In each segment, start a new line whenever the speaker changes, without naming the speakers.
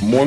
Moin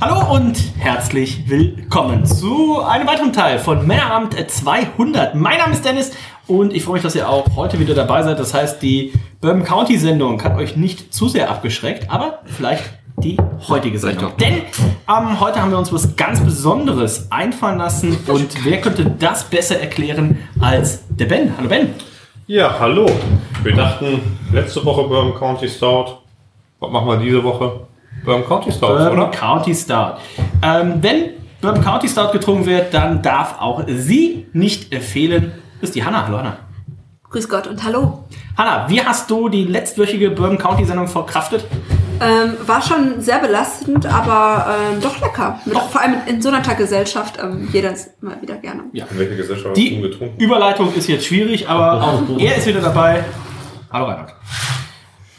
Hallo und herzlich willkommen zu einem weiteren Teil von Männerabend 200. Mein Name ist Dennis und ich freue mich, dass ihr auch heute wieder dabei seid. Das heißt, die Bourbon County Sendung hat euch nicht zu sehr abgeschreckt, aber vielleicht die heutige Sendung. Denn ähm, heute haben wir uns was ganz Besonderes einfallen lassen und wer könnte das besser erklären als der Ben? Hallo Ben.
Ja, hallo. Wir dachten letzte Woche Bourbon County Stout. Was machen wir diese Woche? Bourbon County Stout,
Bourbon
oder?
County Stout. Ähm, wenn Bourbon County Stout getrunken wird, dann darf auch sie nicht fehlen. Das ist die Hanna. Hallo Hanna.
Grüß Gott und hallo.
Hanna, wie hast du die letztwöchige Bourbon County Sendung verkraftet?
Ähm, war schon sehr belastend, aber ähm, doch lecker. Mit, Vor allem in so einer Gesellschaft ähm, jeder mal wieder gerne.
Ja. In welcher Gesellschaft
Die Überleitung ist jetzt schwierig, aber auch er ist wieder dabei. Hallo Reinhard.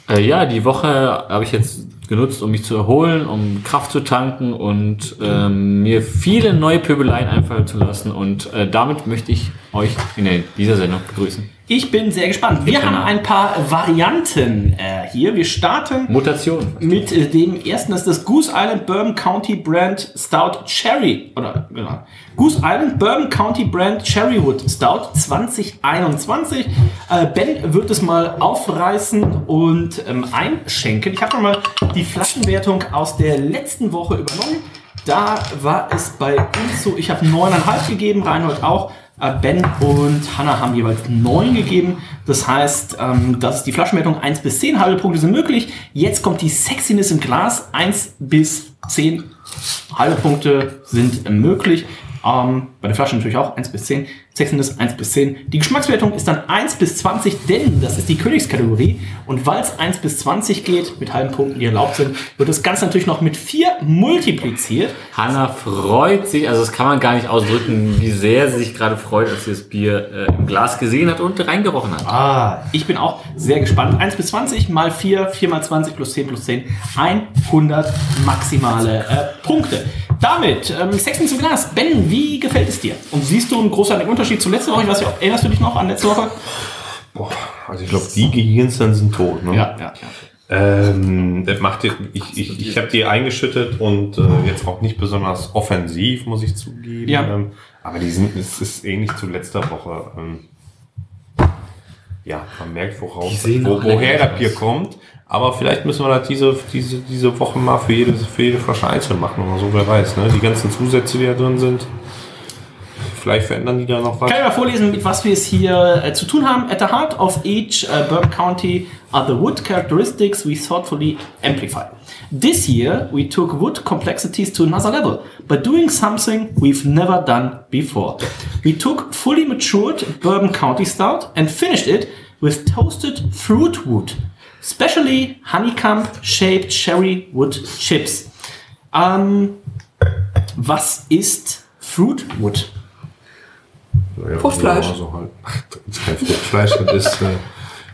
Äh, ja, die Woche habe ich jetzt genutzt, um mich zu erholen, um Kraft zu tanken und ähm, mir viele neue Pöbeleien einfallen zu lassen. Und äh, damit möchte ich euch in der- dieser Sendung begrüßen.
Ich bin sehr gespannt. Wir haben ein paar Varianten äh, hier. Wir starten
Mutation.
mit äh, dem ersten, das ist das Goose Island Bourbon County Brand Stout Cherry. Oder, genau. Goose Island Bourbon County Brand Cherrywood Stout 2021. Äh, ben wird es mal aufreißen und ähm, einschenken. Ich habe nochmal die Flaschenwertung aus der letzten Woche übernommen. Da war es bei uns so, ich habe 9,5 gegeben, Reinhold auch. Äh, Ben und Hanna haben jeweils 9 gegeben. Das heißt, ähm, das ist die Flaschenwertung 1 bis 10, halbe Punkte sind möglich. Jetzt kommt die Sexiness im Glas 1 bis 10, halbe Punkte sind möglich. Ähm, bei den Flaschen natürlich auch 1 bis 10. Sexiness 1 bis 10. Die Geschmackswertung ist dann 1 bis 20, denn das ist die Königskategorie. Und weil es 1 bis 20 geht, mit halben Punkten, die erlaubt sind, wird das Ganze natürlich noch mit 4 multipliziert.
Hanna freut sich, also das kann man gar nicht ausdrücken, wie sehr sie sich gerade freut, als sie das Bier äh, im Glas gesehen hat und reingerochen hat.
Ah, ich bin auch sehr gespannt. 1 bis 20 mal 4, 4 mal 20 plus 10 plus 10, 100 maximale äh, Punkte. Damit, ähm, Sexen zum Glas. Ben, wie gefällt es dir? Und siehst du einen großartigen Unterschied zu letzter Woche? Ich weiß nicht, erinnerst du dich noch an letzte Woche?
Also ich glaube, die Gehirns dann sind tot. Ne?
Ja, ja, ja.
Ähm, das macht die, ich ich, ich habe die eingeschüttet und äh, jetzt auch nicht besonders offensiv, muss ich zugeben.
Ja.
Ähm, aber die sind, es ist ähnlich zu letzter Woche. Ähm, ja, man merkt,
Die
woraus,
sehen
wo,
auch lecker
woher das Bier
aus.
kommt. Aber vielleicht müssen wir das diese, diese, diese Woche mal für jede, für jede Flasche einzeln machen oder so, wer weiß. Ne? Die ganzen Zusätze, die da drin sind, vielleicht verändern die da noch was.
Kann ich mal vorlesen, mit was wir es hier äh, zu tun haben. At the heart of each äh, Burke County are the wood characteristics we thoughtfully amplify. This year we took wood complexities to another level by doing something we've never done before. We took fully matured Bourbon County Stout and finished it with toasted fruit wood, specially honeycomb shaped cherry wood chips. Ähm, was ist Fruit Wood?
Ja,
Fruchtfleisch.
Also halt, ach, das ist kein Fruchtfleisch, das ist äh,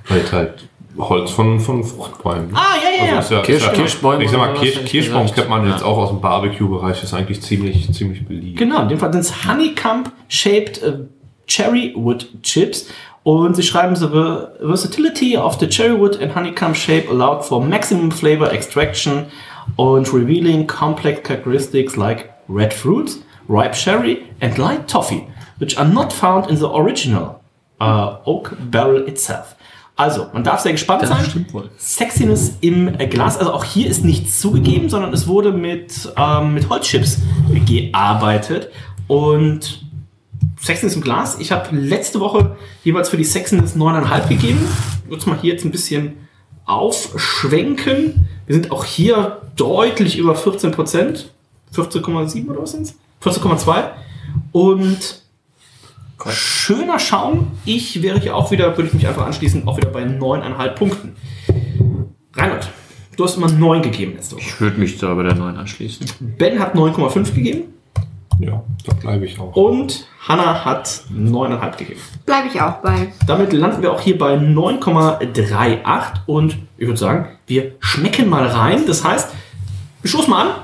halt, halt Holz von, von Fruchtbäumen. ne?
Ah, ja, ja, ja.
ist ja,
Kirsch-
ist ja
Kirschbäume
Ich sag mal,
oder was
Kirsch,
hätte ich
Kirschbaum
gesagt?
kennt man jetzt
Ja.
auch aus dem Barbecue-Bereich, ist eigentlich ziemlich, ziemlich beliebt.
Genau, in dem Fall sind es Honeycomb-shaped äh, Cherrywood Chips. Und sie schreiben, the ver- versatility of the cherrywood and honeycomb shape allowed for maximum flavor extraction and revealing complex characteristics like red fruits, ripe sherry and light toffee, which are not found in the original äh, oak barrel itself. Also, man darf sehr gespannt sein.
wohl.
Sexiness im äh, Glas. Also auch hier ist nichts zugegeben, sondern es wurde mit, ähm, mit Holzchips gearbeitet. Und Sexiness im Glas. Ich habe letzte Woche jeweils für die Sexiness 9,5 gegeben. Ich würde es mal hier jetzt ein bisschen aufschwenken. Wir sind auch hier deutlich über 14 Prozent. 14,7 oder was sind's? 14,2. Und schöner Schaum. Ich wäre hier auch wieder, würde ich mich einfach anschließen, auch wieder bei 9,5 Punkten. Reinhard, Du hast immer 9 gegeben letzte Woche.
Ich würde mich da bei der 9 anschließen.
Ben hat 9,5 gegeben
Ja, da bleibe ich auch.
und Hannah hat 9,5 gegeben.
Bleibe ich auch bei.
Damit landen wir auch hier bei 9,38 und ich würde sagen, wir schmecken mal rein. Das heißt, wir stoßen mal an.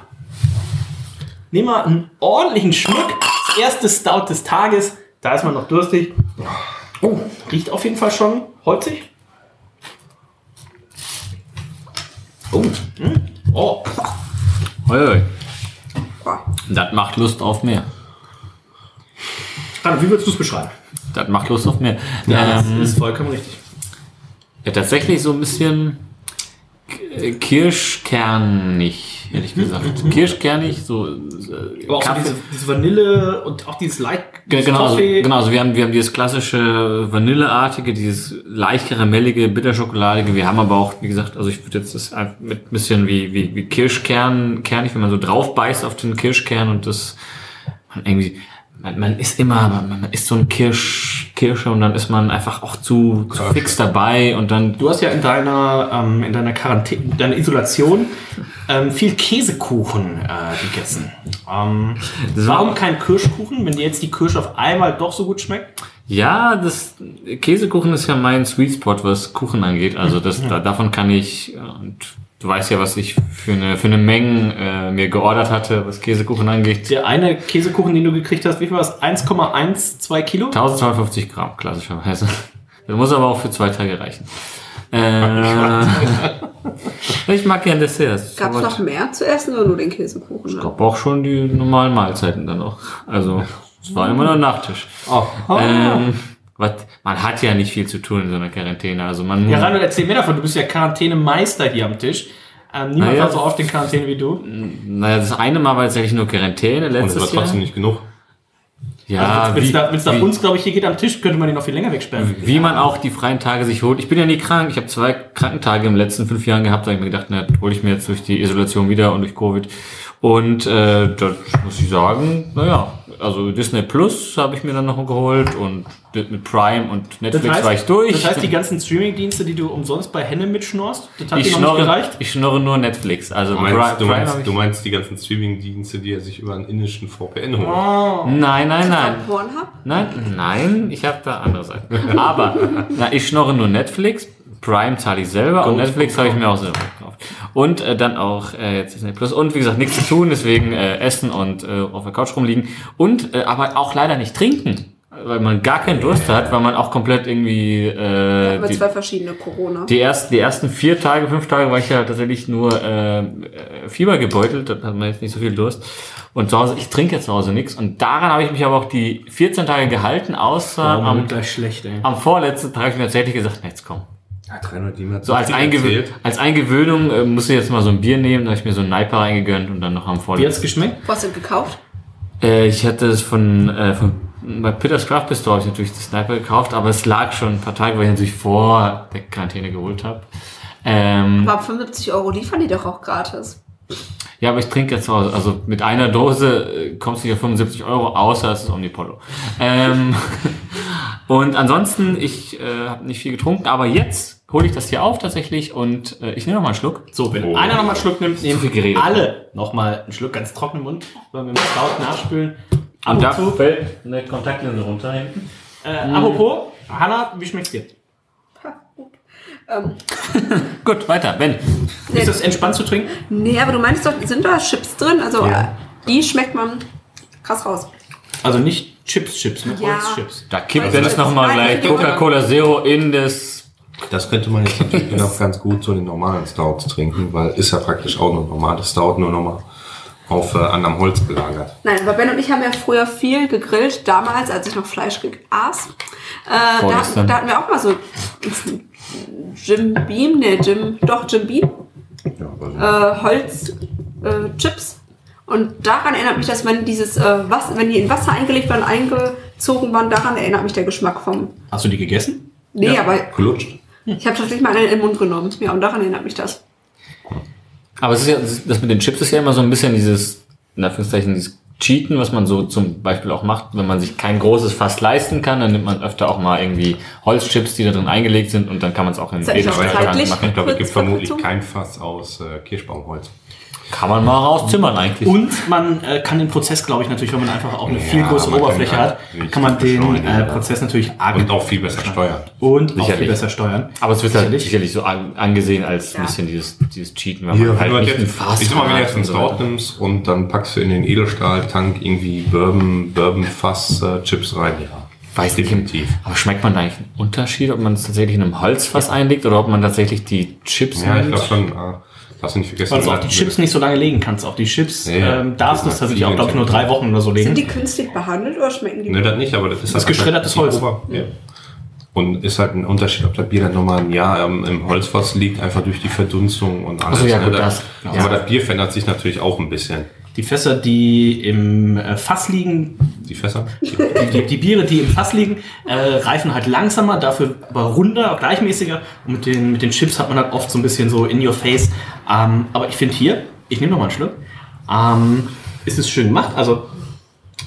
Nehmen mal einen ordentlichen Schluck. Das erste Stout des Tages. Da ist man noch durstig. Oh, riecht auf jeden Fall schon holzig. Oh, hm. oh.
Oi, oi.
Boah.
Das macht Lust auf mehr.
Hannah, wie würdest du es beschreiben?
Das macht Lust auf mehr. ähm,
das ist vollkommen richtig.
ja, tatsächlich so ein bisschen äh, kirschkernig, hätte ich gesagt. kirschkernig, so äh,
Mhm. Aber auch so diese, diese Vanille und auch dieses leicht
Ge-
dieses
Genau, also,
Toffee.
genau also wir, haben, wir haben dieses klassische Vanilleartige, dieses leicht karamellige, bitterschokoladige. Wir haben aber auch, wie gesagt, also ich würde jetzt das ein- mit ein bisschen wie, wie, wie Kirschkern, kernig, wenn man so drauf beißt auf den Kirschkern und das man irgendwie, man, man ist immer, man, man ist so ein Kirsch, Kirsche und dann ist man einfach auch zu, zu fix dabei und dann
Du hast ja in deiner, ähm, in deiner Quarantäne, in deiner Isolation ähm, viel Käsekuchen äh, gegessen. Ähm, warum kein Kirschkuchen, wenn dir jetzt die Kirsche auf einmal doch so gut schmeckt?
Ja, das Käsekuchen ist ja mein Sweet Spot, was Kuchen angeht. Also das, da, davon kann ich äh, und du weißt ja, was ich für eine für eine Menge äh, mir geordert hatte, was Käsekuchen angeht.
Der eine Käsekuchen, den du gekriegt hast, wie viel war es? 1,12 Kilo?
1250 Gramm klassischerweise. Das muss aber auch für zwei Tage reichen. Äh, ich mag gern Desserts.
Gab es
Aber
noch mehr zu essen oder nur den Käsekuchen? Ne?
Ich glaube auch schon die normalen Mahlzeiten dann noch. Also es war immer nur Nachtisch.
Oh.
Ähm, was, man hat ja nicht viel zu tun in so einer Quarantäne. Also man
Ja, Randall, erzähl mir davon. Du bist ja Quarantänemeister hier am Tisch. Ähm, niemand
Naja.
war so oft in Quarantäne wie du.
Naja, das eine Mal war tatsächlich nur Quarantäne
Und es war
letztes Jahr.
trotzdem nicht genug.
Ja,
Wenn es
wie,
nach, wenn's nach
wie,
uns, glaube ich, hier geht am Tisch, könnte man ihn noch viel länger wegsperren.
wie man auch die freien Tage sich holt. Ich bin ja nie krank. Ich habe zwei Krankentage im letzten fünf Jahren gehabt. Da habe ich mir gedacht, na, das hole ich mir jetzt durch die Isolation wieder und durch Covid. Und äh, das muss ich sagen, naja, also Disney Plus habe ich mir dann noch geholt und das mit Prime und Netflix war ich durch.
das heißt, die ganzen Streamingdienste, die du umsonst bei Henne mitschnorst, das hat
ich,
dir noch nicht
schnorre,
gereicht?
ich schnorre nur Netflix. Also
Du meinst, du
Prime habe ich-
meinst, du meinst die ganzen Streaming-Dienste, die er sich über einen indischen VPN holt.
Nein, nein, nein.
Von Pornhub?
Nein, nein, ich habe da andere Seiten. Aber na, ich schnorre nur Netflix, Prime zahle ich selber und Netflix habe ich mir auch selber gekauft. Und äh, dann auch äh, jetzt Disney Plus. Und wie gesagt, nichts zu tun, deswegen äh, essen und äh, auf der Couch rumliegen. Und äh, aber auch leider nicht trinken, weil man gar keinen Durst hat, weil man auch komplett irgendwie... Äh,
Über
die-
zwei verschiedene Corona.
die ersten, die ersten vier Tage, fünf Tage war ich ja tatsächlich nur äh, äh, Fieber gebeutelt, da hat man jetzt nicht so viel Durst. Und zu Hause, ich trinke jetzt zu Hause nichts. Und daran habe ich mich aber auch die 14 Tage gehalten, außer am,
gleich Ah, schlecht, ey.
am vorletzten Tag habe ich mir tatsächlich gesagt, na, jetzt komm.
Ja, 300 Lima.
So als, Eingewö als Eingewöhnung äh, musste ich jetzt mal so ein Bier nehmen, da habe ich mir so ein Niper reingegönnt und dann noch am
Wie hat's
vorletzten.
geschmeckt?
Was denn gekauft?
Äh, ich hatte es von, äh, von bei Peters Craft Pistol habe ich natürlich das Sniper gekauft, aber es lag schon ein paar Tage, weil ich natürlich vor der Quarantäne geholt habe. Ähm,
War 75 Euro liefern die doch auch gratis.
Ja, aber ich trinke jetzt zu Hause. Also mit einer Dose äh, kommst du hier 75 Euro, außer es ist Omnipollo. Ähm, und ansonsten, ich äh, habe nicht viel getrunken, aber jetzt hole ich das hier auf tatsächlich und äh, ich nehme noch mal einen Schluck.
So,
Oh.
wenn
Oh.
einer nochmal einen Schluck nimmt, nehmen
viel geredet.
alle nochmal einen Schluck ganz trockenen Mund, weil wir mit Stout nachspülen.
Und da
Apropos,
fällt eine Kontaktlinse runter hinten.
äh, apropos Hanna, wie schmeckt's dir?
Gut, weiter. Ben,
Nee,
Ist das entspannt zu trinken?
nee, aber du meinst doch, sind da Chips drin? Also äh, die schmeckt man krass raus.
Also nicht Chips, Chips, ne?
Ja.
Holzchips.
da kippt
Also,
Dennis noch mal
nein,
gleich
ich-
Coca-Cola Zero in das...
Das könnte man jetzt natürlich noch ganz gut so den normalen Stouts trinken, weil ist ja praktisch auch ein normales Stout, nur nochmal auf äh, anderem Holz gelagert.
Nein, aber Ben und ich haben ja früher viel gegrillt, damals, als ich noch Fleisch ge- aß. Äh, da,
Vorgestern.
da hatten wir auch mal so Jim Beam, ne, Jim, doch Jim Beam,
Ja, aber so.
äh, Holzchips. Äh, Chips. und daran erinnert mich, dass wenn dieses, äh, was, wenn die in Wasser eingelegt waren, eingezogen waren, daran erinnert mich der Geschmack vom.
Hast du die gegessen?
Nee, aber
Gelutscht.
ich habe tatsächlich mal einen in den Mund genommen. Ja, und daran erinnert mich das.
Aber es ist ja, das mit den Chips ist ja immer so ein bisschen dieses, in Anführungszeichen, dieses Cheaten, was man so zum Beispiel auch macht, wenn man sich kein großes Fass leisten kann, dann nimmt man öfter auch mal irgendwie Holzchips, die da drin eingelegt sind und dann kann man es auch in
Ist ja nicht auch
Edelstahlschrank
zeitlich.
machen.
Ich glaube, es gibt
Kurz
vermutlich
Verkürzung.
kein Fass aus äh, Kirschbaumholz.
Kann man mal rauszimmern eigentlich.
Und man äh, kann den Prozess, glaube ich, natürlich, wenn man einfach auch eine viel
Ja,
größere
man kann
Oberfläche
ja
hat,
richtig
kann man den
beschleunigen,
äh,
ja.
Prozess natürlich arg
Und auch viel besser steuern.
und auch viel
Sicherlich.
besser steuern.
aber es wird halt
Sicherlich.
sicherlich so an, angesehen als ein
Ja.
bisschen dieses, dieses Cheaten, weil man
Also, wenn du
halt nicht
jetzt-
ein Fass
ich sag mal, wenn du jetzt einen
hat und so
Stout nimmst und dann packst du in den Edelstahltank irgendwie Bourbon, Bourbon-Fass, äh, Chips rein, ja.
Weiß nicht.
Definitiv.
Aber schmeckt man da eigentlich einen Unterschied, ob man es tatsächlich in einem Holzfass einlegt oder ob man tatsächlich die Chips
Ja, ich
nimmt?
glaube schon. Äh, darfst du nicht vergessen.
Weil du auf die Chips nicht so lange legen kannst. Auf die Chips
Ja, ja.
ähm, darfst du es
Ja,
tatsächlich
viele
auch, glaube ich, nur
Chips.
drei Wochen oder so legen.
Sind halt die künstlich behandelt oder schmecken die?
Ne, das nicht, aber das ist
Das
halt
geschreddertes
die
Holz.
Ober- Ja. Und ist halt ein Unterschied, ob das Bier dann nochmal ein Jahr ähm, im Holzfass liegt, einfach durch die Verdunstung und alles.
Ach so, ja,
ne?
gut,
das,
das-
aber
ja.
das Bier verändert sich natürlich auch ein bisschen.
Die Fässer, die im äh, Fass liegen,
Die Fässer?
die, die, die Biere, die im Fass liegen, äh, reifen halt langsamer, dafür aber runder, gleichmäßiger. Und mit den, mit den Chips hat man halt oft so ein bisschen so in your face. Ähm, aber ich finde hier, ich nehme mal einen Schluck, ähm, ist es schön gemacht. Also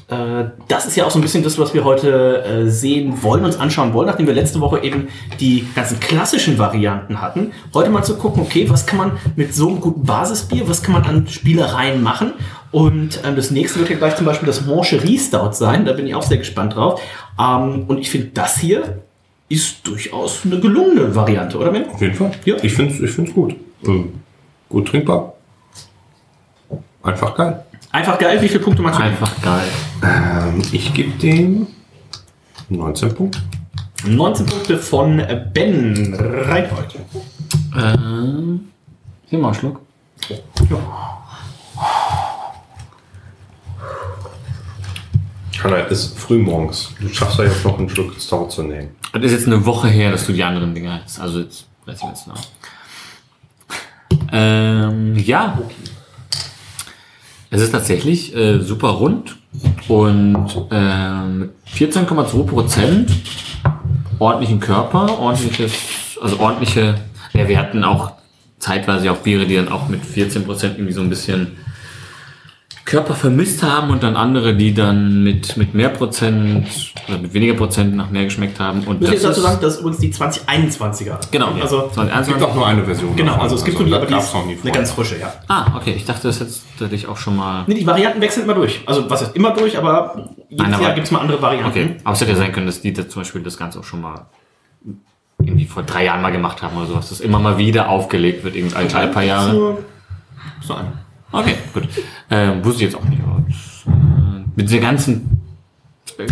äh, das ist ja auch so ein bisschen das, was wir heute äh, sehen wollen, uns anschauen wollen, nachdem wir letzte Woche eben die ganzen klassischen Varianten hatten. Heute mal zu gucken, okay, was kann man mit so einem guten Basisbier, was kann man an Spielereien machen? Und ähm, das nächste wird ja gleich zum Beispiel das Mancherie Stout sein, da bin ich auch sehr gespannt drauf. Ähm, und ich finde, das hier ist durchaus eine gelungene Variante, oder Ben?
Auf jeden Fall.
Ja.
Ich finde es ich find's gut. Ähm, gut trinkbar. Einfach geil.
Einfach geil, wie viele Punkte magst du?
Einfach geil.
Ähm, ich gebe dem 19 Punkte.
19 Punkte von äh, Ben Reinhold.
Ähm, hier mal einen Schluck.
Hanna, es ist früh morgens. Du schaffst ja jetzt noch einen Schluck Stout zu nehmen.
Das ist jetzt eine Woche her, dass du die anderen Dinger hast. Also jetzt weiß ich jetzt noch. Ähm, ja. Es ist tatsächlich äh, super rund und ähm, 14,2 Prozent ordentlichen Körper, ordentliches, also ordentliche. Ja, wir hatten auch zeitweise auch Biere, die dann auch mit 14 Prozent irgendwie so ein bisschen Körper vermisst haben und dann andere, die dann mit, mit mehr Prozent oder mit weniger Prozent nach mehr geschmeckt haben. Und
Müssen jetzt dazu
ist-
sagen, das ist übrigens die 2021er.
Genau,
Also,
also,
Es gibt auch nur eine Version.
Genau,
davon.
also es gibt nur die,
das
aber die
gab's
ist
noch nie
eine
vorher.
ganz frische, ja.
Ah, okay, ich dachte, das hättest du dich auch schon mal.
Nee, die Varianten wechseln immer durch. Also was heißt immer durch, aber jedes
Nein, aber-
Jahr gibt es mal andere Varianten.
Okay, aber es hätte ja sein können, dass die da zum Beispiel das Ganze auch schon mal irgendwie vor drei Jahren mal gemacht haben oder sowas, dass immer mal wieder aufgelegt wird, irgendwie alle paar Jahre.
So, so ein.
Okay, gut. Ähm, wusste ich jetzt auch nicht. Aber, äh, mit dieser ganzen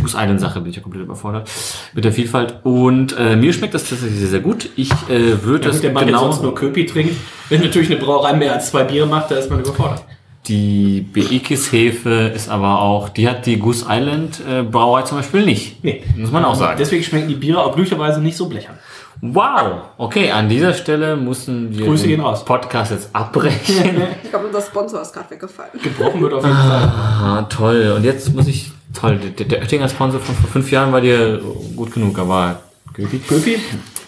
Goose Island Sache bin ich ja komplett überfordert mit der Vielfalt. Und äh, mir schmeckt das tatsächlich sehr, sehr gut. Ich äh, würde
Das
das
ist der Mann,
genau
der sonst nur Köpi trinkt. Wenn natürlich eine Brauerei mehr als zwei Biere macht, da ist man überfordert.
Die Beekis-Hefe ist aber auch, die hat die Goose Island äh, Brauerei zum Beispiel nicht.
Nee. Ähm,
Muss man auch sagen.
Deswegen schmecken die Biere auch glücklicherweise nicht so blechern.
Wow! Okay, an dieser Stelle müssen wir
Grüße
den
gehen raus.
Podcast jetzt abbrechen.
Ich glaube, unser Sponsor ist gerade weggefallen.
Gebrochen wird auf jeden Fall.
ah, toll. Und jetzt muss ich. Toll, der, der Oettinger-Sponsor von vor fünf Jahren war dir gut genug, aber. Köpi.
Köpi,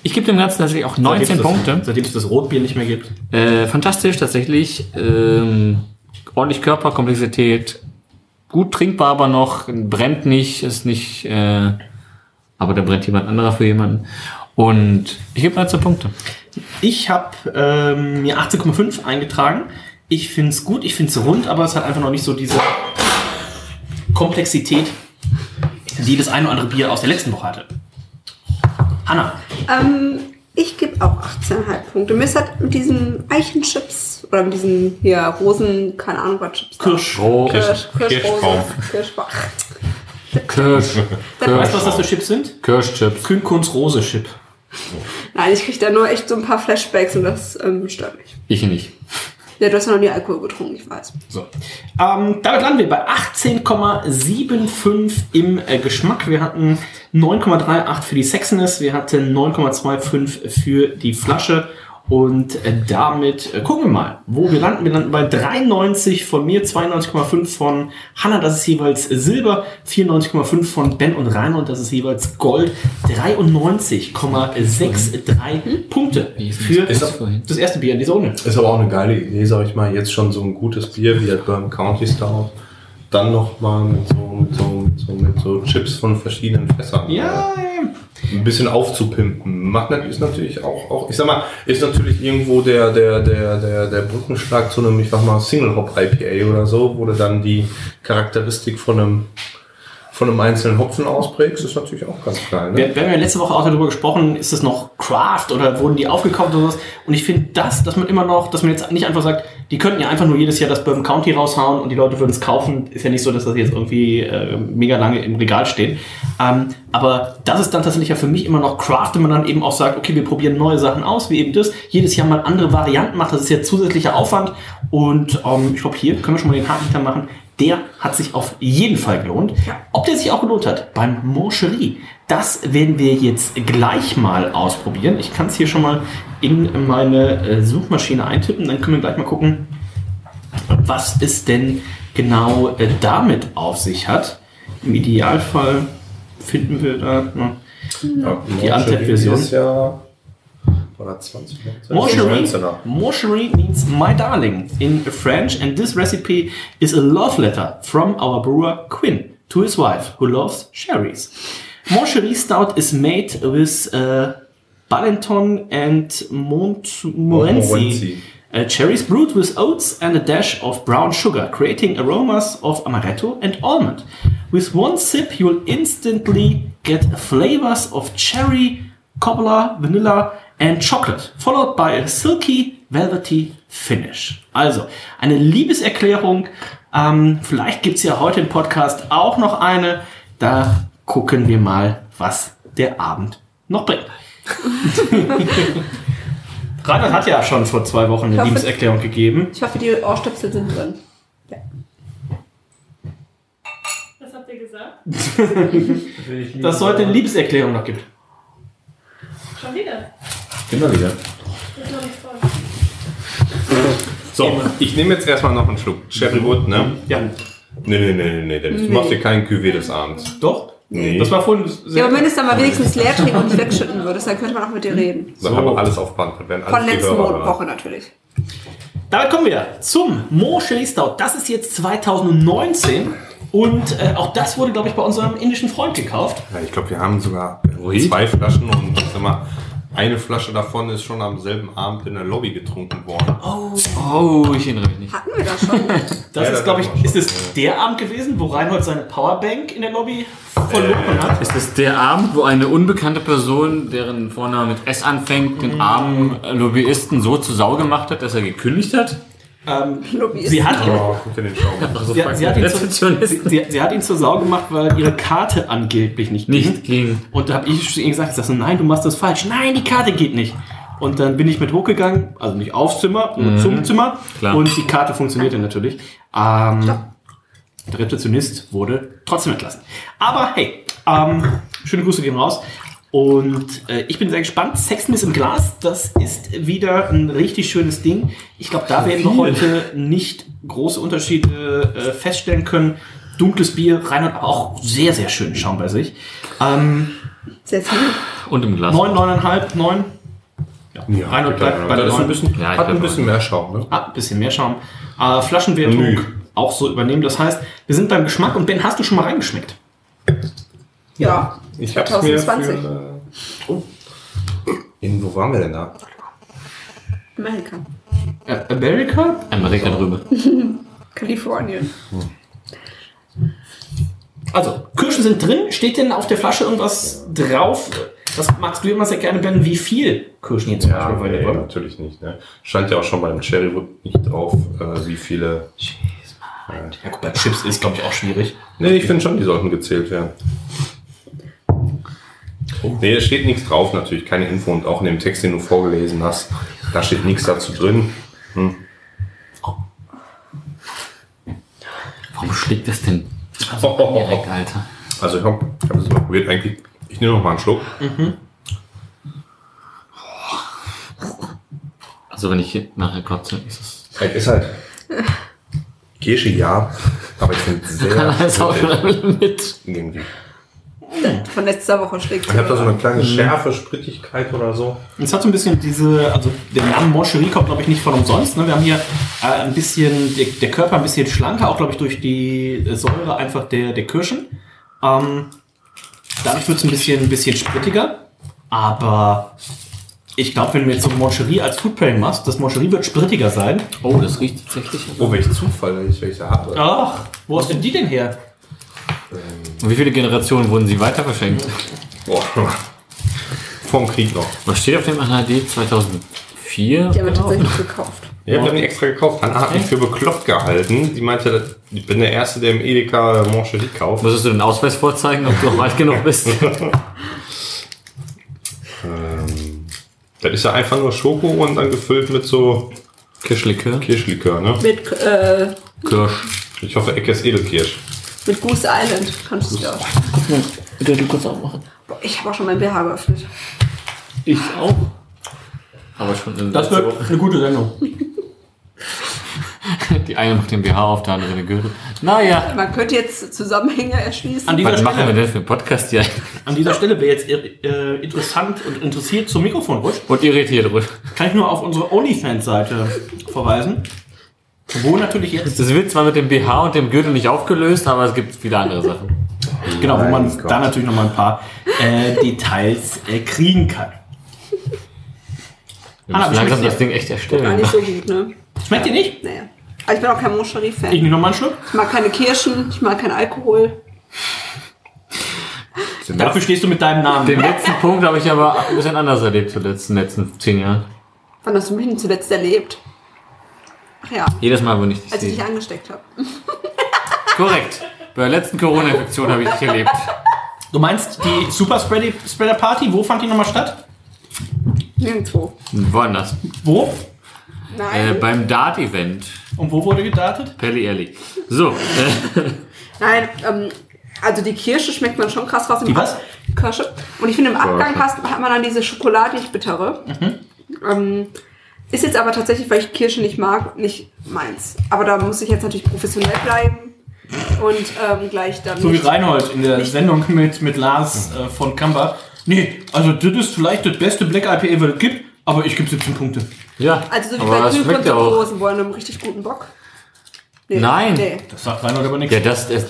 Ich gebe dem Ganzen tatsächlich auch 19 Punkte.
Seitdem es das Rotbier nicht mehr gibt.
Äh, fantastisch, tatsächlich. Ähm, ordentlich Körperkomplexität. Gut trinkbar, aber noch. Brennt nicht, ist nicht. Äh, aber da brennt jemand anderer für jemanden. Und ich gebe 19 Punkte.
Ich habe ähm, mir 18,5 eingetragen. Ich finde es gut, ich finde es rund, aber es hat einfach noch nicht so diese Komplexität, die das ein oder andere Bier aus der letzten Woche hatte. Hanna,
Ähm, ich gebe auch 18,5 Punkte. Mir ist halt mit diesen Eichenchips oder mit diesen hier Rosen, keine Ahnung was Chips.
Kirsch.
Oh,
Kirsch, Kirschbaum.
Kirschbaum.
Kirschbaum.
Kirsch.
Weißt du, was das für Chips sind?
Kirschchips.
Künkuns Rose Chip.
Nein, ich kriege da nur echt so ein paar Flashbacks und das ähm, stört mich.
Ich nicht.
Ja, du hast ja noch nie Alkohol getrunken, ich weiß.
So. Ähm, damit landen wir bei 18,75 im äh, Geschmack. Wir hatten 9,38 für die Sexiness, wir hatten 9,25 für die Flasche. Und äh, damit äh, gucken wir mal, wo wir landen. Wir landen bei 93 von mir, 92,5 von Hanna, das ist jeweils Silber, 94,5 von Ben und Rainer und das ist jeweils Gold, 93,63 Punkte für
Hm? Ist das vorhin?
das erste Bier in dieser Runde.
Ist aber auch eine geile Idee, sag ich mal, jetzt schon so ein gutes Bier wie das Burn County halt Stout dann nochmal mit so, mit, so, mit, so, mit so Chips von verschiedenen Fässern.
Ja,
ein bisschen aufzupimpen. Macht nat- ist natürlich auch, auch, ich sag mal, ist natürlich irgendwo der, der, der, der, der Brückenschlag zu einem, ich sag mal, Single Hop IPA oder so, wo du dann die Charakteristik von einem, von einem einzelnen Hopfen ausprägst, ist natürlich auch ganz geil. Ne?
Wir, wir haben ja letzte Woche auch darüber gesprochen, ist das noch Craft oder wurden die aufgekauft oder sowas? Und ich finde das, dass man immer noch, dass man jetzt nicht einfach sagt, die könnten ja einfach nur jedes Jahr das Bourbon County raushauen und die Leute würden es kaufen. Ist ja nicht so, dass das jetzt irgendwie äh, mega lange im Regal steht. Ähm, aber das ist dann tatsächlich ja für mich immer noch Craft, wenn man dann eben auch sagt, okay, wir probieren neue Sachen aus, wie eben das, jedes Jahr mal andere Varianten macht. Das ist ja zusätzlicher Aufwand. Und ähm, ich glaube, hier können wir schon mal den Haken hinter machen. Der hat sich auf jeden Fall gelohnt. Ob der sich auch gelohnt hat beim Mancherie, das werden wir jetzt gleich mal ausprobieren. Ich kann es hier schon mal in meine äh, Suchmaschine eintippen, dann können wir gleich mal gucken, was es denn genau äh, damit auf sich hat. Im Idealfall finden wir da. Ne?
Ja,
Die Antep-Version.
Ist ja, oder 20, 19,
Morcherie,
19er.
morcherie means my darling in French, and this recipe is a love letter from our brewer Quinn to his wife, who loves sherries. Morcherie stout is made with uh, Ballanton and Montmorency.
Montmorency.
Uh, cherries brewed with oats and a dash of brown sugar, creating aromas of amaretto and almond. With one sip, you'll instantly get flavors of cherry, cobbler, vanilla and chocolate, followed by a silky, velvety finish. Also, eine Liebeserklärung. Ähm, vielleicht gibt's ja heute im Podcast auch noch eine. Da gucken wir mal, was der Abend noch bringt. Reinhard hat ja schon vor zwei Wochen eine
hoffe-
Liebeserklärung gegeben.
Ich hoffe, die Ohrstöpsel sind drin.
Was habt ihr gesagt?
dass es heute eine Liebeserklärung noch gibt.
Schon wieder.
Immer wieder.
Das ist noch nicht voll.
So, ich nehme jetzt erstmal noch einen Schluck. Cherry Wood, ne?
Ja.
Nee, nee, nee, nee, nee, Dennis. Du machst dir keinen Cuvée des Abends.
Doch?
Nee.
Das war vorhin
Ja,
sehr
aber wenn du es dann mal wenigstens leer trinken und nicht wegschütten würdest, dann könnte man auch mit dir reden.
Dann haben wir alles auf Band. Dann werden
Von
alles die
letzter
Hörer hören.
Woche natürlich.
Damit kommen wir zum Mo Chili Stout. Das ist jetzt 2019 und äh, auch das wurde, glaube ich, bei unserem indischen Freund gekauft.
Ja, ich glaube, wir haben sogar zwei Flaschen und ich sag mal, eine Flasche davon ist schon am selben Abend in der Lobby getrunken worden.
Oh, ich erinnere mich nicht.
Hatten wir das schon?
Das
Ja,
ist,
das
glaube
haben wir
ich, ist es der Abend gewesen, wo Reinhold seine Powerbank in der Lobby verloren hat.
Äh,
Ist das der Abend, wo eine unbekannte Person, deren Vorname mit S anfängt, den armen Lobbyisten so zu Sau gemacht hat, dass er gekündigt hat?
Ähm,
Lobbyisten.
sie hat ihn
Oh, guck dir den Schaum an.
Also
Sie,
fuck,
sie, hat ihn zu,
Rezeptionist.
sie, sie, sie hat ihn zur Sau gemacht, weil ihre Karte angeblich nicht ging.
Nicht ging.
Und da habe ich zu ihr gesagt, ich sag so, nein, du machst das falsch. Nein, die Karte geht nicht. Und dann bin ich mit hochgegangen, also nicht aufs Zimmer, sondern zum Zimmer.
Klar.
Und die Karte funktionierte natürlich. Ähm, der Rezeptionist wurde trotzdem entlassen. Aber hey, ähm, schöne Grüße gehen raus. Und äh, ich bin sehr gespannt. Sexton ist im Glas. Das ist wieder ein richtig schönes Ding. Ich glaube, da werden wir heute nicht große Unterschiede äh, feststellen können. Dunkles Bier, Reinhard, aber auch sehr, sehr schönen Schaum bei sich. Ähm,
Sehr viel.
Und im Glas.
Neun, neuneinhalb, neun.
Ja,
Rein und bleibt bei
das
der
ist
neuen.
ein bisschen,
Ja, ich
hat ein
glaub
bisschen mehr Schaum, ne?
Ah, bisschen mehr Schaum. Äh, Flaschenwertung
Nö.
auch so übernehmen. Das heißt, wir sind beim Geschmack. Und Ben, hast du schon mal reingeschmeckt?
Ja.
Ich hab's
2020.
mir für, äh, oh. In, wo waren wir denn da?
Amerika.
Äh, America?
Einmal direkt drüber.
Kalifornien.
Also, Kirschen sind drin. Steht denn auf der Flasche irgendwas drauf? Das magst du immer sehr gerne, Ben, wie viel Kirschen jetzt zum
Ja,
Beispiel
nee,
nee. war.
natürlich nicht. Ne? Stand ja auch schon beim Cherrywood nicht drauf, äh, wie viele.
Ja, gut, bei Chips ist, glaube ich, auch schwierig.
Nee, ich finde schon, die sollten gezählt werden. Nee, es steht nichts drauf natürlich, keine Info und auch in dem Text, den du vorgelesen hast, da steht nichts dazu drin.
Warum schlägt das denn?
Oh, oh, oh,
Direkt,
oh.
Alter.
Also ich habe hab das mal probiert eigentlich. Ich nehme noch mal einen Schluck.
Also wenn ich hier nachher kotze, ist es.
Es Ist halt Kirsche, ja, aber ich finde es
Das ist auch
sehr
schon mit.
irgendwie.
von letzter Woche schlägt.
Ich habe da so eine
Mhm.
kleine Schärfe, Sprittigkeit oder so.
Es hat so ein bisschen diese, also der Name Moncherie kommt, glaube ich, nicht von umsonst. Ne? Wir haben hier äh, ein bisschen, der, der Körper ein bisschen schlanker, auch, glaube ich, durch die äh, Säure einfach der, der Kirschen. Ähm, dadurch wird es ein bisschen, ein bisschen sprittiger. Aber ich glaube, wenn du jetzt so Moncherie als Food Pairing machst, das Moncherie wird sprittiger sein.
Oh, das riecht tatsächlich.
Oh, welch Zufall, wenn ich welche habe.
Ach, wo hast denn die denn her?
Und wie viele Generationen wurden sie weiter verschenkt?
Boah. Vom Krieg noch.
Was steht auf dem AHD 2004?
Die haben wir
Genau.
tatsächlich gekauft.
Ja, wir haben die extra gekauft. Anna hat mich für bekloppt gehalten. Die meinte, ich bin der Erste, der im Edeka Mancherie kauft.
Musstest du den Ausweis vorzeigen, ob du noch weit genug bist?
Ähm, das ist ja einfach nur Schoko und dann gefüllt mit so
Kirschlikör?
Kirschlikör, ne?
Mit, äh,
Kirsch.
Ich hoffe, Ecke ist Edelkirsch.
mit Goose Island kannst du es ja.
Bitte du kurz aufmachen.
Boah, Ich habe auch schon mein BH geöffnet.
Ich auch. Aber schon in
Das
letzter
wird eine gute Sendung.
Woche. Die eine macht den BH auf, der andere den Gürtel. Naja.
Man könnte jetzt Zusammenhänge erschließen.
An dieser
Was machen wir
Stelle,
denn für einen Podcast hier?
an dieser Stelle wer jetzt äh, interessant und interessiert zum Mikrofon rutscht,
Und irritiert ruhig.
kann ich nur auf unsere OnlyFans-Seite verweisen. Wo natürlich jetzt
Das wird zwar mit dem BH und dem Gürtel nicht aufgelöst, aber es gibt viele andere Sachen.
Genau, wo man
Mein Gott.
da natürlich noch mal ein paar äh, Details äh, kriegen kann.
Ah,
Wir
Hanna,
müssen
wie
langsam
schmeckt's dir?
das Ding echt
Gar
erstellen.
nicht so gut, ne?
Schmeckt dir nicht?
Naja. Aber ich bin auch kein Moncherie-Fan.
Ich nehme noch mal einen Schluck.
Ich mag keine Kirschen, ich mag keinen Alkohol.
Dafür stehst du mit deinem Namen.
Den letzten Punkt habe ich aber ein bisschen anders erlebt zuletzt, in den letzten zehn Jahren.
Wann hast du mich denn zuletzt erlebt? Ach ja,
Jedes Mal, wenn ich dich
als ich
sehe.
dich angesteckt habe.
Korrekt. Bei der letzten Corona-Infektion habe ich dich erlebt.
Du meinst die Super Spreadi- Spreader Party? Wo fand die noch mal statt?
Nirgendwo.
Woanders.
Wo?
Äh,
Nein.
beim Dart-Event.
Und wo wurde gedartet?
Pelli Ehrlich. So. Äh,
Nein, ähm, also die Kirsche schmeckt man schon krass raus. Im
Die was?
Ab- Kirsche. Und ich finde, im Abgang passt, hat man dann diese schokoladig bittere.
Mhm.
Ähm, ist jetzt aber tatsächlich, weil ich Kirsche nicht mag, nicht meins. Aber da muss ich jetzt natürlich professionell bleiben und ähm, gleich dann.
So wie
nicht-
Reinhold in der Sendung mit, mit Lars äh, von Kamba. Nee, also das ist vielleicht das beste Black IPA, was es gibt, aber ich gebe 17 Punkte.
ja.
Also so wie
aber
bei
das
Küken und
schmeckt ja
so
auch.
Rosen wollen einem richtig guten Bock. Nee,
Nein.
Nee.
Das sagt Reinhold aber nichts.
Ja, das, das,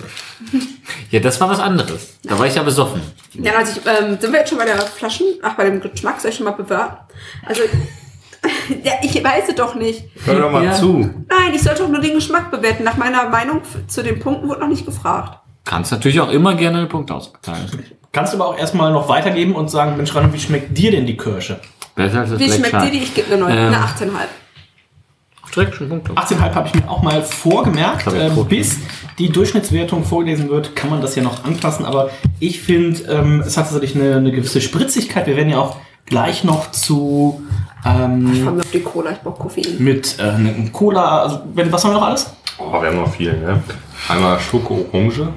ja, das war was anderes. Da war ich ja besoffen.
Ja, also ich, ähm, sind wir jetzt schon bei der Flaschen, ach, bei dem Geschmack, soll ich schon mal bewerten? Also, ja, ich weiß es doch nicht.
Hör doch mal
Ja.
zu.
Nein, ich sollte doch nur den Geschmack bewerten. Nach meiner Meinung f- zu den Punkten wurde noch nicht gefragt.
Kannst natürlich auch immer gerne einen Punkt ausbezahlen.
Kannst aber auch erstmal noch weitergeben und sagen, Mensch Reinhold, wie schmeckt dir denn die Kirsche?
Besser als das
Wie
Black
schmeckt
Shark.
dir die? Ich gebe eine 9,
Ähm.
eine 18,5.
Direkt schon Punkte.
18,5 habe ich mir auch mal vorgemerkt.
Hab ich
Ähm,
tot.
bis die Durchschnittswertung vorgelesen wird, kann man das ja noch anpassen. Aber ich finde, ähm, es hat tatsächlich eine, eine gewisse Spritzigkeit. Wir werden ja auch gleich noch zu
Ich
ähm,
fahre mir auf die Cola, ich brauche
Hm.
Koffein.
mit äh, einem Cola. Also, wenn- was haben wir noch alles?
Oh, wir haben noch viel, ne? Einmal Schoko-Orange,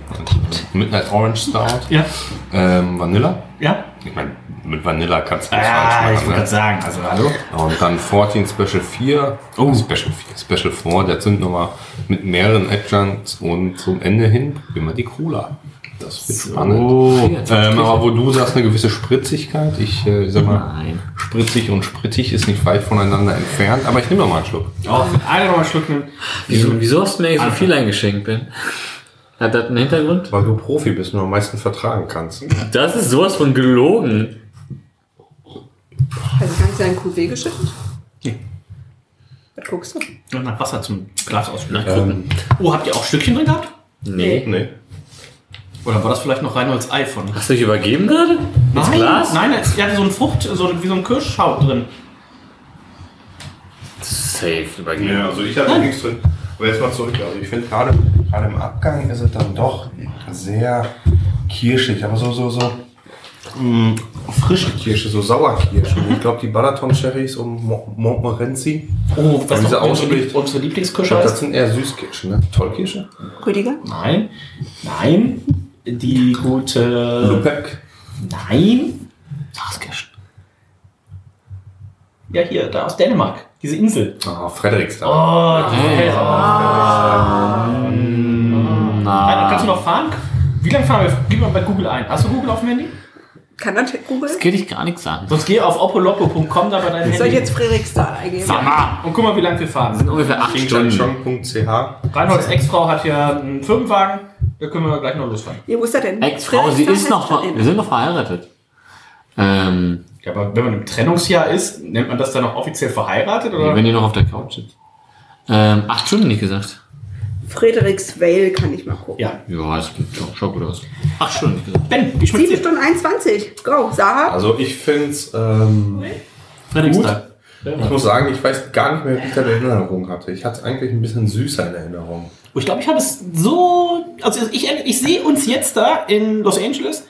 Midnight Orange Stout,
Ja.
ähm, Vanilla.
Ja?
Ich meine, mit Vanilla kannst du nicht
Ah, ich
falsch
wollte gerade
machen. Ne?
sagen. Also, hallo?
Und dann 14 Special 4, oh. Special 4, Special 4, der Zündnummer mit mehreren Adjuncts und zum Ende hin immer die Cola. Das wird spannend.
Oh.
Ähm, aber wo du sagst, eine gewisse Spritzigkeit, ich äh, sag mal,
Nein.
spritzig und sprittig ist nicht weit voneinander entfernt, aber ich nehme noch mal einen Schluck.
Oh, wenn einer noch einen Schluck nimmt.
Wieso, wieso hast du mir
Ah.
eigentlich so viel eingeschenkt, Ben? Hat das einen Hintergrund?
Weil du Profi bist und am meisten vertragen kannst.
Das ist sowas von gelogen.
Also kannst du deinen QW geschüttet? Was guckst du?
Noch nach Wasser zum Glas ausspülen.
Ähm,
Oh, habt ihr auch Stückchen drin gehabt?
Nee.
nee.
Oder war das vielleicht noch Reinholds Ei von?
Hast du dich übergeben gerade? Ins Glas?
Nein, es er hatte so ein Frucht, so ein- wie so ein Kirschschaum drin.
Safe übergeben.
Ja, also ich hatte nichts drin. Aber jetzt mal zurück. Also ich finde gerade gerade im Abgang ist es dann doch sehr kirschig, aber so so so mh, frische Kirsche, so Sauerkirsche. Und ich glaube die Balaton Cherries und Mo- Montmorency,
Oh,
Wenn
was
sie
auch unsere,
ausspricht.
Lieb- unsere Lieblingskirsche
das
heißt?
sind eher Süßkirsche, ne? Tollkirsche?
Rüdiger?
Nein, nein, die gute.
Lupec.
Nein. Saskirschen. Ja, hier, da aus Dänemark. Diese Insel.
Ah, Frederikstad.
Oh, die
Hey.
Nein, Ah. kannst du noch fahren? Wie lange fahren wir? Gib mal bei Google ein. Hast du Google auf dem Handy?
Kann das Google?
Das geht ich gar nichts an.
Sonst geh auf opoloppo.com, da bei deinem
Soll ich
Handy. Ah,
jetzt Fredriksdal eingeben?
Sag mal,
Und guck mal, wie lange wir fahren.
ungefähr acht Stunden.
Kingchong.ch.
Reinholds Ex-Frau hat ja einen Firmenwagen. Da können wir gleich noch losfahren.
Ja, wo ist er denn?
Ex-Frau, sie
Fredriksdal
ist noch,
heißt
ver-
er
wir
denn?
sind noch verheiratet. Ähm,
Ja, aber wenn man im Trennungsjahr ist, nennt man das dann auch offiziell verheiratet? Oder?
wenn ihr noch auf der Couch sitzt. Ähm, acht Stunden, nicht gesagt.
Fredriksvale kann ich mal gucken.
Ja.
Ja, das schaut, schaut gut aus. Acht Stunden, nicht gesagt.
Ben, wie
7
schmeckt's dir?
Stunden 21. Go, Sarah.
Also ich find's, ähm,
Fredrikstad.
ich muss sagen, ich weiß gar nicht mehr, wie ich das in Erinnerung hatte. Ich hatte es eigentlich ein bisschen süßer in Erinnerung.
Oh, Ich glaube, ich habe es so. Also ich, ich sehe uns jetzt da in Los Angeles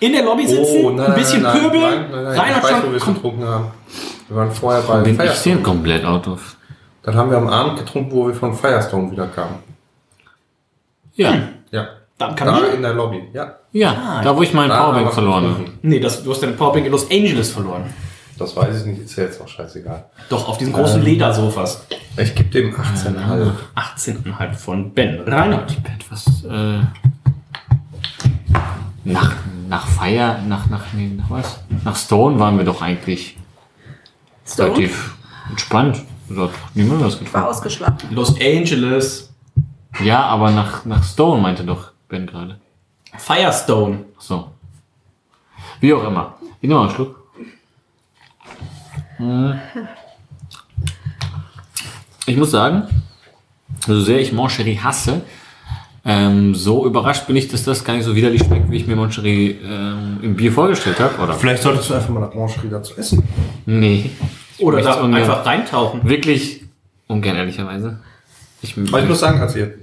in der Lobby sitzen, ein bisschen pöbeln,
Oh, nein, nein, nein, ich weiß, wo wir
Reinhard
es
kommt.
getrunken haben. Wir waren vorher bei
Bin ich
Firestone.
sehe komplett out of.
Dann haben wir am Abend getrunken, wo wir von Firestone wieder kamen.
Ja,
Ja,
Da kann
da
man,
in der Lobby. Ja,
ja, da wo ich meinen
Ah, da haben wir
Powerbank
was
verloren habe.
getrunken.
nee, das, du hast deine Powerbank in Los Angeles verloren.
Das weiß ich nicht, ist ja jetzt auch scheißegal.
Doch, auf diesen
Ähm.
großen Ledersofas.
Ich gebe dem 18,5.
18,5 von Ben Reinhardt.
etwas äh, nach, nach Fire, nach, nach, nee, nach was? Nach Stone waren wir doch eigentlich
Stone.
relativ entspannt. Da hat niemand was getrunken.
War ausgeschlafen.
Los Angeles,
Ja, aber nach, nach Stone meinte doch Ben gerade.
Firestone.
Ach So. Wie auch immer. Ich nehme mal einen Schluck. Hm. Ich muss sagen, so sehr ich Moncherie hasse, ähm, so überrascht bin ich, dass das gar nicht so widerlich schmeckt, wie ich mir Moncherie ähm, im Bier vorgestellt habe. Oder?
Vielleicht solltest du einfach mal nach Mancherie dazu essen.
Nee.
Oder
Nichts
da
ungern.
einfach reintauchen.
Wirklich ungern, ehrlicherweise. Ich,
Aber ich muss sagen, also ihr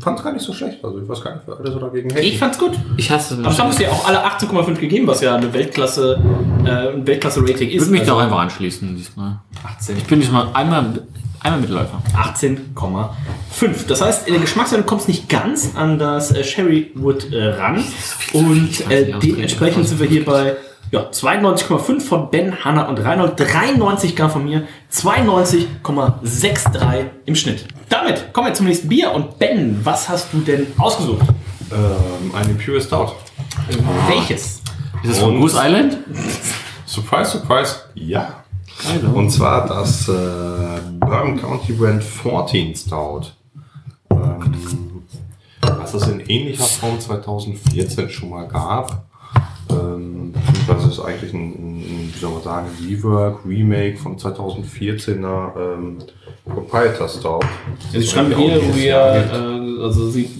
fand es gar nicht so schlecht. Also ich weiß gar nicht, wer alle so dagegen hält.
Ich fand's gut.
ich hasse
Aber ich habe es
Moncherie.
ja auch alle 18,5 gegeben, was ja eine Weltklasse, äh, ein Weltklasse-Rating
Ich
ist.
würde mich da
Also
auch einfach anschließen diesmal.
18.
Ich bin diesmal einmal, einmal Mitläufer.
18,5. Das heißt, in der Geschmacksrichtung kommt es nicht ganz an das äh, Sherrywood äh, ran. Und äh, dementsprechend sind wir hier bei ja, 92,5 von Ben, Hanna und Reinhold, 93 Gramm von mir, 92,63 im Schnitt. Damit kommen wir zum nächsten Bier. Und Ben, was hast du denn ausgesucht?
Ähm, eine Pure Stout.
Welches?
Ist das von
Und-
Goose Island?
Surprise, surprise. Ja. Und zwar das äh, Bourbon County Brand 14 Stout. Ähm, was es in ähnlicher Form 2014 schon mal gab. Ähm, das ist eigentlich ein, ein, wie soll man sagen, Rework, Remake von 2014er ähm, Proprietor Stout.
Sie schreiben Also hier, we are, äh, also sie,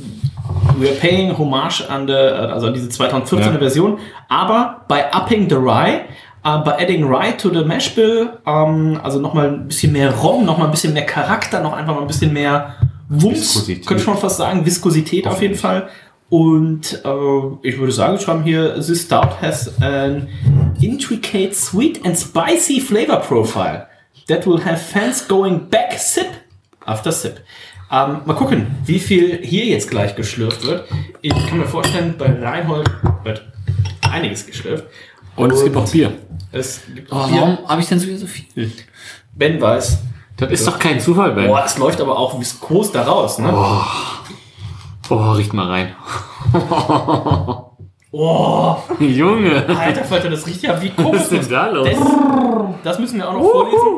we are paying homage an, the, also an diese 2014er
Ja.
Version, aber by upping the rye, uh, by adding rye to the mash bill, ähm, also nochmal ein bisschen mehr Rom, nochmal ein bisschen mehr Charakter, noch einfach mal ein bisschen mehr Wumms,
Viskosität.
könnte man fast sagen, Viskosität auf jeden Fall. Und äh, ich würde sagen, schreiben hier, this stout has an intricate sweet and spicy flavor profile that will have fans going back sip after sip. Ähm, mal gucken, wie viel hier jetzt gleich geschlürft wird. Ich kann mir vorstellen, bei Reinhold wird einiges geschlürft.
Und es gibt auch Bier.
Es gibt
Oh,
auch Bier.
warum habe ich denn so so viel?
Ben weiß.
Das ist doch kein Zufall, Ben.
Boah, es läuft aber auch viskos da raus, ne?
Oh, riecht mal rein.
Oh,
Junge,
alter Falter, das riecht ja wie
was ist
komisch.
denn da los?
Das, das müssen wir auch noch vorlesen.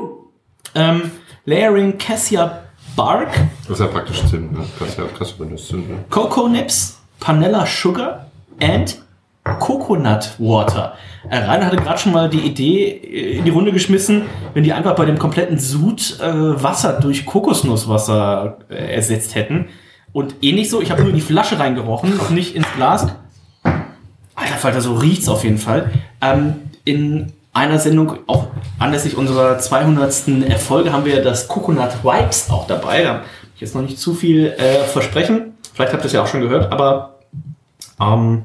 Ähm, Layering Cassia Bark,
Das ist ja praktisch Zimt, ne? Das ist ja das ist ja Zimt, ne?
Cocoa Nips, Panella Sugar and Coconut Water. Äh, Rainer hatte gerade schon mal die Idee äh, in die Runde geschmissen, wenn die einfach bei dem kompletten Sud äh, Wasser durch Kokosnusswasser äh, ersetzt hätten. Und ähnlich so, ich habe nur in die Flasche reingerochen, noch nicht ins Glas. Alter Falter, so riecht's auf jeden Fall. Ähm, in einer Sendung, auch anlässlich unserer 200. Erfolge, haben wir das Coconut Wipes auch dabei. Da will ich jetzt noch nicht zu viel äh, versprechen. Vielleicht habt ihr es ja auch schon gehört, aber ähm,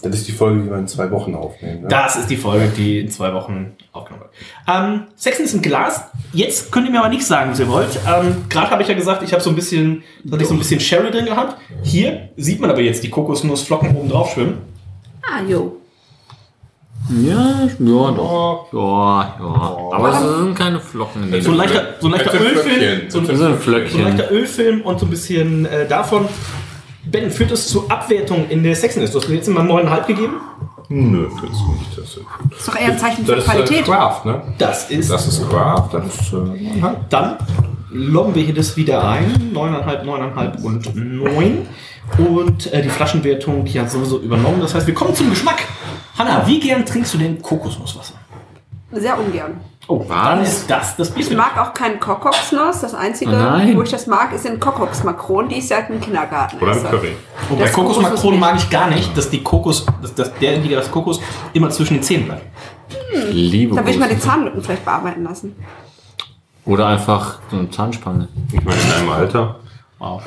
Das ist die Folge, die wir in zwei Wochen aufnehmen. Ne?
das ist die Folge, die in zwei Wochen aufgenommen wird. Ähm, Sexen ist im Glas. Jetzt könnt ihr mir aber nicht sagen, was ihr wollt. Ähm, Gerade habe ich ja gesagt, ich habe so ein bisschen, da hatte ich so ein bisschen Sherry drin gehabt. Hier sieht man aber jetzt die Kokosnussflocken oben drauf schwimmen.
Ah, jo.
Ja, ja, doch. Ja, ja. Aber es sind keine Flocken in
So ein
dem.
leichter, so ein leichter
Jetzt ein
Ölfilm.
Flöckchen.
So ein,
Das ist ein
so ein
Flöckchen.
leichter Ölfilm und so ein bisschen äh, davon. Ben, führt es zur Abwertung in der Sexiness? Du hast mir jetzt immer 9,5 gegeben.
Nö, findest du nicht. Das ist,
Ist doch eher ein Zeichen
das
von
ist äh,
Qualität.
Craft, ne?
Das ist.
Das ist Craft, dann ist äh, halt
Dann lobben wir hier das wieder ein. 9,5, 9,5 und 9. Und äh, die Flaschenwertung die hat sowieso übernommen. Das heißt, wir kommen zum Geschmack. Hanna, wie gern trinkst du denn Kokosnusswasser?
Sehr ungern.
Oh, dann ist das das
Ich
Bier.
mag auch keinen Kokoxnuss. Das Einzige,
Nein.
wo ich das mag, ist in Kokox-Makronen, die ich seit dem Kindergarten Also,
oder ein
esse.
Curry.
Oh, bei
Das
Kokosmakronen
Kokosnuss-
mag ich gar nicht, dass die Kokos, dass, dass der, die das Kokos immer zwischen den Zähnen bleibt.
Liebe
Da will ich
Gott.
mal die Zahnlücken vielleicht bearbeiten lassen.
Oder einfach so eine Zahnspange.
Ich meine, in deinem Alter.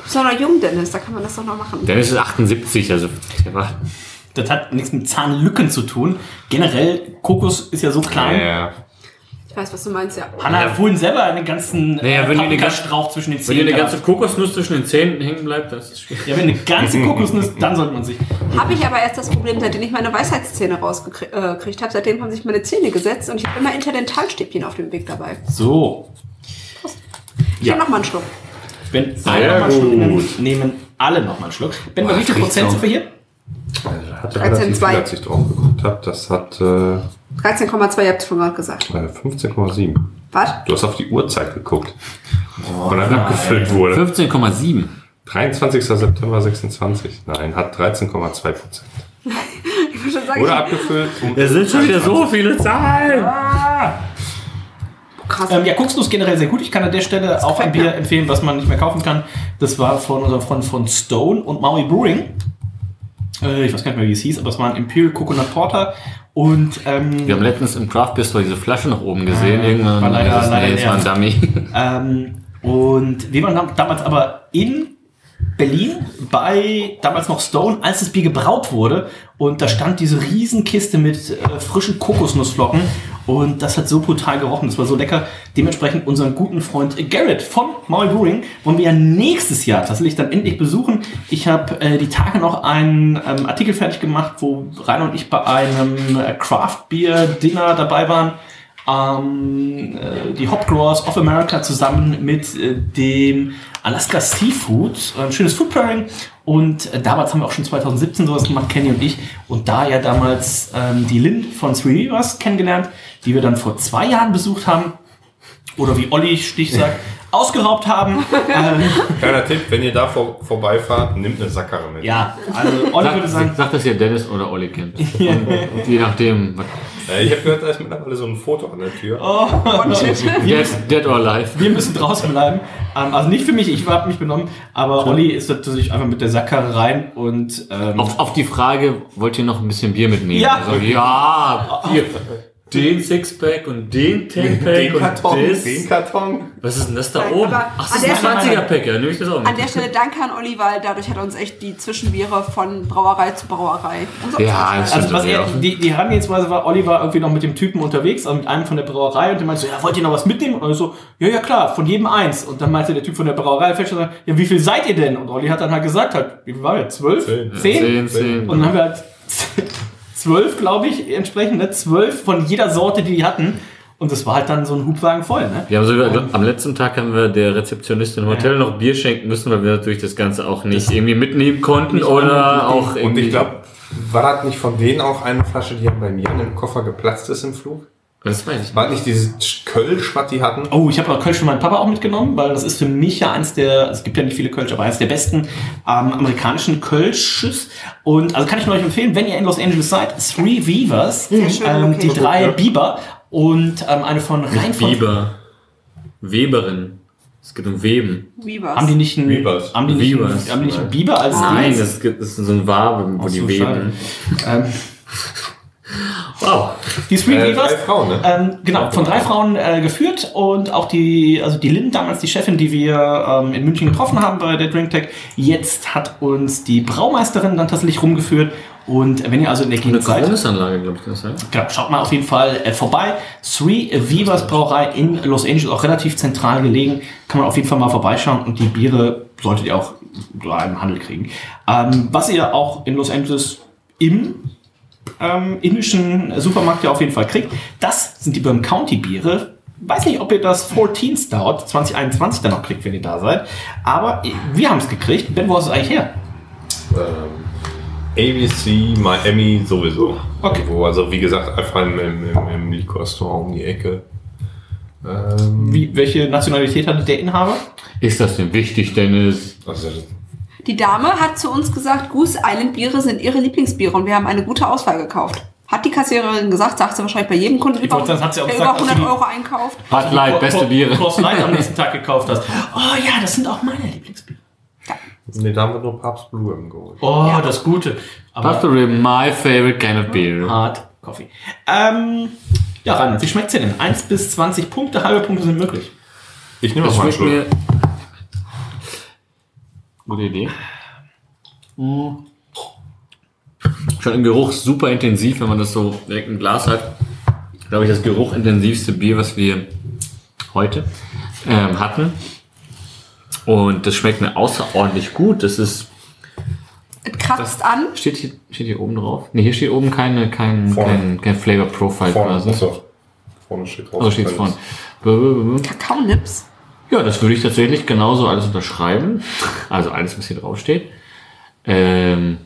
Besonders jung, Dennis, da kann man das doch noch machen.
Dennis ist 78, also der war
Das hat nichts mit Zahnlücken zu tun. Generell, Kokos ist ja so klein.
Ja.
Ich weiß, was du meinst, ja.
Hanna hat vorhin selber einen ganzen
Naja, wenn ihr eine ganze-
Strauch zwischen den
Wenn dir
Zähnen
eine ganze
gehabt.
Kokosnuss zwischen den Zähnen hängen bleibt, das ist schwierig.
Ja, wenn eine ganze Kokosnuss, dann sollte man sich.
Habe ich aber erst das Problem, seitdem ich meine Weisheitszähne rausgekriegt äh, gekriegt habe. Seitdem haben sich meine Zähne gesetzt und ich habe immer Interdentalstäbchen auf dem Weg dabei.
So,
Ich
Ja.
ja. noch mal einen Schluck.
wenn alle nochmal einen Schluck nehmen, nehmen alle nochmal einen Schluck. Ben, bei wie viel Prozent sind wir hier?
Also, hatte
13,2.
relativ viel, als ich drauf geguckt habe. Das hat äh, äh,
13,2, ihr habt es schon gerade gesagt.
15,7.
Was?
Du hast auf die Uhrzeit geguckt. und dann abgefüllt wurde.
15,7.
23. September 26. Nein, hat 13,2 Prozent.
Ich würde schon sagen,
Wurde abgefüllt. um-
Es sind schon wieder so viele Zahlen.
krass.
Ähm, ja, Kokosnuss generell sehr gut. Ich kann an der Stelle auch ein Bier empfehlen, was man nicht mehr kaufen kann. Das war von unserem Freund von Stone und Maui Brewing. Äh, ich weiß gar nicht mehr, wie es hieß, aber es war ein Imperial Coconut Porter. Und ähm,
Wir haben letztens im Craft Beer Store diese Flasche nach oben gesehen. Irgendwann
Ah, War leider-
das,
leider
nee, das war ein Dummy.
Ähm, und wir waren dam- damals aber in Berlin bei damals noch Stone, als das Bier gebraut wurde. Und da stand diese Riesenkiste mit äh, frischen Kokosnussflocken. Und das hat so brutal gerochen. Das war so lecker. Dementsprechend unseren guten Freund Garrett von Maul Brewing wollen wir ja nächstes Jahr tatsächlich dann endlich besuchen. Ich habe äh, die Tage noch einen ähm, Artikel fertig gemacht, wo Rainer und ich bei einem äh, Craft Beer Dinner dabei waren ähm, äh, die Hop Growers of America zusammen mit äh, dem Alaska Seafood. Ein schönes Food Pairing. Und äh, damals haben wir auch schon 2017 sowas gemacht, Kenny und ich. Und da ja damals ähm, die Lynn von Three Rivers kennengelernt, die wir dann vor zwei Jahren besucht haben. Oder wie Olli Stich sagt, ausgeraubt haben. Ähm,
Kleiner Tipp, wenn ihr da vor, vorbeifahrt, nimmt eine Sackkarre mit.
ja, also Olli würde sagen,
Sag, sag das hier Dennis oder Olli kennt. Und je nachdem. was-
Äh, Ich habe gehört, da ist mittlerweile so ein Foto an der Tür.
Dead, dead or alive.
wir müssen draußen bleiben. Ähm, also nicht für mich, ich habe mich benommen, aber Olli ist natürlich einfach mit der Sackkarre rein und ähm,
Auf, auf die Frage, wollt ihr noch ein bisschen Bier mitnehmen?
Ja.
also, ja Bier. Den Sixpack und den Tenpack und das.
den Karton.
Was ist denn das da
Nein,
oben?
aber
Ach, das
an
ist
der
ein 20er-Pack, ja, nehme ich das auch
An
mit.
der Stelle danke an Olli, weil dadurch hat er uns echt die Zwischenbiere von Brauerei zu Brauerei. umsonst
Ja,
geschenkt.
das
Also
stimmt.
was er,
ja.
die, die Herangehensweise war, Olli war irgendwie noch mit dem Typen unterwegs, also mit einem von der Brauerei und der meinte so, ja, wollt ihr noch was mitnehmen? Und er so, ja, ja, klar, von jedem eins. Und dann meinte der Typ von der Brauerei, fällt schon, ja, wie viel seid ihr denn? Und Olli hat dann halt gesagt, halt, wie viel waren wir, zwölf?
Zehn.
Zehn?
Zehn, zehn.
Und dann haben wir halt zwölf, glaube ich, entsprechend, ne? zwölf von jeder Sorte, die die hatten. Und das war halt dann so ein Hubwagen voll, ne?
Wir haben sogar, am letzten Tag haben wir der Rezeptionistin im Hotel noch Bier schenken müssen, weil wir natürlich das Ganze auch nicht irgendwie mitnehmen konnten oder auch
Und
irgendwie.
ich glaube, war das nicht von denen auch eine Flasche, die bei mir in dem Koffer geplatzt ist im Flug?
das weiß ich nicht.
War das nicht dieses Kölsch, was die hatten?
Oh, ich habe auch Kölsch für meinen Papa auch mitgenommen, weil das ist für mich ja eins der, also es gibt ja nicht viele Kölsch, aber eins der besten ähm, amerikanischen Kölsches. Und also kann ich nur euch empfehlen, wenn ihr in Los Angeles seid, Three Beavers, ähm, die drei Biber und ähm, eine von Rein von
Biber. Weberin. Es geht um Weben.
Weavers.
Haben die nicht einen
Beavers.
Haben die nicht,
Beavers.
Einen, haben die nicht einen Biber als
Nein,
Dings?
das, gibt, das ist so ein Wabe, wo
Ach
die
so, schade.
weben.
Ähm,
Wow.
die Three
Äh,
Beavers.
drei Frauen, ne?
Ähm, genau, von drei Frauen äh, geführt und auch die, also die Lynn, damals die Chefin, die wir ähm, in München getroffen haben bei der DrinkTech, jetzt hat uns die Braumeisterin dann tatsächlich rumgeführt und wenn ihr also in der
Eine
Gegend seid,
Kronisanlage, glaube ich, kann das sein.
genau, schaut mal auf jeden Fall äh, vorbei. Three Vivas Brauerei in Los Angeles, auch relativ zentral gelegen, kann man auf jeden Fall mal vorbeischauen und die Biere solltet ihr auch da im Handel kriegen. Ähm, was ihr auch in Los Angeles im ähm, indischen Supermarkt ja auf jeden Fall kriegt. Das sind die Bourbon County Biere. Weiß nicht, ob ihr das 14 Stout äh, 2021 dann noch kriegt, wenn ihr da seid. Aber wir haben es gekriegt. Ben, wo hast du es eigentlich her?
ähm, ABC, Miami sowieso. Okay. Wo, also wie gesagt, einfach im, im, im, im Liquor-Store um die Ecke. Ähm,
Wie, welche Nationalität hatte der Inhaber?
Ist das denn wichtig, Dennis?
also,
Die Dame hat zu uns gesagt, Goose Island Biere sind ihre Lieblingsbiere und wir haben eine gute Auswahl gekauft. Hat die Kassiererin gesagt, sagt sie wahrscheinlich bei jedem Kunden,
Ich wollte sagen, das hat sie auch
der
gesagt,
über
als
100
sie die-
Euro einkauft.
Bud Light, beste Biere.
Cross Light am nächsten Tag gekauft hast. Oh ja, das sind auch meine Lieblingsbiere.
ne, da haben wir nur Papst Blue Ribbon geholt.
Oh, das Gute. Aber
That's really my favorite kind of beer.
Hard Coffee. Ähm, ja, ran. Wie schmeckt's dir denn? 1 bis 20 Punkte, halbe Punkte sind möglich.
Ich nehme
Das
noch mal einen
schmeckt
Schluck.
mir. Gute Idee. Mm. Schon im Geruch super intensiv, wenn man das so direkt im Glas hat. Glaube ich, das geruchintensivste Bier, was wir heute ähm, hatten. Und das schmeckt mir außerordentlich gut. Das ist
Es kratzt an.
Steht hier, steht hier oben drauf? Ne, hier steht oben keine, kein,
Vorne.
kein, kein Flavor Profile
Vorne,
quasi. Also,
achso. Oh, vorne steht drauf.
also steht es vorne. Bö, bö, bö, bö.
Kakaonips.
Ja, das würde ich tatsächlich genauso alles unterschreiben. Also alles, was hier drauf steht. Ähm,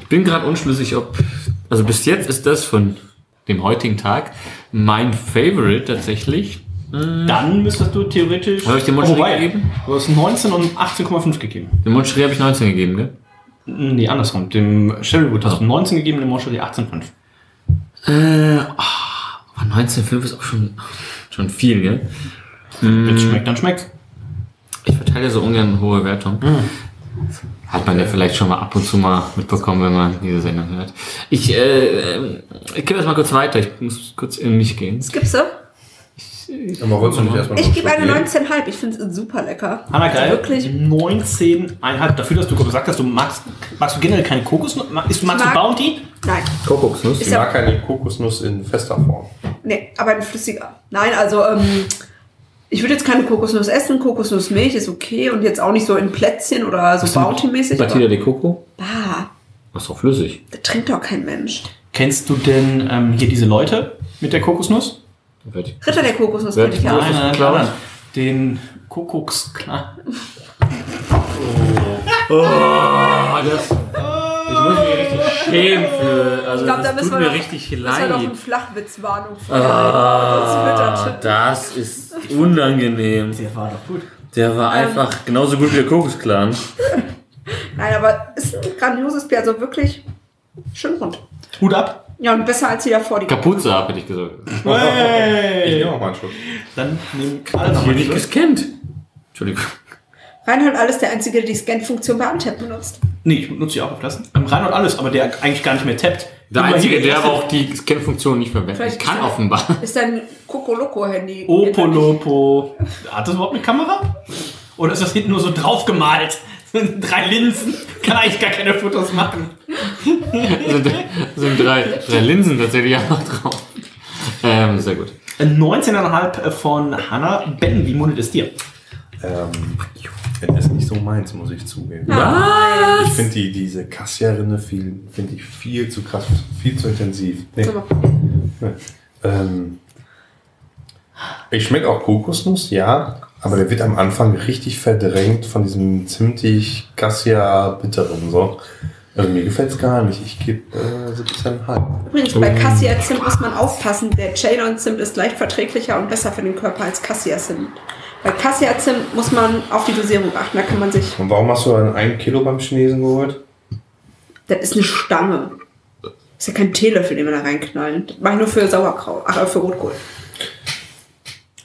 ich bin gerade unschlüssig, ob. Also bis jetzt ist das von dem heutigen Tag mein Favorite tatsächlich.
Dann müsstest du theoretisch.
Habe ich dir Moncherie
wobei,
gegeben?
Du hast 19 und 18,5 gegeben. Hm,
Dem Moncherie habe ich 19 gegeben, gell?
Nee, andersrum. Dem Sherrywood hast du 19 gegeben, dem Moncherie 18,5.
Äh, ah, Aber 19,5 ist auch schon, schon viel, gell? Hm.
Wenn es schmeckt, dann schmeckt's.
Ich verteile so ungern hohe Wertungen. Hat man ja vielleicht schon mal ab und zu mal mitbekommen, wenn man diese Sendung hört. Ich, äh, ähm, ich gebe das mal kurz weiter. Ich muss kurz in mich gehen.
Was gibst du?
Aber wolltest du nicht erstmal
Ich
noch
gebe
einen
eine
Schluck
19,5. Ich finde es super lecker.
Hanna, geil.
Wirklich.
19,5. Dafür, dass du gesagt hast, du magst, magst du generell keine Kokos. Mag- Ist du magst
mag-
du Bounty?
Nein.
nehmen? Kokosnuss.
Ist
Ich
ja-
mag keine Kokosnuss in fester Form.
Nee, aber ein flüssiger. Nein, also ähm, ich würde jetzt keine Kokosnuss essen. Kokosnussmilch ist okay und jetzt auch nicht so in Plätzchen oder so Bounty-mäßig.
Batida de Coco?
Ah,
Was doch flüssig.
da trinkt doch kein Mensch.
Kennst du denn ähm, hier diese Leute mit der Kokosnuss?
Wird-
Ritter der Kokosnuss
Wer
kenn ich
die
ja.
Kokos-
auch.
Klaus?
nein. Den Kuckucksklar.
Ah, das, ich muss mich richtig schämen für. Also,
Ich glaube, da
das
müssen
tut
wir
mir
noch,
richtig
müssen wir
leid.
noch eine Flachwitzwarnung
Ah,
vorbereiten.
das ist unangenehm.
Der war doch gut.
Der
Ähm.
war einfach genauso gut wie der Kokosclan.
Nein, aber ist ein grandioses Bier, also wirklich schön rund.
Hut ab.
Ja, und besser als die davor. Die
Kapuze ab, hätte ich gesagt.
Ich nehme noch mal einen Schluck.
Dann nehmen alle noch
Hier
mal
nicht
Schluss.
gescannt. Entschuldigung.
Reinhold alles der Einzige, der die Scan-Funktion bei Antep benutzt.
Nee, ich nutze die auch auf Lassen. Ähm, rein und alles, aber der eigentlich gar nicht mehr tappt.
Der
Immerhin
Einzige, der
erste-
aber auch die Scan-Funktion nicht verwenden
Vielleicht-
kann, offenbar.
Ist dein Kokoloko-Handy.
Opolopo. Hat das überhaupt eine Kamera? Oder ist das hinten nur so draufgemalt? Drei Linsen. Kann eigentlich gar keine Fotos machen.
sind, sind drei, drei Linsen tatsächlich einfach drauf. Ähm, sehr gut.
Äh, 19,5 von Hanna. Ben, wie mundet es dir?
Ähm, das ist nicht so meins, muss ich zugeben. Ich finde die, diese Kassierrinne viel, finde ich viel zu krass, viel zu intensiv. Nee. Nee. Ähm, ich schmecke auch Kokosnuss, ja, aber der wird am Anfang richtig verdrängt von diesem ziemlich Cassia-Bitteren. So. Also mir gefällt es gar nicht. Ich gebe äh, 17,5.
Übrigens, bei Cassia-Zimt muss man aufpassen. Der Ceylon-Zimt ist leicht verträglicher und besser für den Körper als Cassia-Zimt. Bei Cassia-Zimt muss man auf die Dosierung achten. Da kann man sich...
Und warum hast du dann ein Kilo beim Chinesen geholt?
Das ist eine Stange. Ist ja kein Teelöffel, den wir da reinknallen. Das mache ich nur für Sauerkraut. Ach, äh, für Rotkohl.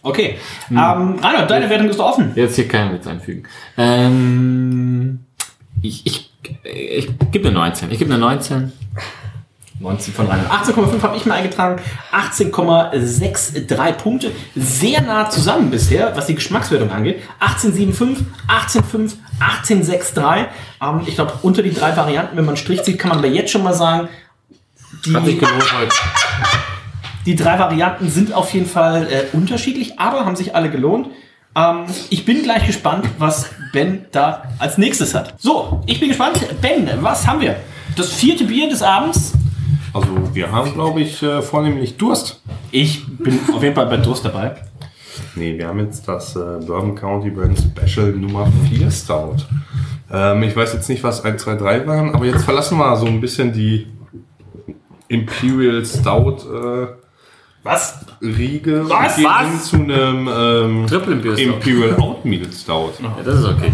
Okay.
Hm.
Ähm, Reinhard, deine Wertung ist offen.
Jetzt hier keinen Witz einfügen. Ähm, ich ich, ich gebe eine 19. Ich gebe eine 19.
19 von 1. 18,5 habe ich mir eingetragen. 18,63 Punkte. Sehr nah zusammen bisher, was die Geschmackswertung angeht. 18,75, 18,5, 18,63. Ähm, ich glaube, unter die drei Varianten, wenn man einen Strich zieht, kann man aber jetzt schon mal sagen,
Hat sich
die,
gelohnt heute.
die drei Varianten sind auf jeden Fall äh, unterschiedlich, aber haben sich alle gelohnt. Ähm, ich bin gleich gespannt, was Ben da als nächstes hat. So, ich bin gespannt. Ben, was haben wir? Das vierte Bier des Abends.
Also wir haben, glaube ich, äh, vornehmlich Durst.
Ich bin auf jeden Fall bei Durst dabei.
Nee, wir haben jetzt das äh, Bourbon County Brand Special Nummer 4 Stout. Ähm, ich weiß jetzt nicht, was 1, 2, 3 waren, aber jetzt verlassen wir so ein bisschen die Imperial Stout äh,
Was?
Riege
Was?
und gehen
Was?
hin zu einem ähm,
Triple Imperial Stout.
Imperial Oatmeal Stout.
Ja, das ist okay.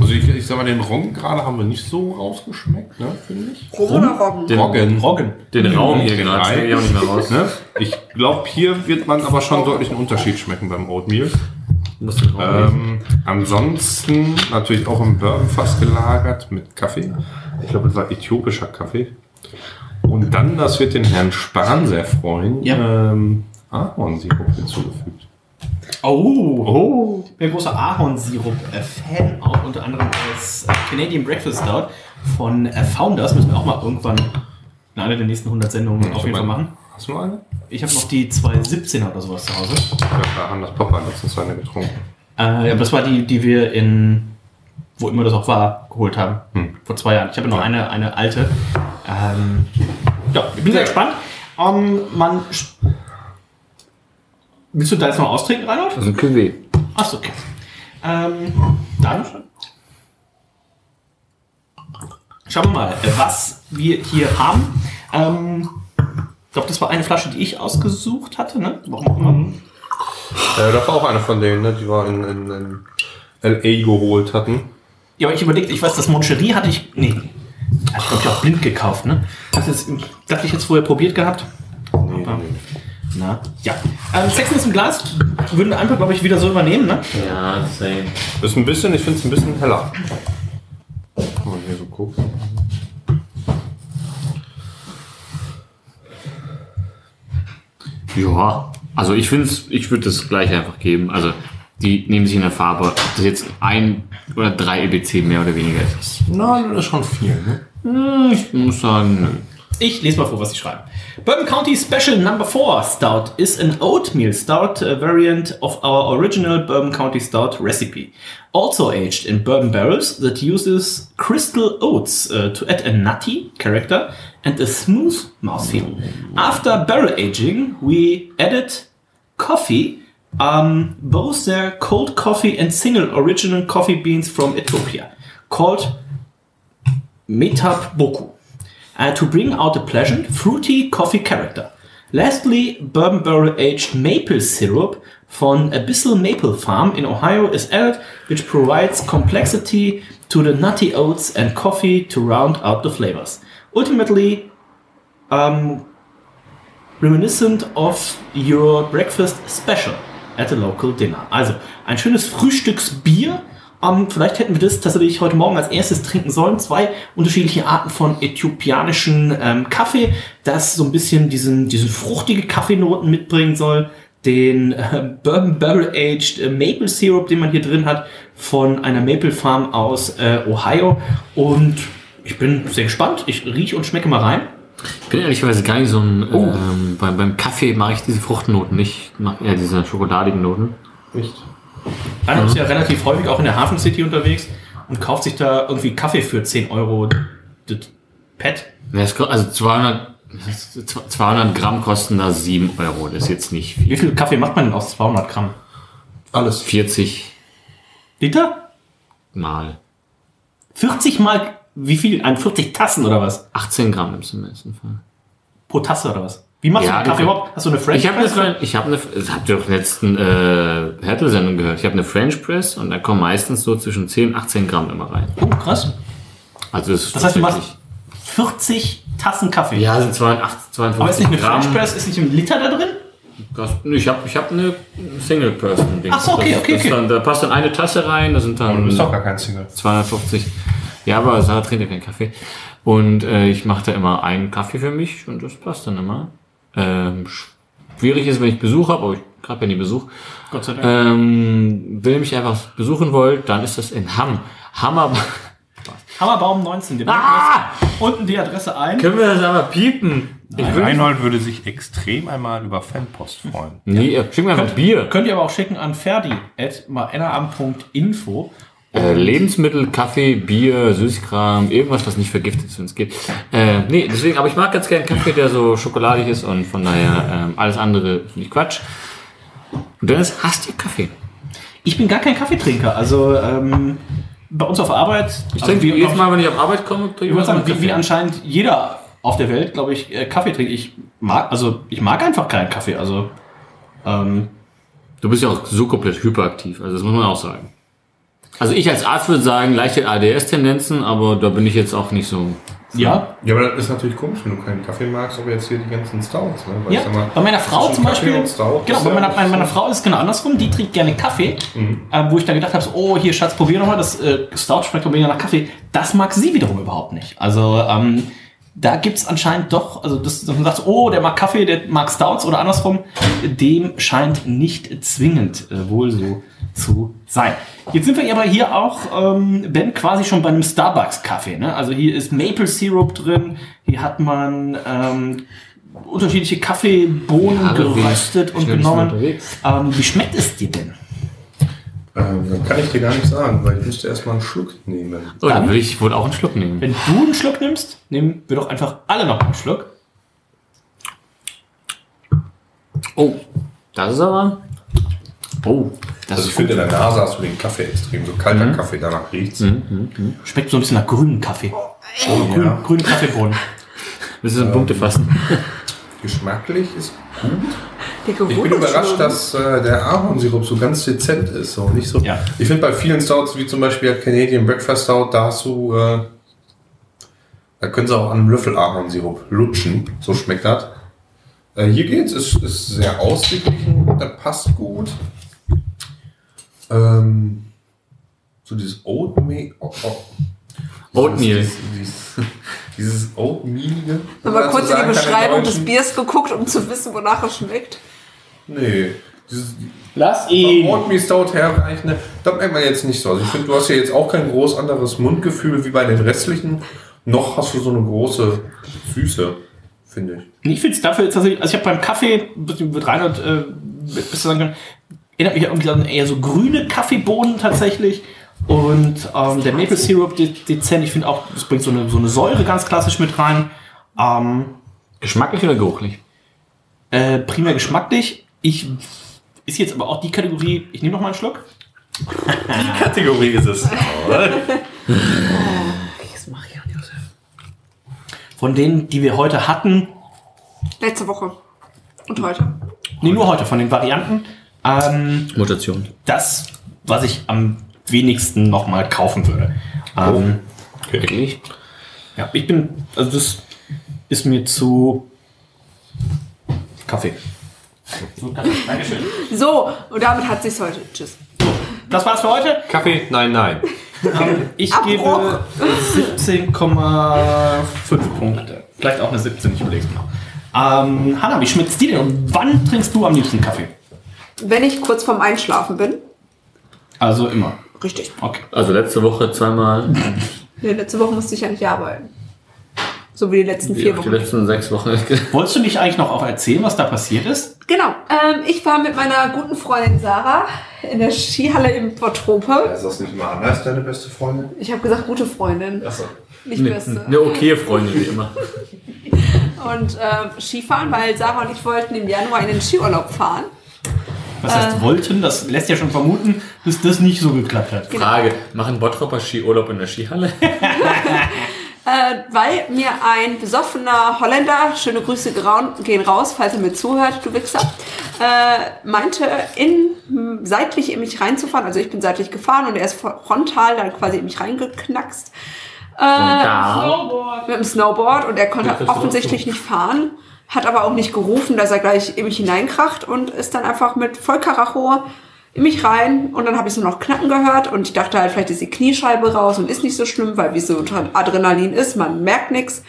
Also ich, ich sag mal, den Rom gerade haben wir nicht so rausgeschmeckt, ne, finde ich.
Rum oder Roggen?
Den,
Roggen.
Roggen.
den Raum hier,
Den
genau. Das
Reis.
kriege ich auch nicht mehr raus.
Ne? Ich glaube, hier wird man aber schon deutlich einen Unterschied schmecken beim Oatmeal.
Muss den Raum lesen.
Ähm, ansonsten natürlich auch im Bourbonfass gelagert mit Kaffee. Ich glaube, das war äthiopischer Kaffee. Und dann, das wird den Herrn Spahn sehr freuen,
Ja.
ähm, Ahornsirup hinzugefügt.
Oh,
Oh!
ich bin ein großer Ahornsirup-Fan, auch unter anderem als äh, Canadian Breakfast Stout von äh, Founders. Müssen wir auch mal irgendwann in einer der nächsten 100 Sendungen auf jeden Fall machen.
Hast du noch eine?
Ich habe noch die 217er oder sowas zu Hause.
Ja, da haben das Papa letztens eine getrunken.
Äh, aber das war die, die wir in, wo immer das auch war, geholt haben.
Hm.
Vor zwei Jahren. Ich habe noch eine, eine alte. Ähm, ja, ich bin sehr gespannt. Ähm, man. sch- Willst du da jetzt noch austrinken, Reinhold?
Das ist ein Cuvée.
Achso, okay. Ähm, dann. Schauen wir mal, was wir hier haben. Ähm, ich glaube, das war eine Flasche, die ich ausgesucht hatte, ne? Warum auch immer.
Mhm. Äh, das war auch eine von denen, ne? die wir in, in, in L.A. geholt hatten.
Ja, aber ich überlegte, ich weiß, das Moncherie hatte ich. Nee. Hatte ich, glaube ich, auch blind gekauft, ne? Das ist, dachte ich jetzt vorher probiert gehabt.
Nee,
Ah.
nee.
Na, ja. Ähm, Sexiness im Glas würden wir einfach, glaube ich, wieder so übernehmen, ne?
Ja, same.
Ist ein bisschen, ich finde es ein bisschen heller. Wenn man hier so guckt.
Ja, also ich finde ich würde das gleich einfach geben. Also die nehmen sich in der Farbe, ob das jetzt ein oder drei EBC mehr oder weniger ist.
Nein, das ist schon viel, ne?
Hm, Ich muss sagen, nö.
Ich lese mal vor, was sie schreiben. Bourbon County Special Number 4 Stout is an oatmeal stout a variant of our original Bourbon County Stout recipe. Also aged in bourbon barrels that uses crystal oats uh, to add a nutty character and a smooth mouthfeel. After barrel aging, we added coffee, um, both their cold coffee and single original coffee beans from Ethiopia, called Metap Boku uh, to bring out a pleasant, fruity coffee character. Lastly, bourbon barrel aged maple syrup from Abyssal Maple Farm in Ohio is added, which provides complexity to the nutty oats and coffee to round out the flavors. Ultimately, um, reminiscent of your breakfast special at a local dinner. Also, ein schönes Frühstücksbier. Ähm, vielleicht hätten wir das tatsächlich heute Morgen als erstes trinken sollen. Zwei unterschiedliche Arten von äthiopianischen ähm, Kaffee, das so ein bisschen diesen, diesen fruchtige Kaffeenoten mitbringen soll. Den äh, Bourbon Barrel Aged äh, Maple Syrup, den man hier drin hat, von einer Maple Farm aus äh, Ohio. Und ich bin sehr gespannt. Ich rieche und schmecke mal rein.
Ich bin ehrlicherweise gar nicht so ein. Ähm, beim, beim Kaffee mache ich diese Fruchtnoten nicht. Ich mache eher diese schokoladigen Noten.
Nicht.
Dann ist ja relativ häufig auch in der Hafen City unterwegs und kauft sich da irgendwie Kaffee für 10 Euro. Das Pad.
Ja, es ko- Also 200, 200 Gramm kosten da 7 Euro. Das ist jetzt nicht viel.
Wie viel Kaffee macht man denn aus 200 Gramm?
Alles.
40
Liter?
mal.
40 mal wie viel? An 40 Tassen oder was?
18 Gramm im besten Fall.
Pro Tasse oder was? Wie machst
Ja,
du den Kaffee
okay.
überhaupt? Hast du eine French
Ich habe
Press?
eine, ich habe eine, das habt ihr doch in der letzten äh, Hertel-Sendung gehört. Ich habe eine French Press und da kommen meistens so zwischen 10 und 18 Gramm immer rein.
Oh, krass.
Also es ist
Das heißt, du
tatsächlich-
machst 40 Tassen Kaffee.
ja, sind 82, 52
Aber ist nicht eine
Gramm.
French Press? Ist nicht ein Liter da drin?
Das, nee, ich habe ich hab eine Single Person.
Ach so, okay,
das,
okay,
das
okay.
Dann, da passt dann eine Tasse rein, da sind
Aber du
dann
bist doch gar kein Single.
250. Ja, aber Sarah trinkt ja keinen Kaffee. Und äh, ich mache da immer einen Kaffee für mich und das passt dann immer. Ähm, schwierig ist, wenn ich Besuch habe, aber ich habe ja nie Besuch.
Gott sei Dank.
Ähm, wenn ihr mich einfach besuchen wollt, dann ist das in Hamm. Hammer.
Hammerbaum 19. Wir
Ah!
blenden Unten die Adresse ein.
Können wir das aber piepen? ich will,
Reinhold würde sich extrem einmal über Fanpost freuen.
nee, äh, schick mir einfach ein Bier.
Könnt ihr aber auch schicken an ferdi.maennaam.info.
Äh, Lebensmittel, Kaffee, Bier, Süßkram, irgendwas, was nicht vergiftet ist, wenn es geht. Äh, nee, deswegen, aber ich mag ganz gern Kaffee, der so schokoladig ist und von daher ähm, alles andere finde ich Quatsch. Und Dennis, hasst ihr Kaffee?
Ich bin gar kein Kaffeetrinker. Also ähm, bei uns auf Arbeit.
Ich trinke
wie,
jedes Mal, wenn Also ich auf Arbeit komme, trinke
ich würde
mal
sagen,
einen
wie, wie
Kaffee.
anscheinend jeder auf der Welt, glaube ich, äh, Kaffee trinkt. Ich mag, also ich mag einfach keinen Kaffee. Also ähm,
Du bist ja auch so komplett hyperaktiv, also das muss man auch sagen. Also ich als Arzt würde sagen, leichte ADS-Tendenzen, aber da bin ich jetzt auch nicht so.
Ja.
Ja, aber das ist natürlich komisch, wenn du keinen Kaffee magst, aber jetzt hier die ganzen Stouts. Ne? Weil
ja,
ich sag mal,
bei meiner Frau
zwischen
zum
Kaffee
Beispiel.
und Stout
Genau,
ist
bei
ja
meiner,
nicht
bei meiner
so-
Frau ist es genau andersrum. Die trinkt gerne Kaffee,
Mhm.
äh, wo ich dann gedacht habe, so, oh hier Schatz, probier nochmal, das äh, Stout schmeckt doch weniger nach Kaffee. Das mag sie wiederum überhaupt nicht. Also ähm, da gibt es anscheinend doch, also das, dass man sagt, oh, der mag Kaffee, der mag Stouts oder andersrum, dem scheint nicht zwingend äh, wohl so zu sein. Jetzt sind wir aber hier auch, ähm, Ben, quasi schon bei einem Starbucks-Kaffee. Ne? Also hier ist Maple Syrup drin, hier hat man ähm, unterschiedliche Kaffeebohnen
Ja, aber wie
geröstet und
schnell bist du
genommen.
unterwegs?
Ähm, wie schmeckt es dir denn?
Ähm, dann kann ich dir gar nicht sagen, weil ich müsste erstmal einen Schluck nehmen.
Oh,
Dann-
dann würde ich wohl auch einen Schluck nehmen.
Wenn du einen Schluck nimmst, nehmen wir doch einfach alle noch einen Schluck.
Oh, das ist aber. Oh, das
Also ich
ist
finde, in der Nase hast du den Kaffee extrem. So kalter
Mhm.
Kaffee, danach riecht's.
Hm,
Schmeckt so ein bisschen nach grünen Kaffee.
Oh,
Grün,
ja.
Grünen Kaffeebohnen.
Willst du so Punkte fassen?
Geschmacklich ist
Der Geruch
Ich bin
ist
überrascht,
schon-
dass äh, der Ahornsirup so ganz dezent ist. So nicht so.
Ja.
Ich finde bei vielen Stouts, wie zum Beispiel Canadian Breakfast Stout, da hast du, äh, da können sie auch an einem Löffel Ahornsirup lutschen. So schmeckt das. Äh, hier geht's, ist, ist sehr ausgeglichen, da passt gut. Ähm, so dieses Oatmeal. Oh, oh.
Oatmeal.
Dieses, dieses, dieses Oatmeal.
Wenn man kurz in die Beschreibung des
Bier.
Biers geguckt, um zu wissen, wonach es schmeckt.
Nee. Dieses,
Lass
Oatmeal Stout herreichen, ne? das merkt man jetzt nicht so. Also ich finde, du hast ja jetzt auch kein groß anderes Mundgefühl wie bei den restlichen. Noch hast du so eine große Süße, finde ich.
Ich finde es dafür jetzt tatsächlich, also ich habe beim Kaffee, mit dem- mit Reinhard, äh, bis zu sagen können, erinnert mich irgendwie an eher so grüne Kaffeebohnen tatsächlich. Und ähm, der Maple Syrup de dezent, ich finde auch, das bringt so eine, so eine Säure ganz klassisch mit rein. Ähm,
Geschmacklich oder geruchlich?
Äh, primär geschmacklich. Ich ist jetzt aber auch die Kategorie. Ich nehme noch mal einen Schluck.
Die Kategorie ist es.
Von denen, die wir heute hatten,
Letzte Woche. Und heute.
nee, nur heute von den Varianten, ähm,
Mutation.
das, was ich am wenigsten noch mal kaufen würde. Ähm,
Oh.
Wirklich?
Ja, ich bin, also das ist mir zu Kaffee. So, Kaffee. Dankeschön.
So, und damit hat sich's heute. Tschüss.
Das war's für heute.
Kaffee? Nein, nein.
Ähm, ich
Abbruch.
gebe 17,5 Punkte. Vielleicht auch eine 17, ich überlege es genau. Ähm, Hanna, wie schmeckt's dir denn? Und wann trinkst du am liebsten Kaffee?
Wenn ich kurz vorm Einschlafen bin.
Also immer.
Richtig.
Okay.
Also letzte Woche zweimal,
Nee, letzte Woche musste ich ja nicht arbeiten. So wie die letzten
die
vier
die
Wochen.
letzten sechs Wochen.
Wolltest du nicht eigentlich noch auch erzählen, was da passiert ist?
Genau. Ähm, ich war mit meiner guten Freundin Sarah in der Skihalle in Portrope.
Ist das nicht mal anders, deine beste Freundin?
Ich habe gesagt, gute Freundin.
Achso.
Nicht beste.
Eine okay Freundin, wie immer.
Und ähm, Skifahren, weil Sarah und ich wollten im Januar in den Skiurlaub fahren.
Was
Äh.
heißt wollten? Das lässt ja schon vermuten, dass das nicht so geklappt hat.
Genau.
Frage, machen Bottropper Skiurlaub in der Skihalle?
Äh, weil mir ein besoffener Holländer, schöne Grüße graun- gehen raus, falls er mir zuhört, du Wichser, äh, meinte, in, seitlich in mich reinzufahren. Also ich bin seitlich gefahren und er ist frontal dann quasi in mich reingeknackst.
Da.
Snowboard.
mit dem Snowboard und er konnte
Ja, das ist
offensichtlich nicht fahren, hat aber auch nicht gerufen, dass er gleich in mich hineinkracht und ist dann einfach mit Vollkaracho in mich rein und dann habe ich so noch knacken gehört und ich dachte halt, vielleicht ist die Kniescheibe raus und ist nicht so schlimm, weil wie es so unter Adrenalin ist, man merkt nichts.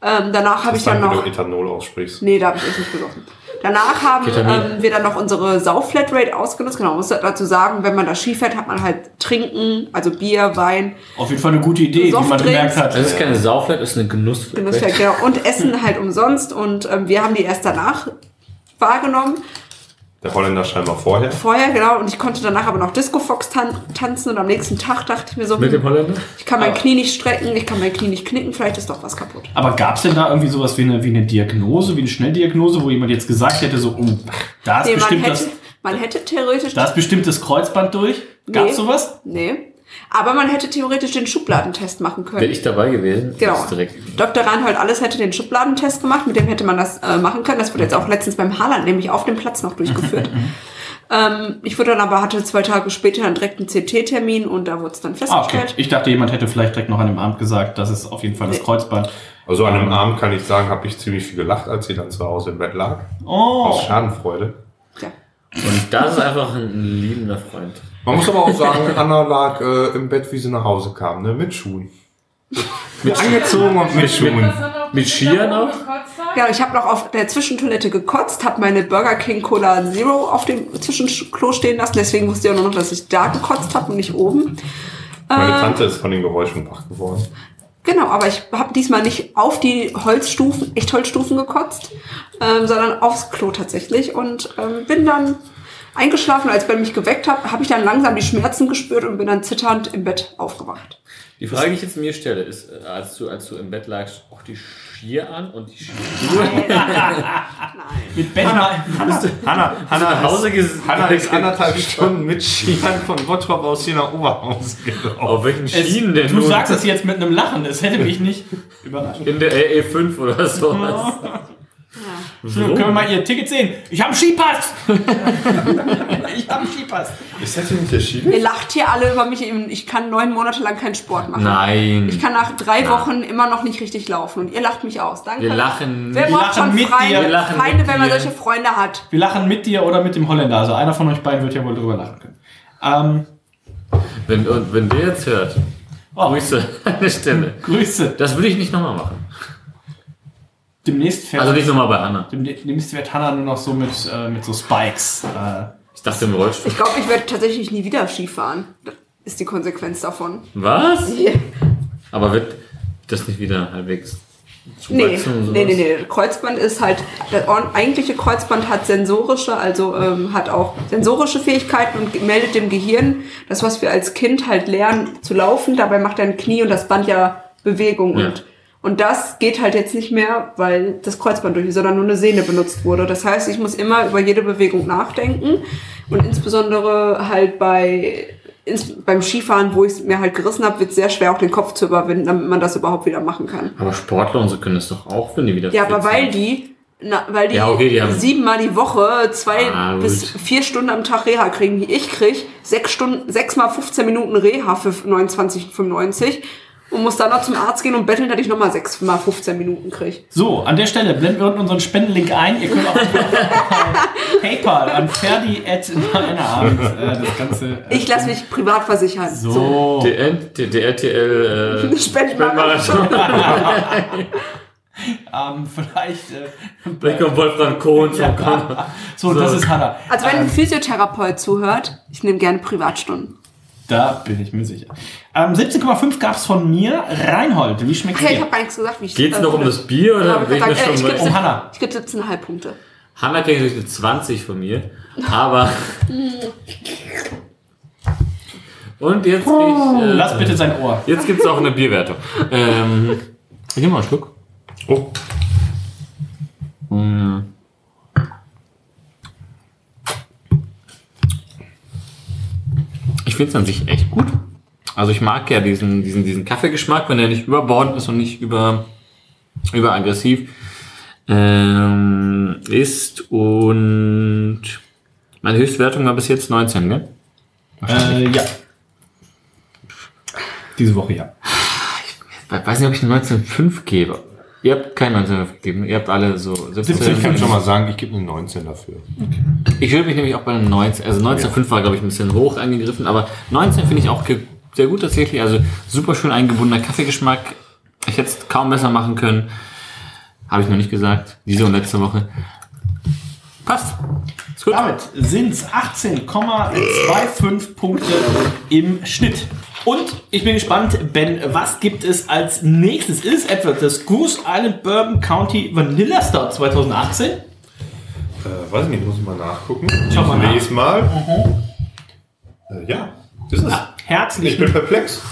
Ähm, danach habe ich dann
Wenn
noch...
du Ethanol aussprichst.
Nee, da habe ich echt nicht besoffen. Danach haben
Ketamin.
ähm, wir dann noch unsere Sau-Flatrate ausgenutzt. Genau, man muss dazu sagen, wenn man da Ski fährt, hat man halt Trinken, also Bier, Wein,
Auf jeden Fall eine gute Idee, die man
Softdrinks.
gemerkt hat.
Das ist keine Sauflet, das ist eine Genuss.
Genussfeld, genau. Und Essen halt umsonst. Und ähm, wir haben die erst danach wahrgenommen.
Der Holländer scheinbar vorher.
Vorher, genau. Und ich konnte danach aber noch Disco Fox tan tanzen. Und am nächsten Tag dachte ich mir so,
Mit dem
hm,
Holländer?
ich kann mein
Aber-
Knie nicht strecken, ich kann mein Knie nicht knicken, vielleicht ist doch was kaputt.
Aber gab es denn da irgendwie sowas wie eine, wie eine Diagnose, wie eine Schnelldiagnose, wo jemand jetzt gesagt hätte, so, oh, da ist
Nee, man
bestimmt
hätte,
das,
man hätte theoretisch...
da ist bestimmt das Kreuzband durch? Gab es
Nee.
sowas?
nee. Aber man hätte theoretisch den Schubladentest machen können.
Wäre ich dabei gewesen,
Genau.
ist direkt.
Dr. Reinhold Alles hätte den Schubladentest gemacht, mit dem hätte man das äh, machen können. Das wurde jetzt auch letztens beim Haaland nämlich auf dem Platz noch durchgeführt. ähm, ich wurde dann aber, hatte zwei Tage später dann direkt einen CT-Termin und da wurde es dann
Ah, okay.
festgestellt.
Ich dachte, jemand hätte vielleicht direkt noch an dem Abend gesagt, das ist auf jeden Fall das
Nee.
Kreuzband.
Also an dem Abend kann ich sagen, habe ich ziemlich viel gelacht, als sie dann zu Hause im Bett lag.
Oh.
Aus Schadenfreude.
Und das ist einfach ein liebender Freund.
Man muss aber auch sagen, Anna lag äh, im Bett, wie sie nach Hause kam, ne? mit Schuhen. Mit angezogen und mit Schuhen.
Mit Skiern auch?
Ja, Genau, ich habe noch auf der Zwischentoilette gekotzt, habe meine Burger King Cola Zero auf dem Zwischenklo stehen lassen. Deswegen wusste ich auch nur noch, dass ich da gekotzt habe und nicht oben.
Meine Tante ist von den Geräuschen wach geworden.
Genau, aber ich habe diesmal nicht auf die Holzstufen, echt Holzstufen gekotzt, ähm, sondern aufs Klo tatsächlich und ähm, bin dann eingeschlafen. Als Ben mich geweckt hat, habe ich dann langsam die Schmerzen gespürt und bin dann zitternd im Bett aufgewacht.
Die Frage, die ich jetzt mir stelle, ist, äh, als du, als du im Bett lagst, auch die Skier an und die Schuhe
Mit Benjamin.
Hanna, Hanna,
nach Hause ges-
Hanna ist anderthalb Stunden mit Skiern von Bottrop aus hier nach Oberhausen gelaufen.
Auf welchen
Es,
Schienen denn?
du
nun?
sagst es jetzt mit einem Lachen, das hätte mich nicht überrascht.
In der RE5 oder sowas.
Entschuldigung, Können wir mal ihr Ticket sehen? Ich habe einen Skipass! ich habe einen Skipass.
Ist das hier nicht der Ski?
Ihr lacht hier alle über mich, ich kann neun Monate lang keinen Sport machen.
Nein.
Ich kann nach drei Wochen immer noch nicht richtig laufen und ihr lacht mich aus. Danke.
Wir lachen
Wer
nicht.
braucht
lachen
schon
mit dir. Wir
Freunde,
lachen
Freunde
mit
wenn man
dir.
solche Freunde hat?
Wir lachen mit dir oder mit dem Holländer. Also einer von euch beiden wird ja wohl drüber lachen können. Ähm,
Wenn, und wenn der jetzt hört,
oh,
Grüße an der Stelle.
Grüße.
Das würde ich nicht nochmal machen.
Demnächst fährt,
Also nicht nochmal bei Anna.
demnächst fährt Hannah nur noch so mit, äh, mit so Spikes. Äh,
Ich dachte im Rollstuhl.
Ich glaube, ich werde tatsächlich nie wieder Ski fahren. Das ist die Konsequenz davon.
Was? Aber wird das nicht wieder halbwegs zu
Nee,
wachsen und sowas?
nee, nee, nee. Kreuzband ist halt, das or- eigentliche Kreuzband hat sensorische, also ähm, hat auch sensorische Fähigkeiten und ge- meldet dem Gehirn das, was wir als Kind halt lernen zu laufen. Dabei macht dein Knie und das Band ja Bewegung.
Ja.
Und, und das geht halt jetzt nicht mehr, weil das Kreuzband durch ist, sondern nur eine Sehne benutzt wurde. Das heißt, ich muss immer über jede Bewegung nachdenken und insbesondere halt bei... ins- Beim Skifahren, wo ich es mir halt gerissen habe, wird es sehr schwer, auch den Kopf zu überwinden, damit man das überhaupt wieder machen kann.
Aber Sportler und so können das doch auch, wenn die wieder
Ja,
fit
aber weil
sind.
die, na, weil die,
Ja, okay, die haben-
siebenmal die Woche zwei
Ah, gut.
bis vier Stunden am Tag Reha kriegen, die ich krieg, sechs Stunden, sechs mal 15 Minuten Reha für 29,95 und muss dann noch zum Arzt gehen und betteln, dass ich nochmal sechs mal 15 Minuten krieg.
So, an der Stelle blenden wir unten unseren Spendenlink ein. Ihr könnt auch PayPal an Ferdi at Abend, äh, das Ganze. Äh,
Ich lasse mich privat versichern.
so.
Der, N- der, der RTL äh,
Spendenmarathon.
Ähm, vielleicht. Äh,
Black und Wolfram Kohn. so kommen.
so, das ist Hanna.
Also wenn
Ähm.
ein Physiotherapeut zuhört, ich nehme gerne Privatstunden.
Da bin ich mir sicher. Ähm, 17,5 gab es von mir. Reinhold, wie schmeckt
Okay, ich
dir?
habe gar nichts gesagt, wie ich
Geht's
äh,
noch um das Bier
Ja,
oder
aber ich
reden wir
sag, äh,
schon
ich
mal?
gib's-
Um Hanna.
Ich gebe 17,5 Punkte.
Hanna kriegt natürlich eine 20 von mir, aber. Und jetzt. krieg Ich, äh,
Lass bitte sein Ohr.
Jetzt gibt's auch eine Bierwertung. Ähm, ich nehme mal einen Schluck.
Oh,
Mm. Ich finde es an sich echt gut. Also ich mag ja diesen, diesen, diesen Kaffeegeschmack, wenn er nicht überbordend ist und nicht über, überaggressiv ähm, ist. Und meine Höchstwertung war bis jetzt 19, gell?
Äh, ja. Diese Woche ja.
Ich weiß nicht, ob ich eine 19,5 gebe. Ihr habt keine 19,5 gegeben. Ihr habt alle so 17.
ich kann schon mal sagen, ich gebe eine 19 dafür.
Ich würde mich nämlich auch bei einem 19, also 19,5 war, glaube ich, ein bisschen hoch angegriffen, aber 19 finde ich auch ge- sehr gut tatsächlich. Also super schön eingebundener Kaffeegeschmack. Ich hätte es kaum besser machen können. Habe ich noch nicht gesagt. Diese und letzte Woche. Passt. Ist gut.
Damit sind es 18,25 Punkte im Schnitt. Und ich bin gespannt, Ben, was gibt es als nächstes? Ist etwa das Goose Island Bourbon County Vanilla Stout 2018?
Äh, weiß ich nicht, muss ich mal nachgucken.
Schau mal nach.
Ich lese mal. Äh, ja, ist es. Ich
Herzlichen
bin perplex.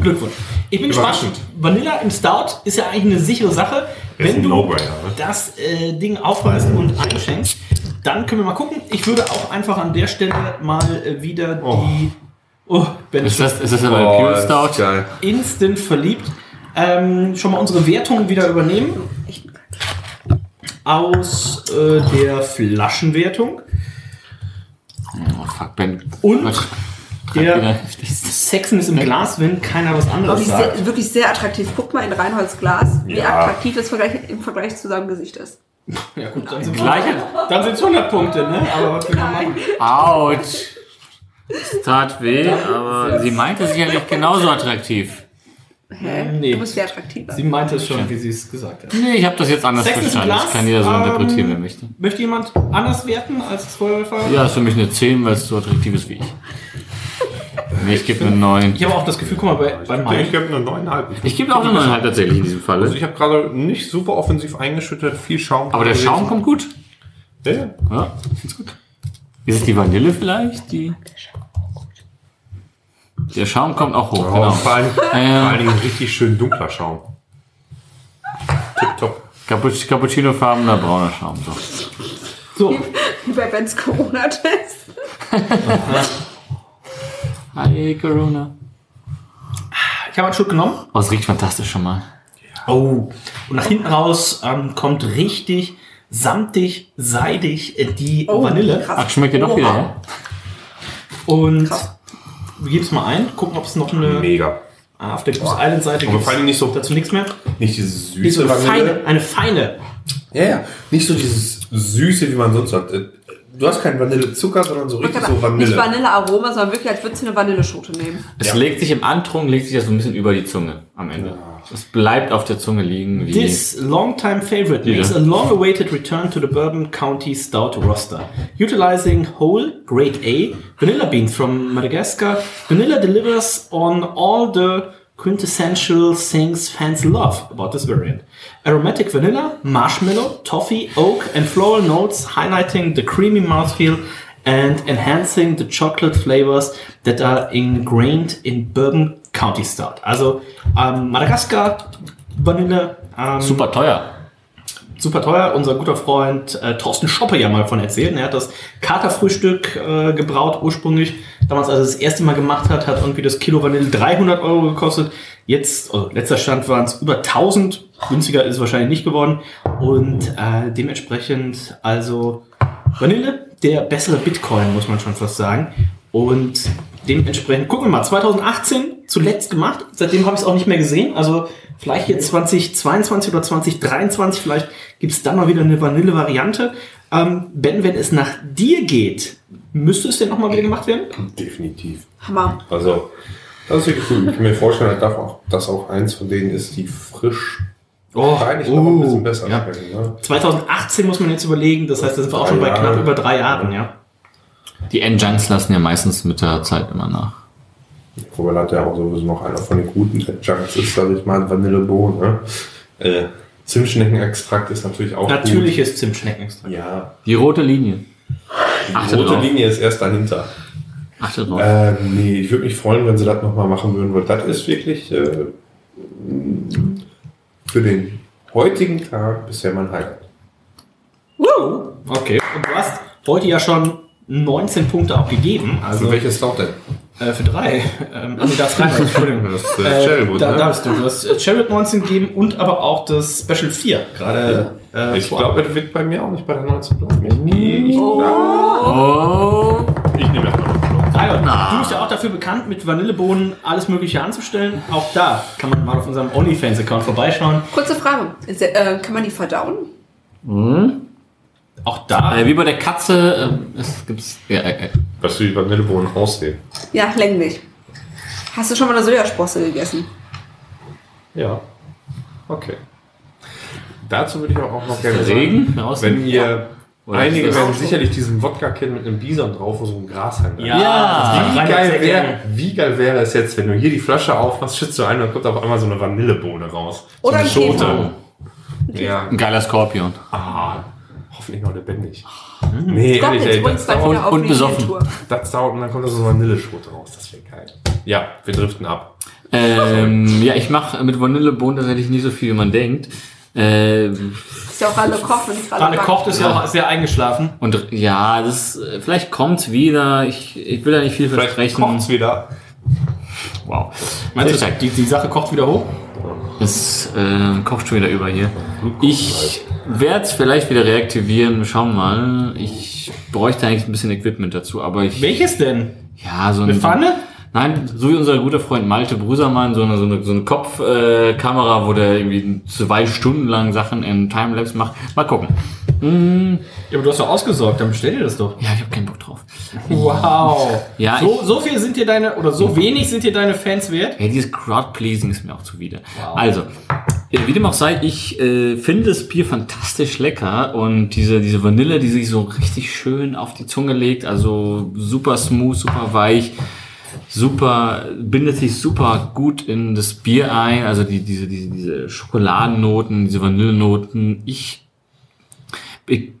Glückwunsch. Ich bin gespannt.
Überraschend.
Vanilla im Stout ist ja eigentlich eine sichere Sache.
Ist
Wenn
ein
du
No-Brainer, ne?
das äh, Ding aufreißt und einschenkst, dann können wir mal gucken. Ich würde auch einfach an der Stelle mal äh, wieder
Oh.
die Oh, bin
Ist
schon
das, ist das aber ein Pure Stout?
instant verliebt. Ähm, schon mal unsere Wertung wieder übernehmen. Aus äh, der Flaschenwertung.
Oh, fuck, Ben.
Und
Was-
der-
wieder.
Sexiness im Glas, wenn keiner was
Aber Oh, die
anderes
ist
sagt.
sehr, wirklich sehr attraktiv. Guck mal in Reinholds Glas, wie
Ja.
attraktiv das Vergleich, im Vergleich zu seinem Gesicht ist.
Ja, gut, dann sind
Gleiche.
dann sind's 100 Punkte, ne? Aber was will man machen?
Autsch. Es tat weh, aber sie meinte sicherlich genauso attraktiv.
Hä?
Ähm, Nee.
Du bist sehr attraktiver.
Sie meinte es schon, wie sie es gesagt hat.
Nee, ich habe das jetzt anders
Sex ist ein
verstanden.
Glas,
Das kann jeder so
ähm,
interpretieren, wer möchte.
Möchte jemand anders werten als das Feuerwehrfeuer?
Ja, ist für mich eine 10, weil es so attraktiv ist wie ich. Nee, ich gebe eine 9.
Ich habe auch das Gefühl, guck mal, bei, bei
Ich
Mike.
gebe eine 9,5.
Ich gebe auch eine 9,5 Halt tatsächlich in diesem
Also
Falle.
ich habe gerade nicht super offensiv eingeschüttet, viel Schaum.
Aber der Schaum kommt gut.
Ja, ja.
Ja, find's gut. Ist es die Vanille vielleicht? Die der Schaum kommt auch hoch,
Genau.
genau.
Vor allem, vor allen
Ähm,
Dingen richtig schön dunkler Schaum. Tipptopp.
Cappuc- Cappuccino-farbener brauner Schaum. So.
So,
Wie bei Bens Corona-Test.
Hi, Corona.
ich habe einen Schluck genommen.
Oh, es riecht fantastisch schon mal.
Oh, und nach hinten raus ähm, kommt richtig samtig, seidig äh, die Vanille.
Ach,
Oh, Krass.
schmeckt dir doch wieder, ne? ja?
Und
Krass.
wir geben es mal ein, gucken, ob es noch eine.
Mega.
Ah, auf der Goose Island Seite
Aber vor allem
gibt
nicht so,
dazu nichts mehr.
nicht diese
Die ist so
süße
eine
Vanille.
feine, eine feine.
Ja, ja. Nicht so dieses süße, wie man sonst sagt. Äh, Du hast keinen Vanillezucker, sondern so richtig so
Nicht
Vanille.
Vanillearoma, sondern wirklich, als würdest du eine Vanilleschote nehmen.
Es legt sich im Antrunk, legt sich das so ein bisschen über die Zunge am Ende. Es bleibt auf der Zunge liegen wie.
This long-time favorite
Wie
makes
das?
a long-awaited return to the Bourbon County Stout roster, utilizing whole grade A vanilla beans from Madagascar. Vanilla delivers on all the quintessential things fans love about this variant: aromatic vanilla, marshmallow, toffee, oak, and floral notes, highlighting the creamy mouthfeel and enhancing the chocolate flavors that are ingrained in Bourbon County Stout. Also ähm, Madagaskar, Vanille. Ähm,
Super teuer.
super teuer. Unser guter Freund äh, Thorsten Schoppe ja mal von erzählt. Er hat das Katerfrühstück äh, gebraut ursprünglich. Damals, als er das erste Mal gemacht hat, hat irgendwie das Kilo Vanille 300 Euro gekostet. Jetzt, also letzter Stand waren es über 1000. Günstiger ist es wahrscheinlich nicht geworden. Und äh, dementsprechend also Vanille, der bessere Bitcoin, muss man schon fast sagen. Und dementsprechend, gucken wir mal, 2018 zuletzt gemacht. Seitdem habe ich es auch nicht mehr gesehen. Also vielleicht jetzt 2022 oder 2023, vielleicht gibt es dann mal wieder eine Vanille-Variante. Ähm, ben, wenn es nach dir geht, müsste es denn nochmal wieder gemacht werden?
Definitiv.
Hammer.
Also, das ist wirklich cool. Ich kann mir vorstellen, dass das auch, dass auch eins von denen ist, die frisch
Oh,
eigentlich noch ein
uh,
bisschen besser
ja.
schmecken. Ne?
2018 muss man jetzt überlegen, das heißt, da sind wir auch schon bei
Drei
knapp
Jahre.
über drei Jahren, ja.
Die N-Junks lassen ja meistens mit der Zeit immer nach.
Wobei hat ja auch sowieso noch einer von den guten Junks ist, sag ich mal, Vanillebohnen. Ne? Äh, Zimtschneckenextrakt ist natürlich auch
Natürlich ist Zimtschneckenextrakt.
gut. Ja,
Die rote Linie.
die
Achtet
rote
drauf.
Linie ist erst dahinter.
Achtet drauf.
Äh, nee, ich würde mich freuen, wenn sie das nochmal machen würden, weil das ist wirklich äh, für den heutigen Tag bisher mein Highlight.
Wow. Okay. Und du hast heute ja schon 19 Punkte auch gegeben. Also
Für welches Stout denn?
Äh, für drei. Ähm, also das drei, Entschuldigung.
Das ist, äh,
Äh,
Cherrywood,
da,
ne?
da bist du. Du hast äh, Cherrywood 19 gegeben und aber auch das Special 4 gerade. Äh,
Ich
vor-
glaube, das wird bei mir auch nicht bei der 19 bleiben. Nee.
Oh.
Ich nehme das mal.
Rainer,
Ah.
Du bist ja auch dafür bekannt, mit Vanillebohnen alles Mögliche anzustellen. Auch da kann man mal auf unserem OnlyFans-Account vorbeischauen.
Kurze Frage. Ist, der- äh, kann man die verdauen?
Auch da.
Äh, wie bei der Katze äh, es gibt's. Ja, äh, äh.
Dass du die Vanillebohnen aussehen.
Ja, länglich. Hast du schon mal eine Sojasprosse gegessen?
Ja. Okay. Dazu würde ich auch noch gerne
Der
sagen,
Regen hm, draußen?
wenn ihr
Oder
einige
ist das-
werden sicherlich diesen Wodka kennen mit einem Bison drauf und so einem Grashalm. dran.
Ja.
das
Wie
Rainer Ah, sehr
geil,
gerne.
wär, wie geil wäre es jetzt, wenn du hier die Flasche aufmachst, schützt du ein und dann kommt auf einmal so eine Vanillebohne raus.
Oder ein
so eine
Käfer.
Ja.
Ein geiler Skorpion.
Ah, hoffentlich noch lebendig. Nee,
Gott,
ehrlich,
jetzt
ey, das
bringst du mal
dauert,
wieder auf
und
die
besoffen.
Tour.
das dauert und dann kommt da so eine Vanilleschote raus. Das wäre geil. Ja, wir driften ab.
Ähm, ja, ich mache mit Vanillebohnen tatsächlich nicht so viel, wie man denkt. Äh,
Ist ja auch alle kocht, wenn ich gerade
Gerade
back.
kocht ist ja auch sehr eingeschlafen.
und ja, das äh, vielleicht kommt's wieder. Ich, ich will da nicht viel
Vielleicht
versprechen.
kocht's wieder.
Wow.
Meinst du,
Richtig.
die, die Sache kocht wieder hoch?
Es äh, kocht schon wieder über hier. Ich werde es vielleicht wieder reaktivieren. Wir Schauen mal. Ich bräuchte eigentlich ein bisschen Equipment dazu, aber ich.
Welches denn?
Ja, so ein.
Mhm.
Eine Pfanne?
Nein, so wie unser guter Freund Malte Brusermann, so eine, so eine, so eine Kopfkamera, äh, Kamera, wo der irgendwie zwei Stunden lang Sachen in Timelapse macht. Mal gucken.
Ja, aber du hast doch ausgesorgt, dann bestell dir das doch.
Ja, ich habe keinen Bock drauf.
Mhm.
Wow.
Ja,
so, so viel sind dir deine, oder so wenig sind dir deine Fans wert?
Ja, dieses Crowd-Pleasing ist mir auch zuwider. Also, äh, wie dem auch sei, ich äh, finde das Bier fantastisch lecker und diese, diese Vanille, die sich so richtig schön auf die Zunge legt, also super smooth, super weich, super, bindet sich super gut in das Bier ein, also die, diese, diese, diese Schokoladennoten, diese Vanillenoten. Ich, ich,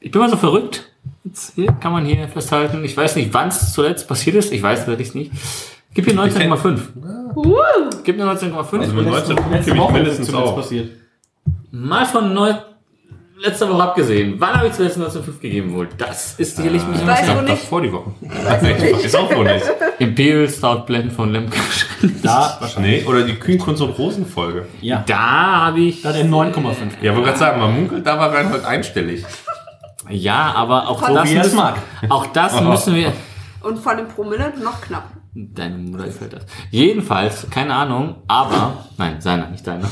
ich bin mal so verrückt. Jetzt hier, kann man hier festhalten. Ich weiß nicht, wann es zuletzt passiert ist. Ich weiß tatsächlich nicht. Gib hier 19,5. Gib mir 19,5.
Also mit 19,5 gebe ich mindestens auch.
passiert.
Mal von neu, letzter Woche abgesehen. Wann habe ich zuletzt 19,5 gegeben wohl? Das ist sicherlich nicht
Ich weiß
mehr.
nur nicht.
Vor die Woche. Ist auch wohl nicht.
Imperial Stout Blend von Lemke.
Ah,
Da,
Nee, oder die Kühnkunst und Rosenfolge.
ja. Da
Da habe ich.
hat er 9,5.
Ja, wollte gerade sagen, man munkelt, da war Reinhold einstellig.
Ja, aber auch
So
das,
wie er es
müssen-
mag.
auch das müssen wir.
Und von dem Promille noch knapp.
Deine Mutter gefällt das. Jedenfalls, keine Ahnung, aber. Nein, seiner, nicht deiner.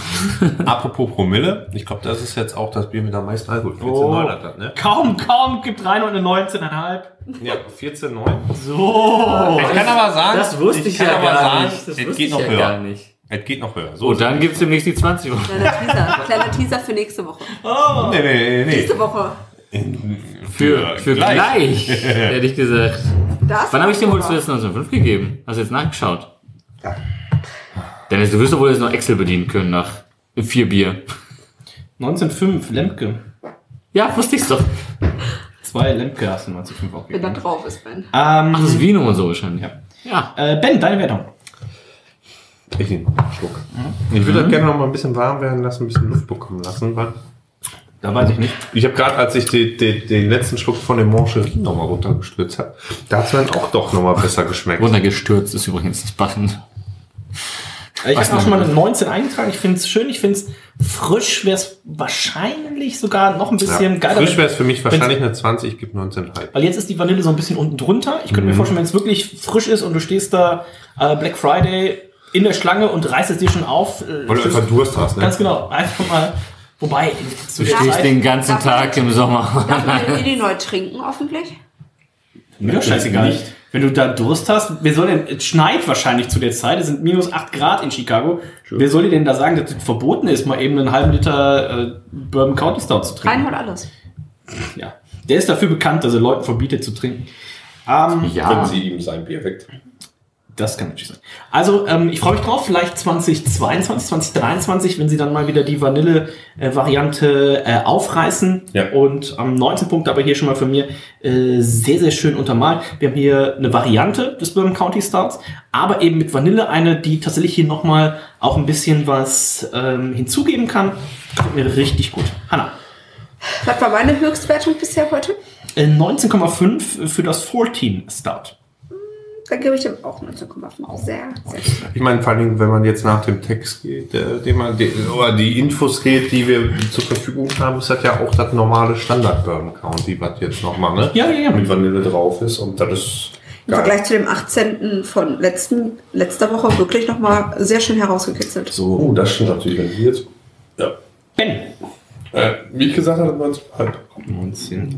Apropos Promille, ich glaube, das ist jetzt auch das Bier mit am meisten Alkohol. 14,9 hat das, ne?
Kaum, kaum, gibt rein und eine 19,5.
Ja, 14,9.
So.
Ich kann aber sagen,
Das wusste ich,
kann
ja
aber
gar
sagen,
nicht. Das
es
wusste
geht
ich
noch
ja
höher.
gar nicht.
Es geht noch höher. So
Und dann gibt's demnächst die 20 Euro.
Kleiner Teaser. Kleiner Teaser für nächste Woche.
Oh. Nee, nee, nee,
Nächste Woche.
nee.
Für, für gleich, hätte ich gesagt.
Das
Wann habe ich dem wohl
Aber-
zuletzt 1905 gegeben? Hast du jetzt nachgeschaut? Dennis, du wirst doch wohl jetzt noch Excel bedienen können nach vier Bier.
19,5, Lemke.
Ja, wusste ich's doch.
Zwei Lemke hast du 19,5 auch
Wenn da
gegeben.
drauf ist, Ben.
Ach,
Ähm,
das ist Vino und so wahrscheinlich. Ja.
äh, Ben, deine Wertung.
Ich nehme einen Schluck. Ich würde das gerne noch mal ein bisschen warm werden lassen, ein bisschen Luft bekommen lassen, weil
Da weiß ich nicht.
ich habe gerade, als ich die, die, den letzten Schluck von dem Mancherie noch mal runtergestürzt habe, da hat's dann auch doch noch mal besser geschmeckt.
Runtergestürzt ist übrigens das Button.
Ich
Was
habe auch
denn?
schon mal eine 19 eingetragen. Ich finde es schön, ich finde es frisch. Wäre es wahrscheinlich sogar noch ein
Ja.
bisschen geiler.
Frisch wäre es für mich wahrscheinlich eine 20, ich gebe 19,5.
Weil jetzt ist die Vanille so ein bisschen unten drunter. Ich könnte mir vorstellen, wenn es wirklich frisch ist und du stehst da äh, Black Friday in der Schlange und reißt es dir schon auf. Äh,
Weil du einfach Durst hast, ne?
Ganz genau. Einfach mal. Wobei, zu
Du
der
stehst
Zeit-
den ganzen Tag im Sommer.
Darf man den Illinois trinken, hoffentlich?
Mir doch scheißegal. Wenn du da Durst hast, wer soll denn, es schneit wahrscheinlich zu der Zeit, es sind minus 8 Grad in Chicago. Wer soll dir denn da sagen, dass es verboten ist, mal eben einen halben Liter äh, Bourbon County Stout zu trinken?
Reinhold alles.
Ja. Der ist dafür bekannt, dass er Leuten verbietet zu trinken. Ähm,
Ja,
ihm sein Bier weckt.
das kann natürlich sein. Also, ähm, ich freue mich drauf, vielleicht 2022, 2023, wenn sie dann mal wieder die Vanille-Variante äh, aufreißen.
Ja.
Und am 19. Punkt aber hier schon mal von mir äh, sehr, sehr schön untermalt. Wir haben hier eine Variante des Bourbon County Stouts, aber eben mit Vanille eine, die tatsächlich hier nochmal auch ein bisschen was ähm, hinzugeben kann. Kommt mir richtig gut. Hanna.
Was war meine Höchstwertung bisher heute?
Äh, 19,5 für das 14 Stout.
Dann gebe ich dem auch 19,5. Sehr, sehr gut.
Ich meine, vor allen Dingen, wenn man jetzt nach dem Text geht, äh, den man, die, oder die Infos geht, die wir zur Verfügung haben, ist das ja auch das normale Standard Bourbon County, was jetzt nochmal, ne?
Ja, ja, ja.
Mit Vanille drauf ist und das ist
Im Vergleich zu dem 18. von letzten, letzter Woche wirklich nochmal sehr schön herausgekitzelt.
So. Oh, das stimmt natürlich, wenn die jetzt. Ja.
Ben.
Äh, wie ich gesagt habe, 19,5.
19,1.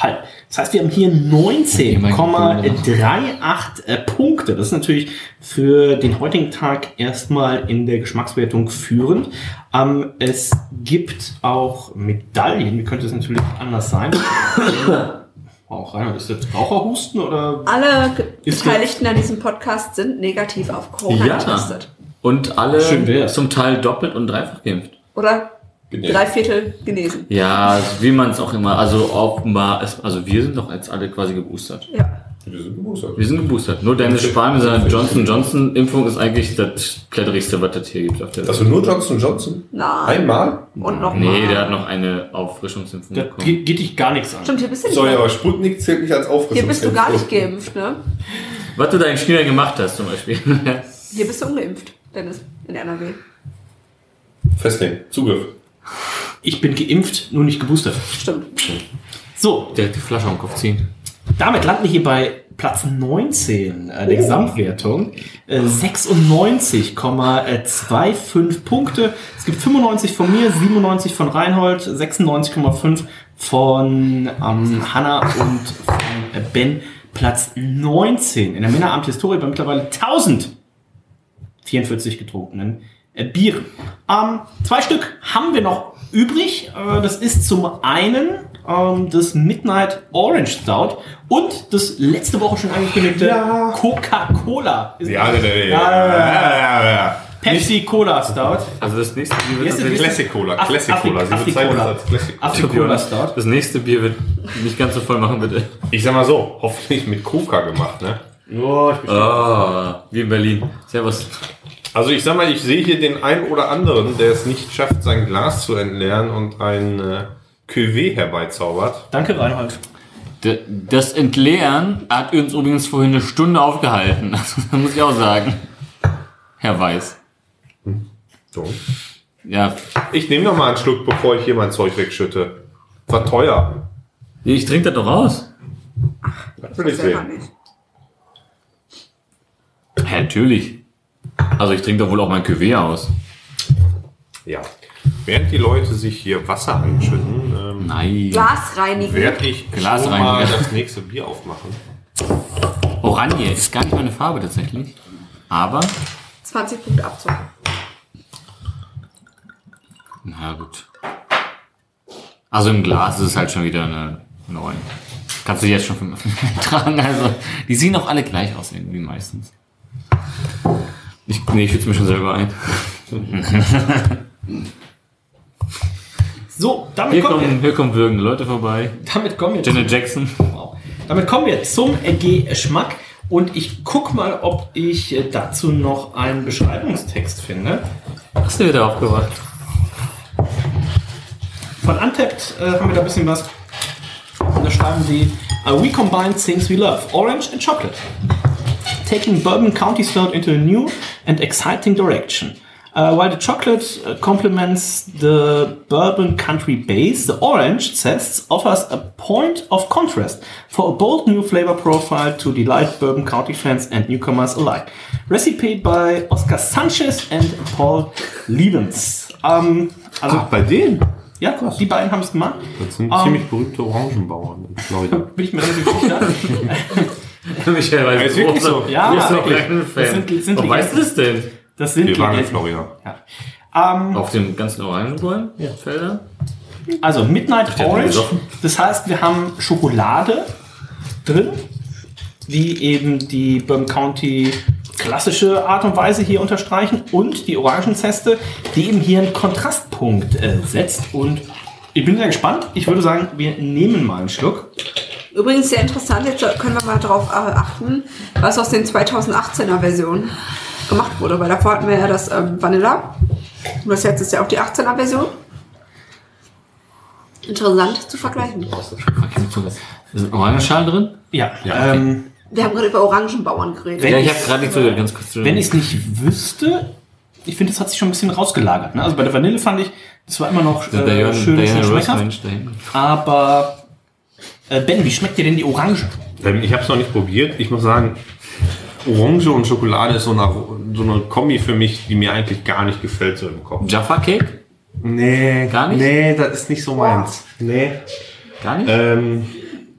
Halb. Das heißt, wir haben hier 19,38 äh, Punkte. Das ist natürlich für den heutigen Tag erstmal in der Geschmackswertung führend. Ähm, es gibt auch Medaillen. Wie könnte es natürlich anders sein? Auch Reinhard, ist jetzt Raucherhusten oder?
Alle Ge-
Ist
Beteiligten an diesem Podcast sind negativ auf Corona
Ja.
getestet.
und alle
Schön wär's.
zum Teil doppelt und dreifach geimpft.
Oder drei Viertel genesen.
also Ja, wie man es auch immer, also offenbar, ist, also wir sind doch jetzt alle quasi geboostert.
Ja.
Wir sind geboostert.
Wir sind geboostert. Nur Dennis Spahn mit seiner Johnson Johnson Impfung ist eigentlich das kletterigste, was das hier gibt auf der Welt.
Also nur Johnson Johnson?
Nein.
Einmal?
Und noch
Nee,
mal.
der hat noch eine Auffrischungsimpfung
Das
bekommen.
geht, geht dich gar nichts an.
Stimmt, hier bist du nicht.
Sorry, aber Sputnik zählt nicht als
hier
Aufrichtung.
bist du gar nicht geimpft, ne?
Was du da in China gemacht hast zum Beispiel.
Hier bist du ungeimpft, Dennis, in NRW.
Festnehmen. Zugriff.
Ich bin geimpft, nur nicht geboostert.
Stimmt.
So,
Direkt die Flasche am Kopf ziehen.
damit landen wir hier bei Platz 19 äh, der Gesamtwertung. Äh, 96,25 Punkte. Es gibt 95 von mir, 97 von Reinhold, 96,5 von ähm, Hanna und von äh, Ben. Platz 19 in der Männeramt Historie bei mittlerweile 1000 44 getrunkenen äh, Bieren. Ähm, zwei Stück haben wir noch übrig. Äh, das ist zum einen ähm, das Midnight Orange Stout und das letzte Woche schon angekündigte Coca-Cola.
Ja, ja, ja, ja,
ja,
ja, ja.
Pepsi Cola Stout.
Also das nächste Bier
Jetzt
wird
ist-
tatsächlich-
Classic Cola,
Af-
Classic
Afri-
Cola. Sie
Afri-
bezeichnen
Cola.
das als Classic Cola.
Afri- Cola Stout.
Das nächste Bier wird nicht ganz so voll machen, bitte.
Ich sag mal so, hoffentlich mit Coca gemacht, ne?
Ah, wie in Berlin. Servus.
Also ich sag mal, ich sehe hier den einen oder anderen, der es nicht schafft, sein Glas zu entleeren und ein äh, Cuvée herbeizaubert.
Danke, Reinhold.
D- Das Entleeren hat uns übrigens vorhin eine Stunde aufgehalten. Also, das muss ich auch sagen. Herr Weiß.
So.
Ja,
Ich nehme noch mal einen Schluck, bevor ich hier mein Zeug wegschütte. War teuer.
ich trinke das doch raus.
Das will ich
Selber
sehen.
nicht.
Ja, natürlich. Also ich trinke doch wohl auch mein Cuvée aus.
Ja. Während die Leute sich hier Wasser anschütten, ähm,
Nein.
Glas reinigen.
werde ich
Glas
schon
rein,
mal
ja.
das nächste Bier aufmachen.
Oranje ist gar nicht meine Farbe tatsächlich. Aber,
20 Punkte Abzug.
na gut. Also im Glas ist es halt schon wieder eine, eine Oranje. Kannst du die jetzt schon von- tragen. Also, die sehen auch alle gleich aus, irgendwie meistens. Ich, nee, ich schütze mich schon selber ein.
So, damit
Hier
kommen,
kommen, hier kommen wirkende Leute vorbei.
wir, damit kommen wir
Janet Jackson.
Damit kommen wir zum äh, Geschmack und ich guck mal, ob ich äh, dazu noch einen Beschreibungstext finde.
Hast du wieder aufgewacht?
Von Untapped äh, haben wir da ein bisschen was. Und da schreiben sie: uh, We combine things we love, orange and chocolate. Taking Bourbon County Stout into a new and exciting direction. Uh, while the chocolate uh, complements the bourbon country base, the orange zest offers a point of contrast for a bold new flavor profile to delight bourbon county fans and newcomers alike. Recipe by Oscar Sanchez and Paul Liebens. Ähm, also
bei denen?
ja, die beiden haben es gemacht.
Das sind
Ähm,
ziemlich berühmte Orangenbauern in Florida.
Bin ich mir relativ sicher.
Michael weiß
Ja, ist wirklich so.
Ja,
großer
wirklich. Das
Fan.
sind- das sind
Wo
die-
weißt du das denn?
Das sind
Wir waren in
Legenden.
Florida.
Ähm,
Auf dem ganzen Oranienbäumen? Ja. Felder?
also Midnight
Ich hätte
Orange.
gesoffen.
Das heißt, wir haben Schokolade drin, die eben die Bourbon County klassische Art und Weise hier unterstreichen und die Orangenzeste, die eben hier einen Kontrastpunkt äh, setzt. Und ich bin sehr gespannt. Ich würde sagen, wir nehmen mal einen Schluck.
Übrigens sehr interessant, jetzt können wir mal darauf achten, was aus den 2018er Versionen gemacht wurde, weil davor hatten wir ja das ähm, Vanilla. Und das jetzt ist ja auch die 18er Version. Interessant zu vergleichen.
Sind Orangenschalen drin?
Ja,
Ja, okay.
ähm,
Wir haben gerade über Orangenbauern geredet.
Wenn
ja, ich
ich-
habe gerade nicht so ganz kurz zu
Wenn ich es nicht wüsste, ich finde, das hat sich schon ein bisschen rausgelagert. Ne? Also bei der Vanille fand ich, das war immer noch
der
äh,
Jörn,
schön,
der
bisschen
Jörn Ross,
schmeckhaft.
Mensch, da hinten.
Aber äh, Ben, wie schmeckt dir denn die Orange?
Ähm, Ich habe es noch nicht probiert. Ich muss sagen, Orange und Schokolade ist so eine, so eine Kombi für mich, die mir eigentlich gar nicht gefällt so im Kopf.
Jaffa Cake?
Nee,
Gar nicht?
Nee, das ist nicht so meins. Nee.
Gar nicht?
Ähm,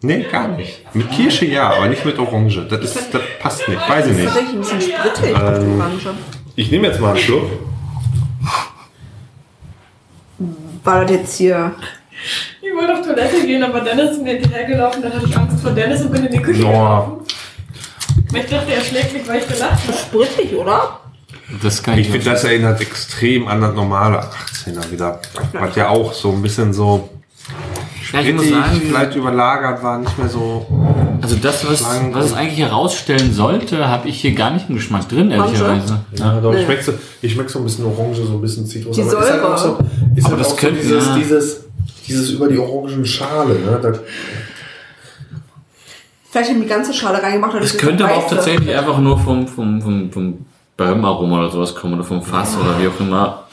nee, gar nicht. Mit Kirsche ja, aber nicht mit Orange. Das, ist, das passt nicht. Weiß ich
Das
nicht.
ist richtig ein bisschen sprittig, die Orange.
Ich nehme jetzt mal einen Schluck.
War das jetzt hier
Ich wollte auf Toilette gehen, aber Dennis ist mir hinterhergelaufen, dann hatte ich Angst vor Dennis und bin in die Küche
Boah.
gelaufen. Weil ich dachte, er schlägt mich, weil ich gelacht habe.
sprittig, oder?
Das kann ich,
Ich finde, das erinnert extrem an das normale 18er wieder. Was ja auch so ein bisschen so
ja, ich muss
richtig,
sagen,
vielleicht überlagert war, nicht mehr so.
Also das, was,
Schlangen-
was es eigentlich herausstellen sollte, habe ich hier gar nicht im Geschmack drin,
Orange?
ehrlicherweise.
Ja, doch,
Nee.
ich schmecke so, ich schmeck so ein bisschen Orange, so ein bisschen Zitrus.
Die
ist halt
Säure.
auch so, ist
Aber
halt
das
auch
könnte-
so dieses,
Ah.
ja.
dieses, dieses über die orangen Schale. Ne? Das,
Vielleicht haben die ganze Schale reingemacht. und
Es
ist
könnte aber auch
weiße.
tatsächlich einfach nur vom, vom, vom, vom Bourbon-Aroma oder sowas kommen oder vom Fass oder wie auch immer.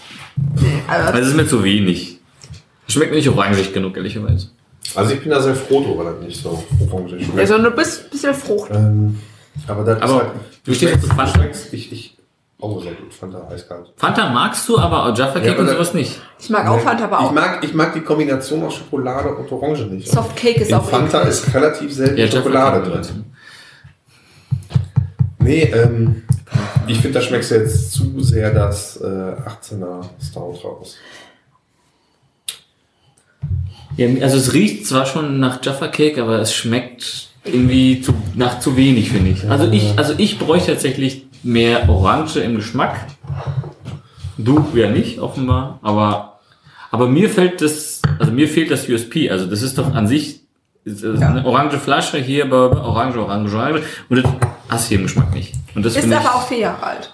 Also,
Also es ist mir zu wenig. Schmeckt mir nicht orangig genug, ehrlicherweise.
also ich bin da sehr froh drüber, dass nicht so orange schmeckt.
also nur ein bisschen, bisschen Frucht.
ähm, aber das
Aber
ist halt,
wie steht's
schmeckst-
zu Fanta?
du schmeckst, ich, ich, oh, sehr gut, Fanta eiskalt.
Fanta magst du, aber Jaffa Cake
Ja, aber
und
da-
sowas nicht.
Ich mag Aufwand, aber
Ich
auch.
mag, ich mag die Kombination aus Schokolade und Orange nicht.
Softcake ist
In
auch
Fanta
eklig.
ist relativ selten
Ja, Jaffa
Schokolade
Cake.
drin. Nee, ähm, ich finde, da schmeckst du jetzt zu sehr das äh, 18er Stout raus.
Ja, also es riecht zwar schon nach Jaffa Cake, aber es schmeckt irgendwie zu, nach zu wenig, finde ich. Also ich, also ich bräuchte tatsächlich mehr Orange im Geschmack. Du ja nicht, offenbar. Aber, aber mir fällt das, also mir fehlt das USP. Also das ist doch an sich ist, ist eine orange Flasche hier, aber orange, orange, orange. Und das hast du hier im Geschmack nicht. Und das
Ist
finde ich, Hm?
aber auch vier Jahre alt.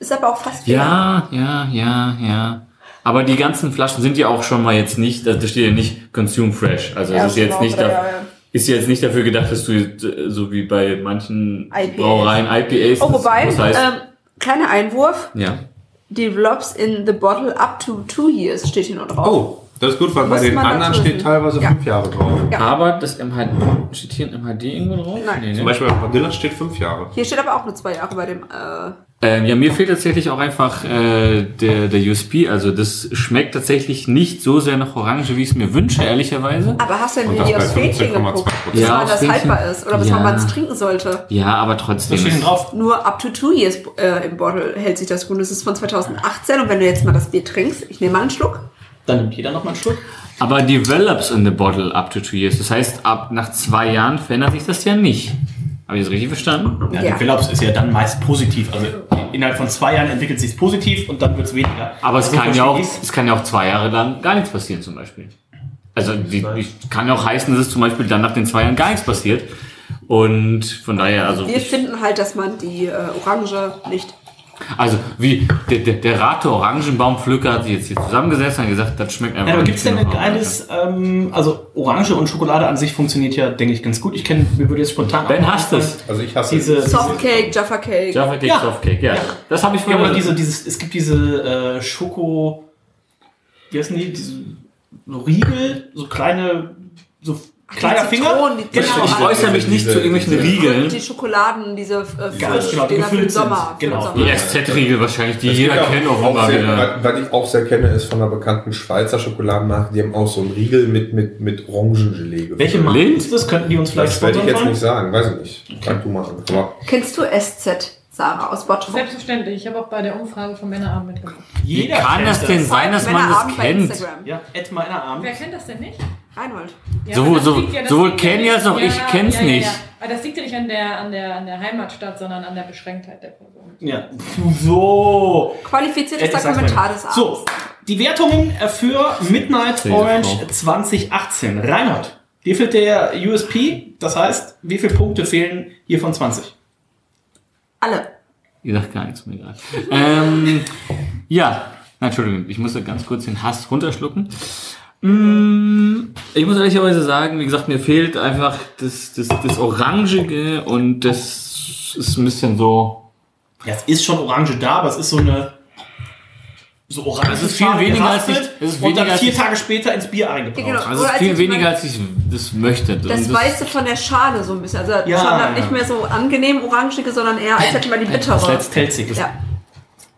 Ist aber auch fast vier Jahre
ja, ja, ja, ja. Aber die ganzen Flaschen sind ja auch schon mal jetzt nicht, also da steht ja nicht Consume Fresh. Also
Ja,
es ist jetzt
genau,
nicht,
drei
da,
Jahre.
ist jetzt nicht dafür gedacht, dass du äh, so wie bei manchen
IPAs.
Brauereien IPAs.
Oh, wobei,
das heißt,
ähm, kleiner Einwurf,
ja.
develops in the bottle up to two years, steht hier nur drauf.
Oh.
Oh, das ist gut, weil
Muss man dazu wissen. Ja.
Jahre drauf.
Ja.
Aber das MHD, steht hier ein MHD irgendwo drauf?
Nein.
Nee,
Zum
ne?
Beispiel bei Vanilla steht fünf Jahre.
Hier steht aber auch nur zwei Jahre bei dem, äh,
Ähm, ja, mir fehlt tatsächlich auch einfach äh, der, der USP. Also das schmeckt tatsächlich nicht so sehr nach Orange, wie ich es mir wünsche, ehrlicherweise.
aber hast du denn
Und
wie
das
die
bei
aufs Fädchen
15,2%.
geguckt? Bis
Ja,
wann
aufs
das
Fädchen.
haltbar ist oder bis
Ja.
wann man es trinken sollte.
Ja, aber
Was
trotzdem.
steht denn
ist-
drauf?
Nur up to two years äh, im Bottle hält sich das gut. Das ist von 2018 und wenn du jetzt mal das Bier trinkst, ich nehme mal einen Schluck.
Dann nimmt jeder nochmal einen Schluck.
Aber develops in the bottle up to two years. Das heißt, ab nach zwei Jahren verändert sich das ja nicht. Habe ich das richtig verstanden?
Ja,
Ja.
Develops ist ja dann meist positiv. Also innerhalb von zwei Jahren entwickelt sich positiv und dann wird es weniger.
Aber es
So
kann, ja
verstehe
auch,
ich's.
es kann ja auch zwei Jahre lang gar nichts passieren zum Beispiel. Also die, die kann ja auch heißen, dass es zum Beispiel dann nach den zwei Jahren gar nichts passiert. Und von daher, also,
Wir
ich,
finden halt, dass man die äh, Orange nicht.
also wie der, der, der Rate Orangenbaumpflücker hat sich jetzt hier zusammengesetzt und hat gesagt, das schmeckt einfach
Ja, aber
nicht
gibt es denn ein
genug nach Orange.
geiles, ähm, also Orange und Schokolade an sich funktioniert ja, denke ich, ganz gut. Ich kenne, mir würde jetzt spontan.
Ben
auch
hasst es.
Also ich hasse
Diese,
Softcake, Jaffa Cake.
Jaffa Cake,
Ja.
Soft Cake, ja.
Ja.
Das habe ich
ja,
vorhin.
oder diese, dieses, es gibt diese äh, Schoko, wie heißen die, diese so Riegel, so kleine, so kleiner Finger. Genau.
Zitronen, die
ich,
Zitronen.
ich äußere mich nicht zu irgendwelchen Riegeln.
Die Schokoladen, diese äh, frisch,
genau, die
die nach dem
gefüllt sind.
Sommer. für den
Genau.
Sommer.
Die SZ-Riegel wahrscheinlich, die
Es
jeder
gibt auch-
kennt,
auch
offenbar
sehr-
wieder.
was- Was ich auch sehr kenne, ist von einer bekannten Schweizer Schokoladenmarke, die haben auch so einen Riegel mit, mit, mit Orangengelee. gefüllt.
Welche Marke
Lind?
ist das? Könnten die uns vielleicht
Das werde ich
sponsern?
jetzt
wollen?
nicht sagen, weiß ich nicht. Fang du mal an. Aber
Kennst du SZ, Sarah, aus Bottrop?
Selbstverständlich. Ich habe auch bei der Umfrage von Männerabend mitgemacht.
Wie
Jeder
kann
kennt
das denn sein, dass man das
Männerabend bei
kennt?
Instagram.
Ja, Ed meiner Arm.
Wer kennt das denn nicht?
Reinhold.
Ja,
Sowohl-
aber das
sowohl-
liegt das
sowohl
liegt ja
Kenny
nicht-
als auch ich kenn's nicht.
Aber das liegt ja nicht an der, an, der, an der Heimatstadt, sondern an der Beschränktheit der Person.
Ja. So.
Qualifiziertester
Ich sag's mal.
Kommentar des Abends.
So, die Wertungen äh, für Midnight
Sehe ich
Orange
auch.
2018. Reinhard, dir fehlt der USP, das heißt, wie viele Punkte fehlen hier von 20?
Alle.
Ihr sagt gar nichts, mir egal. ähm, ja, Na, Entschuldigung, ich musste ganz kurz den Hass runterschlucken. Mm, Ich muss ehrlicherweise sagen, wie gesagt, mir fehlt einfach das, das, das Orangige und das ist ein bisschen so.
Ja, es ist schon Orange da, aber es ist so eine. So orange.
Es ist viel weniger, als ich- es
und dann
ist weniger, als
vier
ich-
Tage später ins Bier
Ja,
eingebraut.
genau.
Also es
Oder
ist
als
viel
ich
weniger,
mein-
als ich das möchte. Und
Das Weiße von der Schale so ein bisschen. Also
Ja.
schon nicht mehr so angenehm orangige, sondern eher, als hätte man die bittere.
Das letzte Pelzig ist.
ja.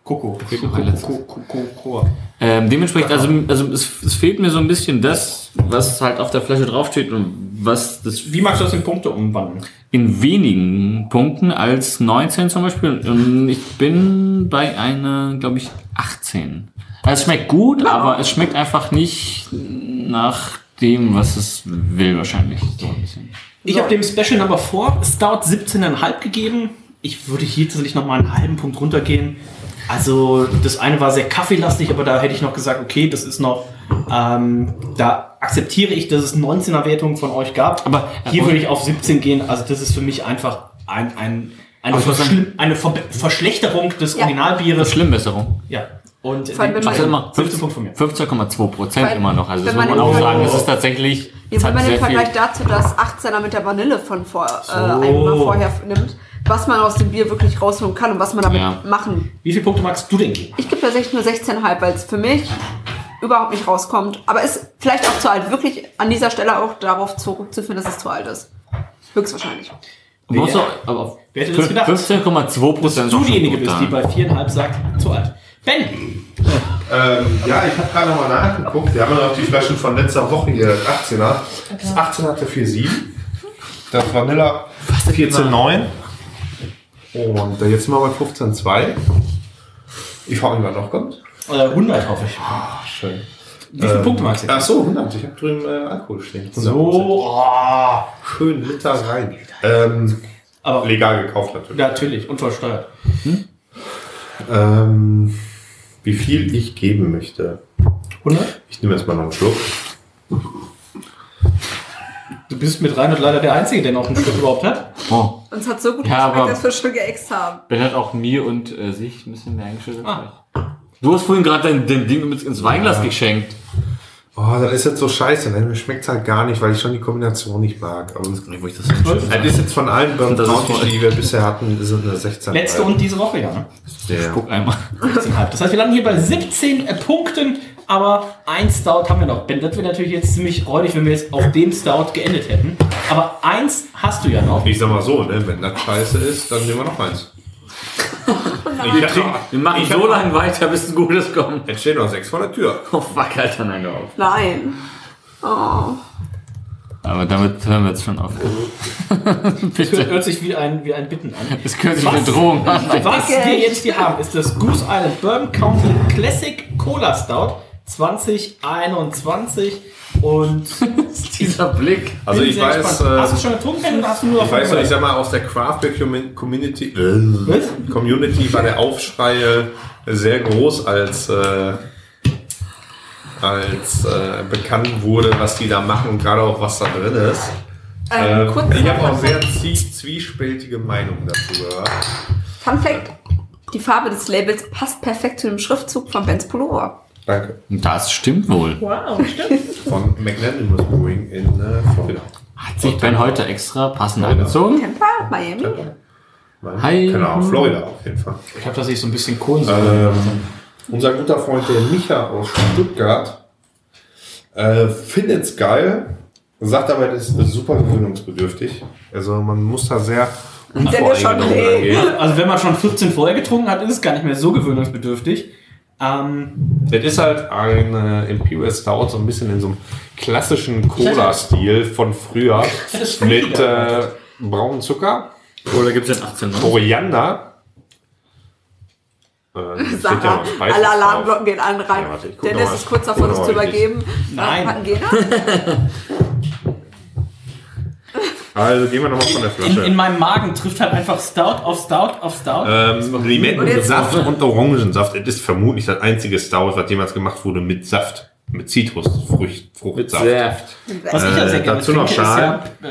Koko.
mein letztes.
Koko. Koko. Koko.
Ähm, dementsprechend, also, also es, es fehlt mir so ein bisschen das, was halt auf der Flasche draufsteht und was das
Wie magst du das in Punkte umwandeln?
in wenigen Punkten als 19 zum Beispiel. Und ich bin bei einer, glaube ich, 18. Also es schmeckt gut,
Genau.
aber es schmeckt einfach nicht nach dem, was es will wahrscheinlich. So ein bisschen.
Ich habe dem Special Number 4 Stout 17,5 gegeben. Ich würde hier tatsächlich noch mal einen halben Punkt runtergehen. Also das eine war sehr kaffeelastig, aber da hätte ich noch gesagt, okay, das ist noch, ähm, da akzeptiere ich, dass es 19er Wertungen von euch gab. Aber äh, hier würde ich auf 17 gehen. Also das ist für mich einfach ein, ein, eine,
Aber ich muss sagen-
Verschlim- eine Verbe- Verschlechterung des
Ja.
Originalbieres.
Schlimmbesserung.
Ja. Und
Vor allem, wenn man-
Also immer
15 Punkt von mir.
15,2 Prozent
Weil-
immer noch. Also das
wenn
muss
man
man
den
auch
Vergleich-
sagen. Es ist tatsächlich.
Ja,
es
wenn
hat
man den
sehr viel-
Vergleich dazu das 18er mit der Vanille von vor, äh, einmal vorher nimmt, was man aus dem Bier wirklich rausholen kann und was man damit
Ja.
machen.
Wie viele Punkte magst du denn geben?
Ich gebe tatsächlich nur 16,5, weil es für mich überhaupt nicht rauskommt. Aber ist vielleicht auch zu alt. Wirklich an dieser Stelle auch darauf zurückzuführen, dass es zu alt ist. Höchstwahrscheinlich.
Man muss doch- aber
Wer hätte das gedacht?
15,2 Prozent.
Dass du diejenige bist, die bei viereinhalb sagt, zu alt. Ben,
Ähm, ja, ich habe gerade nochmal nachgeguckt. Wir haben ja noch die Flaschen von letzter Woche hier, das 18er. Das 18er hatte 4,7. Das Vanilla 14,9. Und äh, jetzt sind wir bei 15,2. Ich frage mich, wann noch kommt.
äh, 100 hoffe ich.
Ach, schön.
Wie viele Punkte magst du?
Ähm, Ach so, 100. Ich habe drüben äh, Alkohol stehen.
So, oh,
Schön Liter rein. Ähm,
aber
legal gekauft natürlich.
natürlich, unversteuert.
Ähm, wie viel ich geben möchte.
100?
Ich nehme jetzt mal noch einen Schluck.
Du bist mit Reinhard leider der Einzige, der noch einen Schluck überhaupt hat.
Oh,
Uns hat so gut
Ja, aber-
geschmeckt, dass wir schon geäxt haben.
Ben hat auch mir und äh, sich ein bisschen mehr eingeschüttet.
Ah.
Du hast vorhin gerade dein, dein Ding mit ins Weinglas geschenkt.
Oh, das ist jetzt so scheiße, ne? Mir schmeckt halt gar nicht, weil ich schon die Kombination nicht mag. Aber das,
Wo ich das hinschütte.
das ist jetzt von allen Bourbon
Das ist
County,
voll.
die wir bisher hatten, ist es eine 16.
Letzte und diese Woche, ja. ne?
der.
Guck einmal.
16,5. Das heißt, wir landen hier bei 17 Punkten, aber ein Stout haben wir noch. Ben, das wäre natürlich jetzt ziemlich räudig, wenn wir jetzt auf dem Stout geendet hätten. Aber eins hast du ja noch.
Ich sag mal so, ne? Wenn das scheiße ist, dann nehmen wir noch eins. ich hab noch,
Wir machen so lange weiter, bis ein gutes kommt.
jetzt stehen noch sechs vor der Tür.
Oh fuck, Alter, nein, hör auf.
Nein. Oh.
Aber damit hören wir jetzt schon auf.
Das hört, hört sich wie ein, wie ein Bitten an.
Das könnte sich
Was?
eine Drohung an.
Was wir jetzt hier haben, ist das Goose Island Bourbon County Classic Cola Stout 2021. Und
Dieser Blick.
Also
bin
ich
sehr
weiß,
gespannt. hast du schon getrunken Ben, oder hast du nur
Ich weiß noch,
davon
ich
gehört?
sag mal, aus der Craft Beer Commun- Community, äh, Community war der Aufschrei äh, sehr groß, als, äh, als äh, bekannt wurde, was die da machen und gerade auch was da drin ist.
Ähm,
Äh,
Ähm,
kurz
ich habe auch sehr zie- zwiespältige Meinungen dazu gehört.
Fun Fact. Die Farbe des Labels passt perfekt zu dem Schriftzug von Ben's Pullover.
Danke.
Das stimmt wohl.
Wow, stimmt.
Von McNanimus Brewing in äh, Florida.
Hat sich Ben heute extra passend angezogen?
Tampa, Miami.
Hi.
Genau, Florida auf jeden Fall.
Ich glaube, dass ich so ein bisschen Kohlensäure.
Ähm, unser guter Freund der Micha aus Stuttgart äh, findet es geil, sagt aber, das ist super gewöhnungsbedürftig. Also man muss da sehr
der wird schon
unvoreingenommen
weh.
rangehen.
Also wenn man schon 14 vorher getrunken hat, ist es gar nicht mehr so gewöhnungsbedürftig. Ähm,
Das ist halt ein äh, Imperial Stout, so ein bisschen in so einem klassischen Cola-Stil von früher
ist
mit äh, braunem Zucker,
Oder gibt es den 18 noch?
Koriander. Äh, steht ja
Sarah,
noch ein Spices
alle
drauf.
Alarmglocken gehen an rein.
Ja, warte, ich guck noch
Dennis
mal.
ist kurz
Guck
davor,
noch
das
mal
zu
richtig.
übergeben.
Nein.
Wann geht er?
Also gehen wir nochmal von der
in,
Flasche.
in meinem Magen trifft halt einfach Stout auf Stout auf Stout.
Ähm, Limettensaft und Orangensaft. Es ist vermutlich das einzige Stout, was jemals gemacht wurde mit Saft. Mit Zitrusfrucht, Fruchtsaft.
Saft.
Was ich ja sehr
Äh,
gerne
dazu
trinke,
noch
ist ja
Schal.
äh,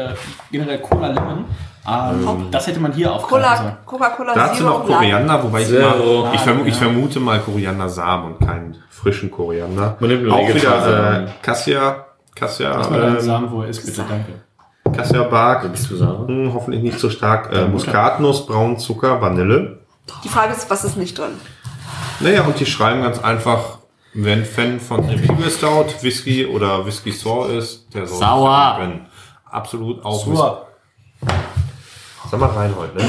generell Cola Lemon. Ähm, das hätte man hier auch
Cola, Coca-Cola
Dazu
Zero
noch
Light.
Koriander, wobei ich,
Zero.
mal, ich, vermu ich vermute mal Koriandersamen und keinen frischen Koriander.
Man nimmt nur
Auch
Regelsamen.
wieder äh, Cassia,
Lass mal deinen
Cassia,
Samen, wo er ist, bitte, danke.
äh, Cassia Bark,
Bist du sauer?
hm, hoffentlich nicht so stark. Äh, Muskatnuss, Braunzucker, Vanille.
Die Frage ist, was ist nicht drin?
Naja, und die schreiben ganz einfach, wenn Fan von Imperial Stout, Whisky oder Whisky Sour ist, der soll
Sauer.
nicht verbrennen. Absolut auch
Super.
Whisky. Sag mal Reinhold, ne?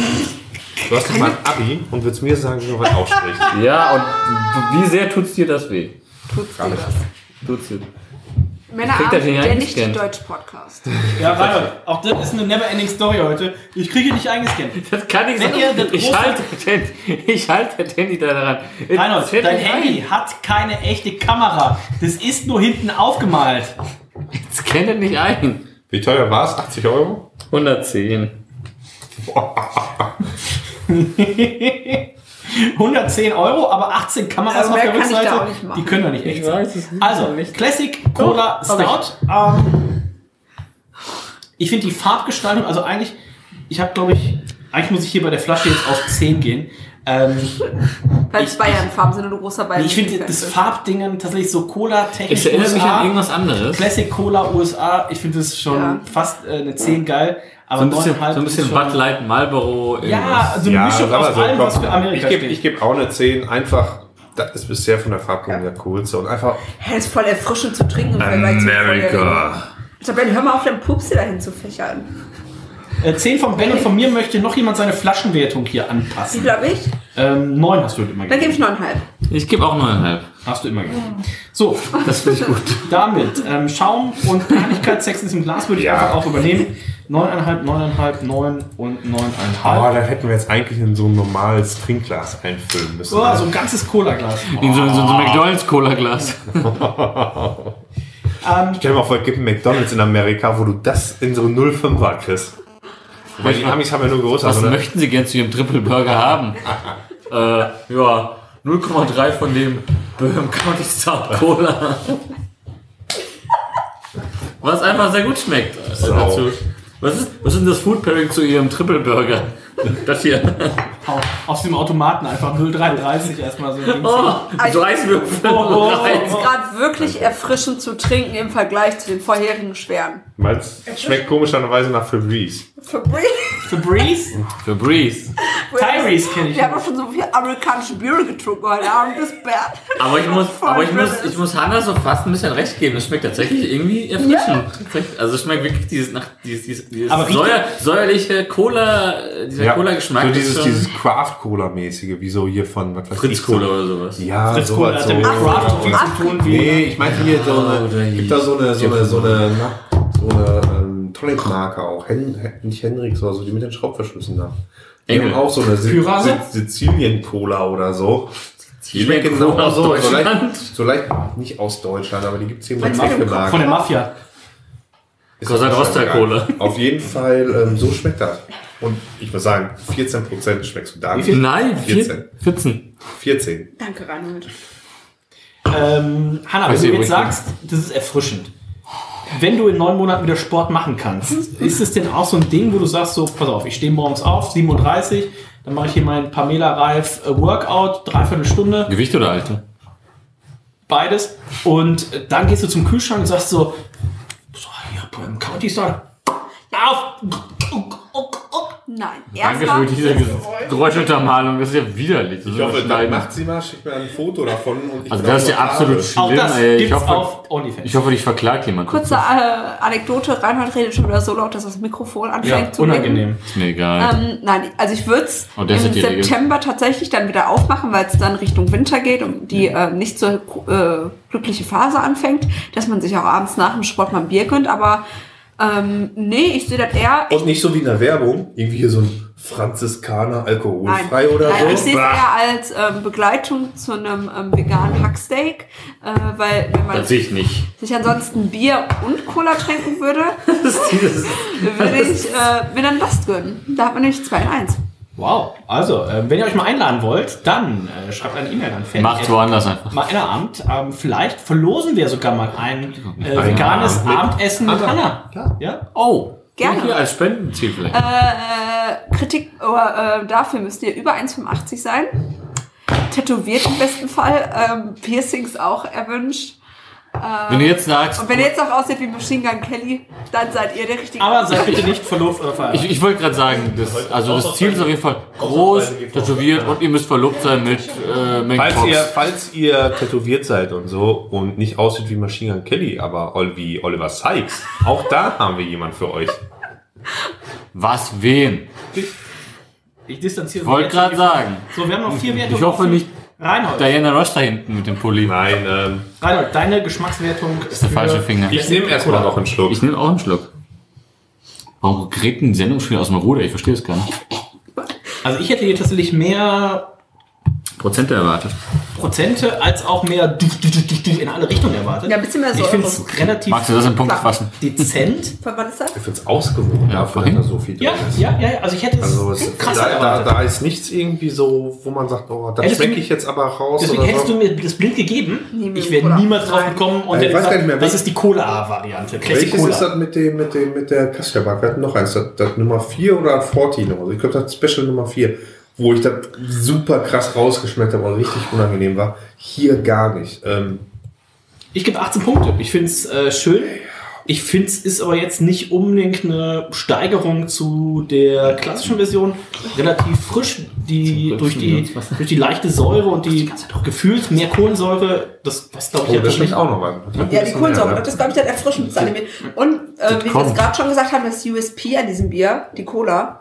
Du hast doch mal ein Abi und willst mir sagen, wie man was ausspricht.
Ja, und wie sehr tut's dir das weh?
Tut's dir das?
Tut's dir.
Männerabend,
Kriegt er den ja
der nicht
nicht kennt.
deutsch Podcast.
Ja, Reinhold, auch das ist eine never-ending Story heute. Ich kriege dich eingescannt.
Das kann ich
Wenn
sagen.
ihr das
Ich
große-
halte den- ich halte das Handy da dran.
Reinhold, dein Handy hat keine echte Kamera. Das ist nur hinten aufgemalt.
Das kennt er nicht ein.
Wie teuer war es? 80 Euro?
110.
110 Euro, aber 18 Kameras
Also
auf
mehr
der
kann ich da
Rückseite.
auch nicht machen.
Die können doch nicht echt
Ich
sein.
weiß, das ist
Also,
nicht.
Classic Cola
hab
Stout. Ähm, ich finde die Farbgestaltung, also eigentlich, ich habe glaube ich, eigentlich muss ich hier bei der Flasche jetzt auf 10 gehen. Ähm,
Weil
Ich-
es Bayern-Farben sind und du großer Bayern.
ich finde das Farbdingen tatsächlich so Cola-technisch.
Ich erinnere mich
USA,
an irgendwas anderes.
Classic Cola USA, ich finde das schon
Ja.
fast äh, eine 10 geil. Aber
So ein bisschen, so
9,5
ein
ist
bisschen
schon-
Bud Light, Marlboro, irgendwas.
Ja, so Also eine
Ja,
Mischung
sag mal
aus
so,
allem,
komm,
was für Amerika
ich gebe
steht.
ich geb auch eine 10, einfach, das ist bisher von der Farbgebung der coolste und einfach
Hä, ist voll erfrischend zu trinken. und vergleicht zu vorher.
America.
Also Ben, hör mal auf, deinen Pupsi dahin zu fächern.
Äh, 10 von Ben und von mir möchte noch jemand seine Flaschenwertung hier
Wie
anpassen.
glaube ich?
Ähm, 9 hast du immer
Dann gebe
gegeben.
ich 9,5.
Ich gebe auch 9,5.
Hast du immer gegeben. So,
Das finde ich gut.
damit ähm, Schaum und Peinlichkeitsex ist im Glas würde ich
Ja.
einfach auch übernehmen. 9,5, 9,5, 9 und 9,5.
Aber Oh, da hätten wir jetzt eigentlich in so ein normales Trinkglas einfüllen müssen. Also
Oh, so ein ganzes Cola-Glas.
In so, so,
Oh.
so ein McDonalds-Cola-Glas.
Ähm,
Stell dir mal vor, es gibt einen McDonalds in Amerika, wo du das in so 05er kriegst. Weil die Amis haben ja nur größer,
Was
also-
oder?
möchten Sie gern zu Ihrem Triple Burger haben? äh, ja, 0,3 von dem Böhm County Stout Cola. Was einfach sehr gut schmeckt äh, dazu. Was ist, was ist denn das Food Pairing zu Ihrem Triple Burger? Das hier.
aus dem Automaten einfach 0,33 erstmal so. links.
Oh, mit so Eiswürfel.
oh,
Ist gerade wirklich erfrischend zu trinken im Vergleich zu den vorherigen schweren.
Weil es schmeckt komischerweise nach Febreze.
Für Breeze?
Für Breeze.
Tyrese kenne ich.
Wir haben doch schon so viel amerikanische Biere getrunken heute Abend. Das Bär.
Aber ich muss,
Voll
aber ich muss,
drin ist.
ich muss Hannah so fast ein bisschen recht geben. Das schmeckt tatsächlich irgendwie erfrischend. Also es schmeckt wirklich dieses, nach, dieses, dieses, dieses
Aber riecht-
säuer, säuerliche Cola, äh, dieser Cola-Geschmack.
So
ist
dieses,
schon-
dieses Craft-Cola-mäßige, wie so hier von, was weiß ich.
Fritz
so-
Cola oder sowas.
Ja,
Fritz Kohl
sowas
hat
so.
dem Craft auch nichts zu tun wie.
Nee, ich meinte hier so eine, gibt da so eine, so eine, so eine, na, so eine ähm, Tonic-Marke auch. Hen, Hen- nicht Henrix oder so, die mit den Schraubverschlüssen da. Die
Engel.
haben auch so eine Si-
Pyrase?
Si- Sizilien-Cola oder so. Die schmeckt
Cola genau aus
genauso. genau So
Deutschland.
leicht, so leicht, nicht aus Deutschland, aber die gibt's hier
Meinst du mit dem
Markenmarkt.
Von der Mafia.
Ist
Cosa
auch schon
Nostra
geil.
Cola.
Auf jeden Fall, ähm, so schmeckt das. Und ich muss sagen, 14% schmeckst du da.
Wie viel?
Nein,
14.
14. 14.
14.
Danke, Reinhold.
Ähm, Hanna, wenn du
Weiß ich
jetzt
übrigens
sagst, das ist erfrischend. Wenn du in neun Monaten wieder Sport machen kannst, ist es denn auch so ein Ding, wo du sagst, so, pass auf, ich stehe morgens auf, 37, dann mache ich hier meinen Pamela Reif äh, Workout, dreiviertel Stunde,
Gewicht oder Alter?
beides. Und äh, dann gehst du zum Kühlschrank und sagst so, so hier beim County Star, auf!
Nein.
Danke für
Erstmal.
diese Ge- Geräuschuntermalung. Das ist ja widerlich. Das
Ich hoffe, dann
schneiden.
macht sie mal, schickt mir ein Foto davon. Und ich
Also das ist ja
glaube,
absolut
Auch
schlimm.
das
ey.
gibt's
Ich hoffe,
auf OnlyFans.
ich hoffe, dich verklagt jemand.
Kurze äh, Anekdote. Reinhold redet schon wieder so laut, dass das Mikrofon anfängt
ja,
zu nicken.
unangenehm.
Ist mir egal.
Ähm, nein, also ich würde es
Oh,
im
der ist ja die Regel.
September tatsächlich dann wieder aufmachen, weil es dann Richtung Winter geht und
Mhm.
die äh, nicht so äh, glückliche Phase anfängt, dass man sich auch abends nach dem Sport mal ein Bier gönnt. Aber ähm, nee, ich sehe das eher.
Und nicht so wie in der Werbung, irgendwie hier so ein Franziskaner
Nein,
alkoholfrei oder
nein ich
so.
sehe es
Bah.
eher als ähm, Begleitung zu einem ähm, veganen Hacksteak, äh, weil wenn man
das sehe ich nicht.
sich ansonsten Bier und Cola trinken würde,
Das ist dieses,
würde ich äh, mir dann das gönnen. Da hat man nämlich 2 in 1.
Wow, also, äh, wenn ihr euch mal einladen wollt, dann äh, schreibt eine E-Mail an Fan.
macht's woanders einfach.
Mal ein Abend, ähm, vielleicht verlosen wir sogar mal ein äh, veganes
Abend mit-
Abendessen mit Hanna. Ja.
Oh,
Gerne.
Hier als Spendenziel vielleicht.
Äh, Kritik oder, äh, dafür müsst ihr über 1,85 sein. Tätowiert im besten Fall. Ähm, Piercings auch erwünscht.
Wenn du jetzt sagst,
Und wenn ihr jetzt auch aussieht wie Machine Gun Kelly, dann seid ihr der richtige.
Aber seid bitte nicht verlobt oder
Ich,
verheiratet.
ich wollte gerade sagen, das, also das Ziel ist auf jeden Fall groß, tätowiert und ihr müsst verlobt sein mit äh, Mengen
Falls
Fox.
ihr, falls ihr tätowiert seid und so und nicht aussieht wie Machine Gun Kelly, aber all- wie Oliver Sykes, auch da haben wir jemand für euch.
Was wen?
Ich, distanziere
Wollte
jetzt von
gerade
die Frage.
sagen.
So, wir haben noch vier Wertungen.
Ich hoffe
offen.
nicht
Reinhold,
Diana Ross da hinten mit dem Pulli.
Nein, ähm,
Reinhold, deine Geschmackswertung ist
der falsche Finger.
ich nehme erstmal noch einen Schluck.
Ich nehme auch einen Schluck. Warum gerät denn die Sendung schon wieder aus dem Ruder? Ich verstehe es gar nicht.
Also ich hätte hier tatsächlich mehr
Prozente erwartet.
Prozente als auch mehr du- du- du- du- du in alle Richtungen erwartet.
Ja, ein bisschen mehr
Ich
Säure.
finde es relativ
Magst du das in Punkte fassen?
dezent.
Von wann ist das?
Ich finde es ausgewogen dafür, dass da so viel drin
Ja,
ist.
ja, ja, ja, also ich hätte es
Also es,
krasser
da, da,
erwartet.
da ist nichts irgendwie so, wo man sagt, oh, das
Hättest du-
schmecke ich jetzt aber raus
Deswegen
oder
hättest du
so.
mir das blind gegeben.
mit
Ich wäre
Cola.
niemals drauf gekommen und
Ich
hätte
weiß gar
gesagt,
nicht mehr,
das
welches-
ist die Cola-Variante. Classic
Welches
Cola.
ist das mit dem, mit dem, mit der Kastelback? Wir hatten noch eins, das, das Nummer 4 oder 14 oder so. Ich glaube, das Special Nummer 4, wo ich das super krass rausgeschmeckt habe und richtig unangenehm war. Hier gar nicht. Ähm,
Ich gebe 18 Punkte. Ich finde es äh, schön. Ich finde es ist aber jetzt nicht unbedingt eine Steigerung zu der klassischen Version. Relativ frisch, die
Zum Glück
durch
sind
die,
wir uns was-
durch die leichte Säure und die gefühlt mehr Kohlensäure, das was glaube ich
oh,
ja
das schmeckt
wirklich-
auch noch was.
Ja, die
ne?
Kohlensäure. Das ist, glaube ich, das Erfrischendste an dem Bier. Und äh, wie wir es
kommt.
gerade schon gesagt haben, das USP an diesem Bier, die Cola,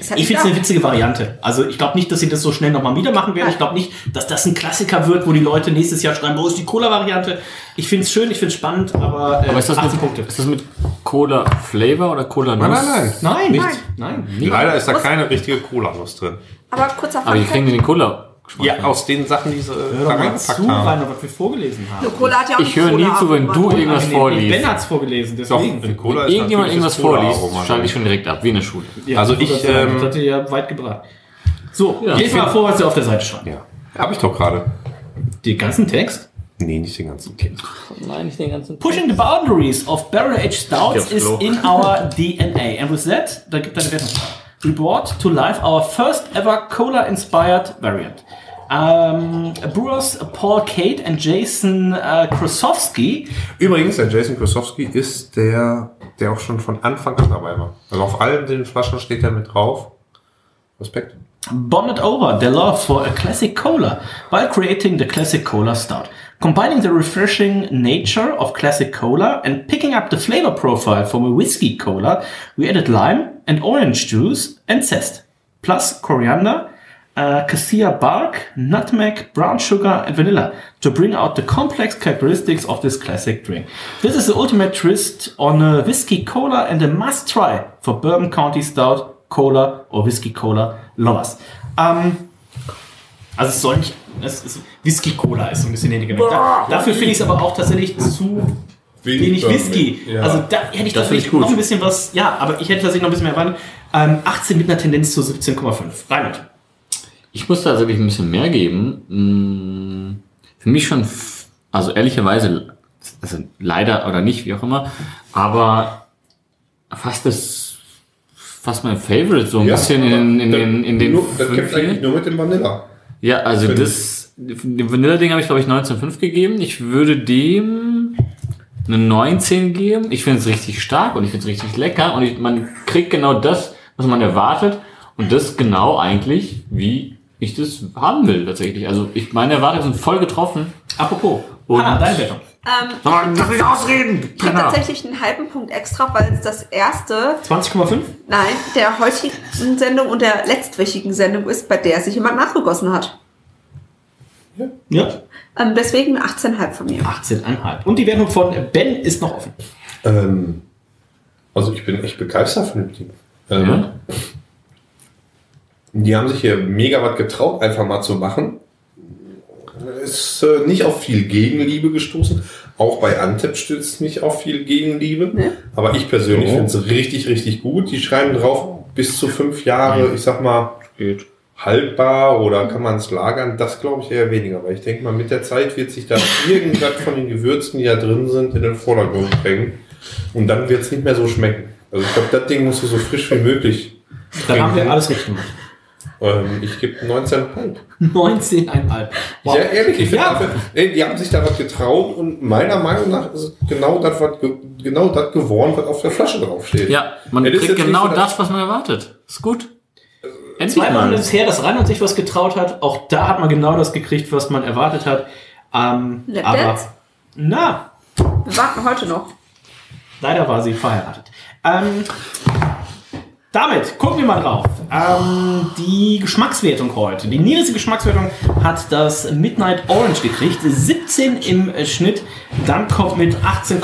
ist halt
Ich
nicht
finde es eine
da.
witzige Variante. Also ich glaube nicht, dass sie das so schnell nochmal wieder machen werden. Ich glaube nicht, dass das ein Klassiker wird, wo die Leute nächstes Jahr schreiben, wo ist die Cola-Variante? Ich finde es schön, ich finde es spannend, aber, äh,
Aber ist das,
18
mit,
Punkte.
ist das mit Cola Flavor oder Cola Nuss?
Nein, nein, nein.
Nein,
Nichts.
nein.
Leider ist da keine richtige Cola-Nuss drin.
Aber kurzer
Aber die kriegen
Fun
den Cola.
Ja, aus den Sachen, die sie äh,
Hör
da
doch mal
reingepackt
zu,
haben.
Rainer, was wir vorgelesen haben.
Eine Cola hat ja auch
Ich
eine
höre nie
Cola-
zu, wenn du irgendwas
Angenehm. Ben
vorliest.
hat's vorgelesen,
Doch,
deswegen.
in Cola ist
Irgendjemand
natürlich
irgendwas
das Cola-Aroma
vorliest, schalte ich
drin.
schon direkt ab, wie in der Schule.
Ja,
Also
das
ich,
hat ja-
ähm,
das hat dir ja weit gebracht. So,
Ja,
jetzt
ich
mal
find-
vor, was wir auf der Seite schreiben.
Ja. Hab ich doch gerade.
Den ganzen Text.
Nee, nicht den ganzen Käse.
Nein, nicht den ganzen
Pushing the boundaries of barrel aged
Ich
stouts
geh aufs
is
Klo.
in our DNA. And with that, da gibt eine Wertung. We brought to life our first ever cola inspired variant. Ähm, Brewers Paul Kate and Jason äh, Krosowski
Übrigens, der Jason Krosowski ist der, der auch schon von Anfang an dabei war. Also auf allen den Flaschen steht er mit drauf. Respekt.
bonded over their love for a classic cola while creating the classic cola stout. Combining the refreshing nature of classic cola and picking up the flavor profile from a whiskey cola, we added lime and orange juice and zest, plus coriander, uh, cassia bark, nutmeg, brown sugar, and vanilla to bring out the complex characteristics of this classic drink. This is the ultimate twist on a whiskey cola and a must try for Bourbon County Stout Cola or Whiskey Cola Lovers. Ähm, also es soll nicht, es ist Whisky Cola ist so ein bisschen weniger. Da, dafür finde ich es aber auch tatsächlich zu wenig Whisky. Also da hätte ich
Das finde ich
tatsächlich
gut.
noch ein bisschen was, ja, aber ich hätte tatsächlich noch ein bisschen mehr erwartet. Ähm, 18 mit einer Tendenz zu 17,5. Reinhard.
Ich muss tatsächlich ein bisschen mehr geben. Mm, Für mich schon, f- also ehrlicherweise, also leider oder nicht, wie auch immer, aber fast das, fast mein Favorite, so ein bisschen in, in, den, in den,
Nur, das
fünf
kämpft
hier.
eigentlich nur mit dem Vanilla.
Ja, also
Finde
das, dem Vanilla-Ding habe ich glaube ich 19,5 gegeben. Ich würde dem eine 19 geben. Ich finde es richtig stark und ich finde es richtig lecker und ich, man kriegt genau das, was man erwartet und das genau eigentlich, wie ich das haben will tatsächlich. Also ich meine Erwartungen sind voll getroffen.
Apropos,
Und-
Hannah, deine Wertung.
Ähm,
Mann, lass mich ausreden!
ich habe tatsächlich einen halben Punkt extra, weil es das erste
20,5?
Nein, der heutigen Sendung und der letztwöchigen Sendung ist, bei der sich jemand nachgegossen hat.
Ja.
Ähm, deswegen 18,5 von mir.
18,5. Und die Wertung von Ben ist noch offen.
Ähm, also ich bin echt begeistert von dem Team. Ähm,
Ja.
Die haben sich hier mega was getraut, einfach mal zu machen. Ist äh, nicht auf viel Gegenliebe gestoßen. Auch bei Antep stützt mich auf viel Gegenliebe. Aber ich persönlich
Oh.
finde es richtig, richtig gut. Die schreiben drauf bis zu fünf Jahre, ich sag mal,
Geht.
haltbar oder kann man es lagern. Das glaube ich eher weniger, weil ich denke mal, mit der Zeit wird sich da irgendwas von den Gewürzen, die da drin sind, in den Vordergrund bringen. Und dann wird es nicht mehr so schmecken. Also ich glaube, das Ding musst du so frisch wie möglich.
Dann haben wir
Mhm.
alles richtig gemacht.
Ähm, ich gebe 19,5.
19,5. Wow.
Ja, ehrlich, ich finde
Ja.
dafür, nee, die haben sich da was getraut und meiner Meinung nach ist es genau das, was, ge- genau das geworden, was auf der Flasche draufsteht.
Ja, man
Das ist
kriegt
jetzt
genau
nicht so, dass- Also,
das, was man erwartet. Ist gut. Endlich
Zwei Mal
mal. Also
ist es her, dass Reinhard sich was getraut hat. Auch da hat man genau das gekriegt, was man erwartet hat. Ähm,
Lap
aber,
Dance?
na,
Wir warten heute noch.
Leider war sie verheiratet. Ähm, damit gucken wir mal drauf. Ähm, die Geschmackswertung heute. Die niedrigste Geschmackswertung hat das Midnight Orange gekriegt. 17 im äh, Schnitt. Dann kommt mit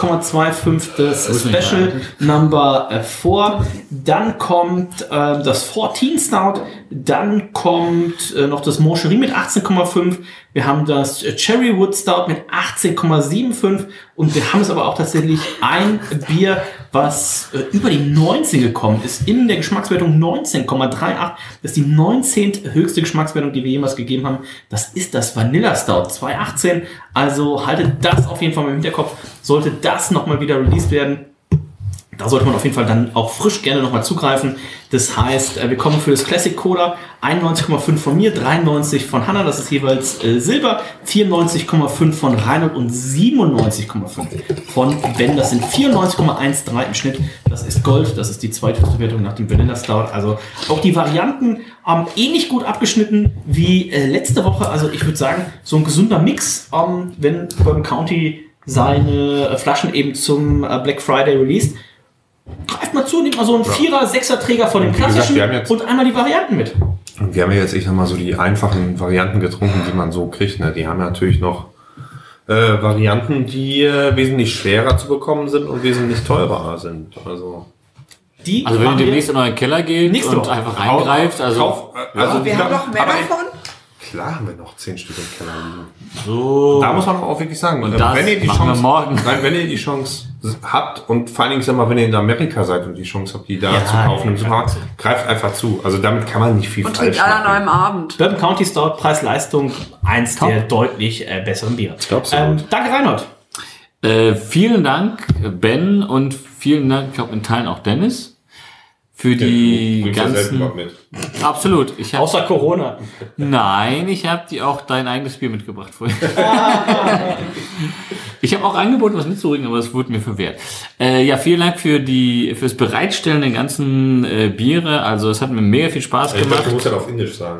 18,25 das
Muss nicht
Special
verhalten.
Number 4. Dann kommt äh, das 14 Stout. Dann kommt äh, noch das Mancherie mit 18,5. Wir haben das äh, Cherry Wood Stout mit 18,75. Und wir haben es aber auch tatsächlich ein Bier, was äh, über die 19 gekommen ist. In der Geschmackswertung 19,38. Das ist die 19. höchste Geschmackswertung, die wir jemals gegeben haben. Das ist das Vanilla Stout 218. Also haltet das auf jeden Fall mal im Hinterkopf. Sollte das nochmal wieder released werden, da sollte man auf jeden Fall dann auch frisch gerne nochmal zugreifen. Das heißt, äh, wir kommen für das Classic Cola 91,5 von mir, 93 von Hanna, das ist jeweils äh, Silber, 94,5 von Reinhold und 97,5 von Ben. Das sind 94,13 im Schnitt. Das ist Gold, das ist die zweithöchste Wertung nach dem Vanilla Stout. Also auch die Varianten ähm, ähnlich gut abgeschnitten wie äh, letzte Woche. Also ich würde sagen, so ein gesunder Mix, ähm, wenn Bourbon County seine äh, Flaschen eben zum äh, Black Friday released. Greift mal zu, nehmt mal so einen Vierer, Sechser-Träger von dem
Wie gesagt,
klassischen
wir haben jetzt-
und einmal die Varianten mit.
Und Wir haben ja jetzt, ich sag mal, so die einfachen Varianten getrunken, die man so kriegt. Ne? Die haben ja natürlich noch äh, Varianten, die äh, wesentlich schwerer zu bekommen sind und wesentlich teurer sind. Also,
Die
Also wenn
haben
ihr
wir-
demnächst in euren Keller geht
Nächste
und
Woche.
einfach reingreift, also
Kauf- äh, also
Wir haben
aber-
noch mehr
aber-
davon.
Klar haben wir noch zehn Stück im Keller liegen.
so.
Da muss man auch wirklich sagen,
Und
äh,
das
wenn ihr die
machen wir
Chance,
morgen.
Nein, wenn ihr die Chance habt und vor allen Dingen, ich sag mal, wenn ihr in Amerika seid und die Chance habt, die da
Ja,
zu kaufen im
ja.
Supermarkt, greift einfach zu. Also damit kann man nicht viel
Und
falsch
trinkt alle
machen.
an einem Abend.
Bourbon County Stout, Preis-Leistung, eins der deutlich äh, besseren Biere. Ähm, danke, Reinhold.
Äh, vielen Dank, Ben, und vielen Dank, ich glaube, in Teilen auch Dennis, für die
Bringt ihr selten
ganzen...
was mit.
Absolut. Ich hab,
Außer Corona.
nein, ich habe dir auch dein eigenes Bier mitgebracht vorher. ich habe auch angeboten, was mitzubringen, aber es wurde mir verwehrt. Äh, ja, vielen Dank für die fürs Bereitstellen der ganzen äh, Biere. Also es hat mir mega viel Spaß
Ich dachte,
gemacht.
du musst das auf Indisch sagen.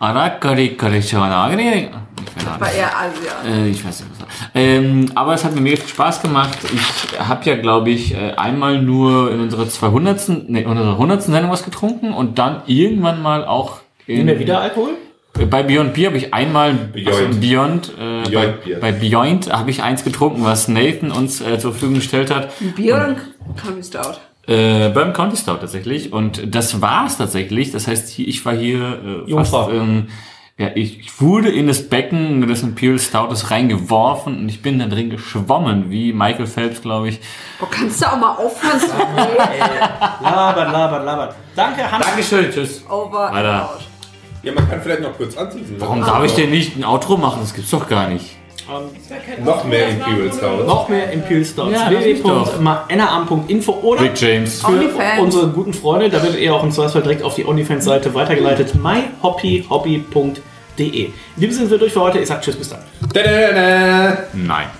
Arakari, Kari, Shawanagari. Keine Ahnung.
War eher Asia.
Äh, ich weiß nicht, was das war. ähm, Aber es hat mir mega viel Spaß gemacht. Ich habe ja, glaube ich, äh, einmal nur in unserer 200. Nee, in unserer 100. Sendung was getrunken und dann irgendwann mal auch in,
Nehmen wir wieder Alkohol?
äh, bei Beyond Beer habe ich einmal
Beyond.
also Beyond, äh,
Beyond
bei,
Beer.
bei Beyond habe ich eins getrunken, was Nathan uns äh, zur Verfügung gestellt hat.
Ein Bier oder ein Coffee Stout?
Äh, beim County Stout tatsächlich. Und das war's tatsächlich. Das heißt, hier- ich war hier äh,
Jungfrau.
fast, ähm, ja, ich, ich wurde in das Becken des Imperial Stoutes reingeworfen und ich bin da drin geschwommen, wie Michael Phelps, glaube ich.
Oh, kannst du auch mal aufhören zu reden?
Labert, labert, labert. Danke, Hans.
Dankeschön, tschüss.
Over and
Alter.
out.
Ja, man kann vielleicht noch kurz ne? anziehen.
Warum darf ich denn nicht ein Outro machen? Das gibt's doch gar nicht.
Noch mehr Imperial Stout.
Noch mehr Imperial Stouts.
Ja, das ist doch.
www.maennaam.info oder
Rick James.
für
OnlyFans.
unsere guten Freunde. Da werdet ihr auch im Zweifelsfall direkt auf die OnlyFans-Seite weitergeleitet. myhobbyhobby.de. In diesem Sinne sind wir durch für heute. Ich sag Tschüss, bis dann.
Da, da, da, da.
Nein.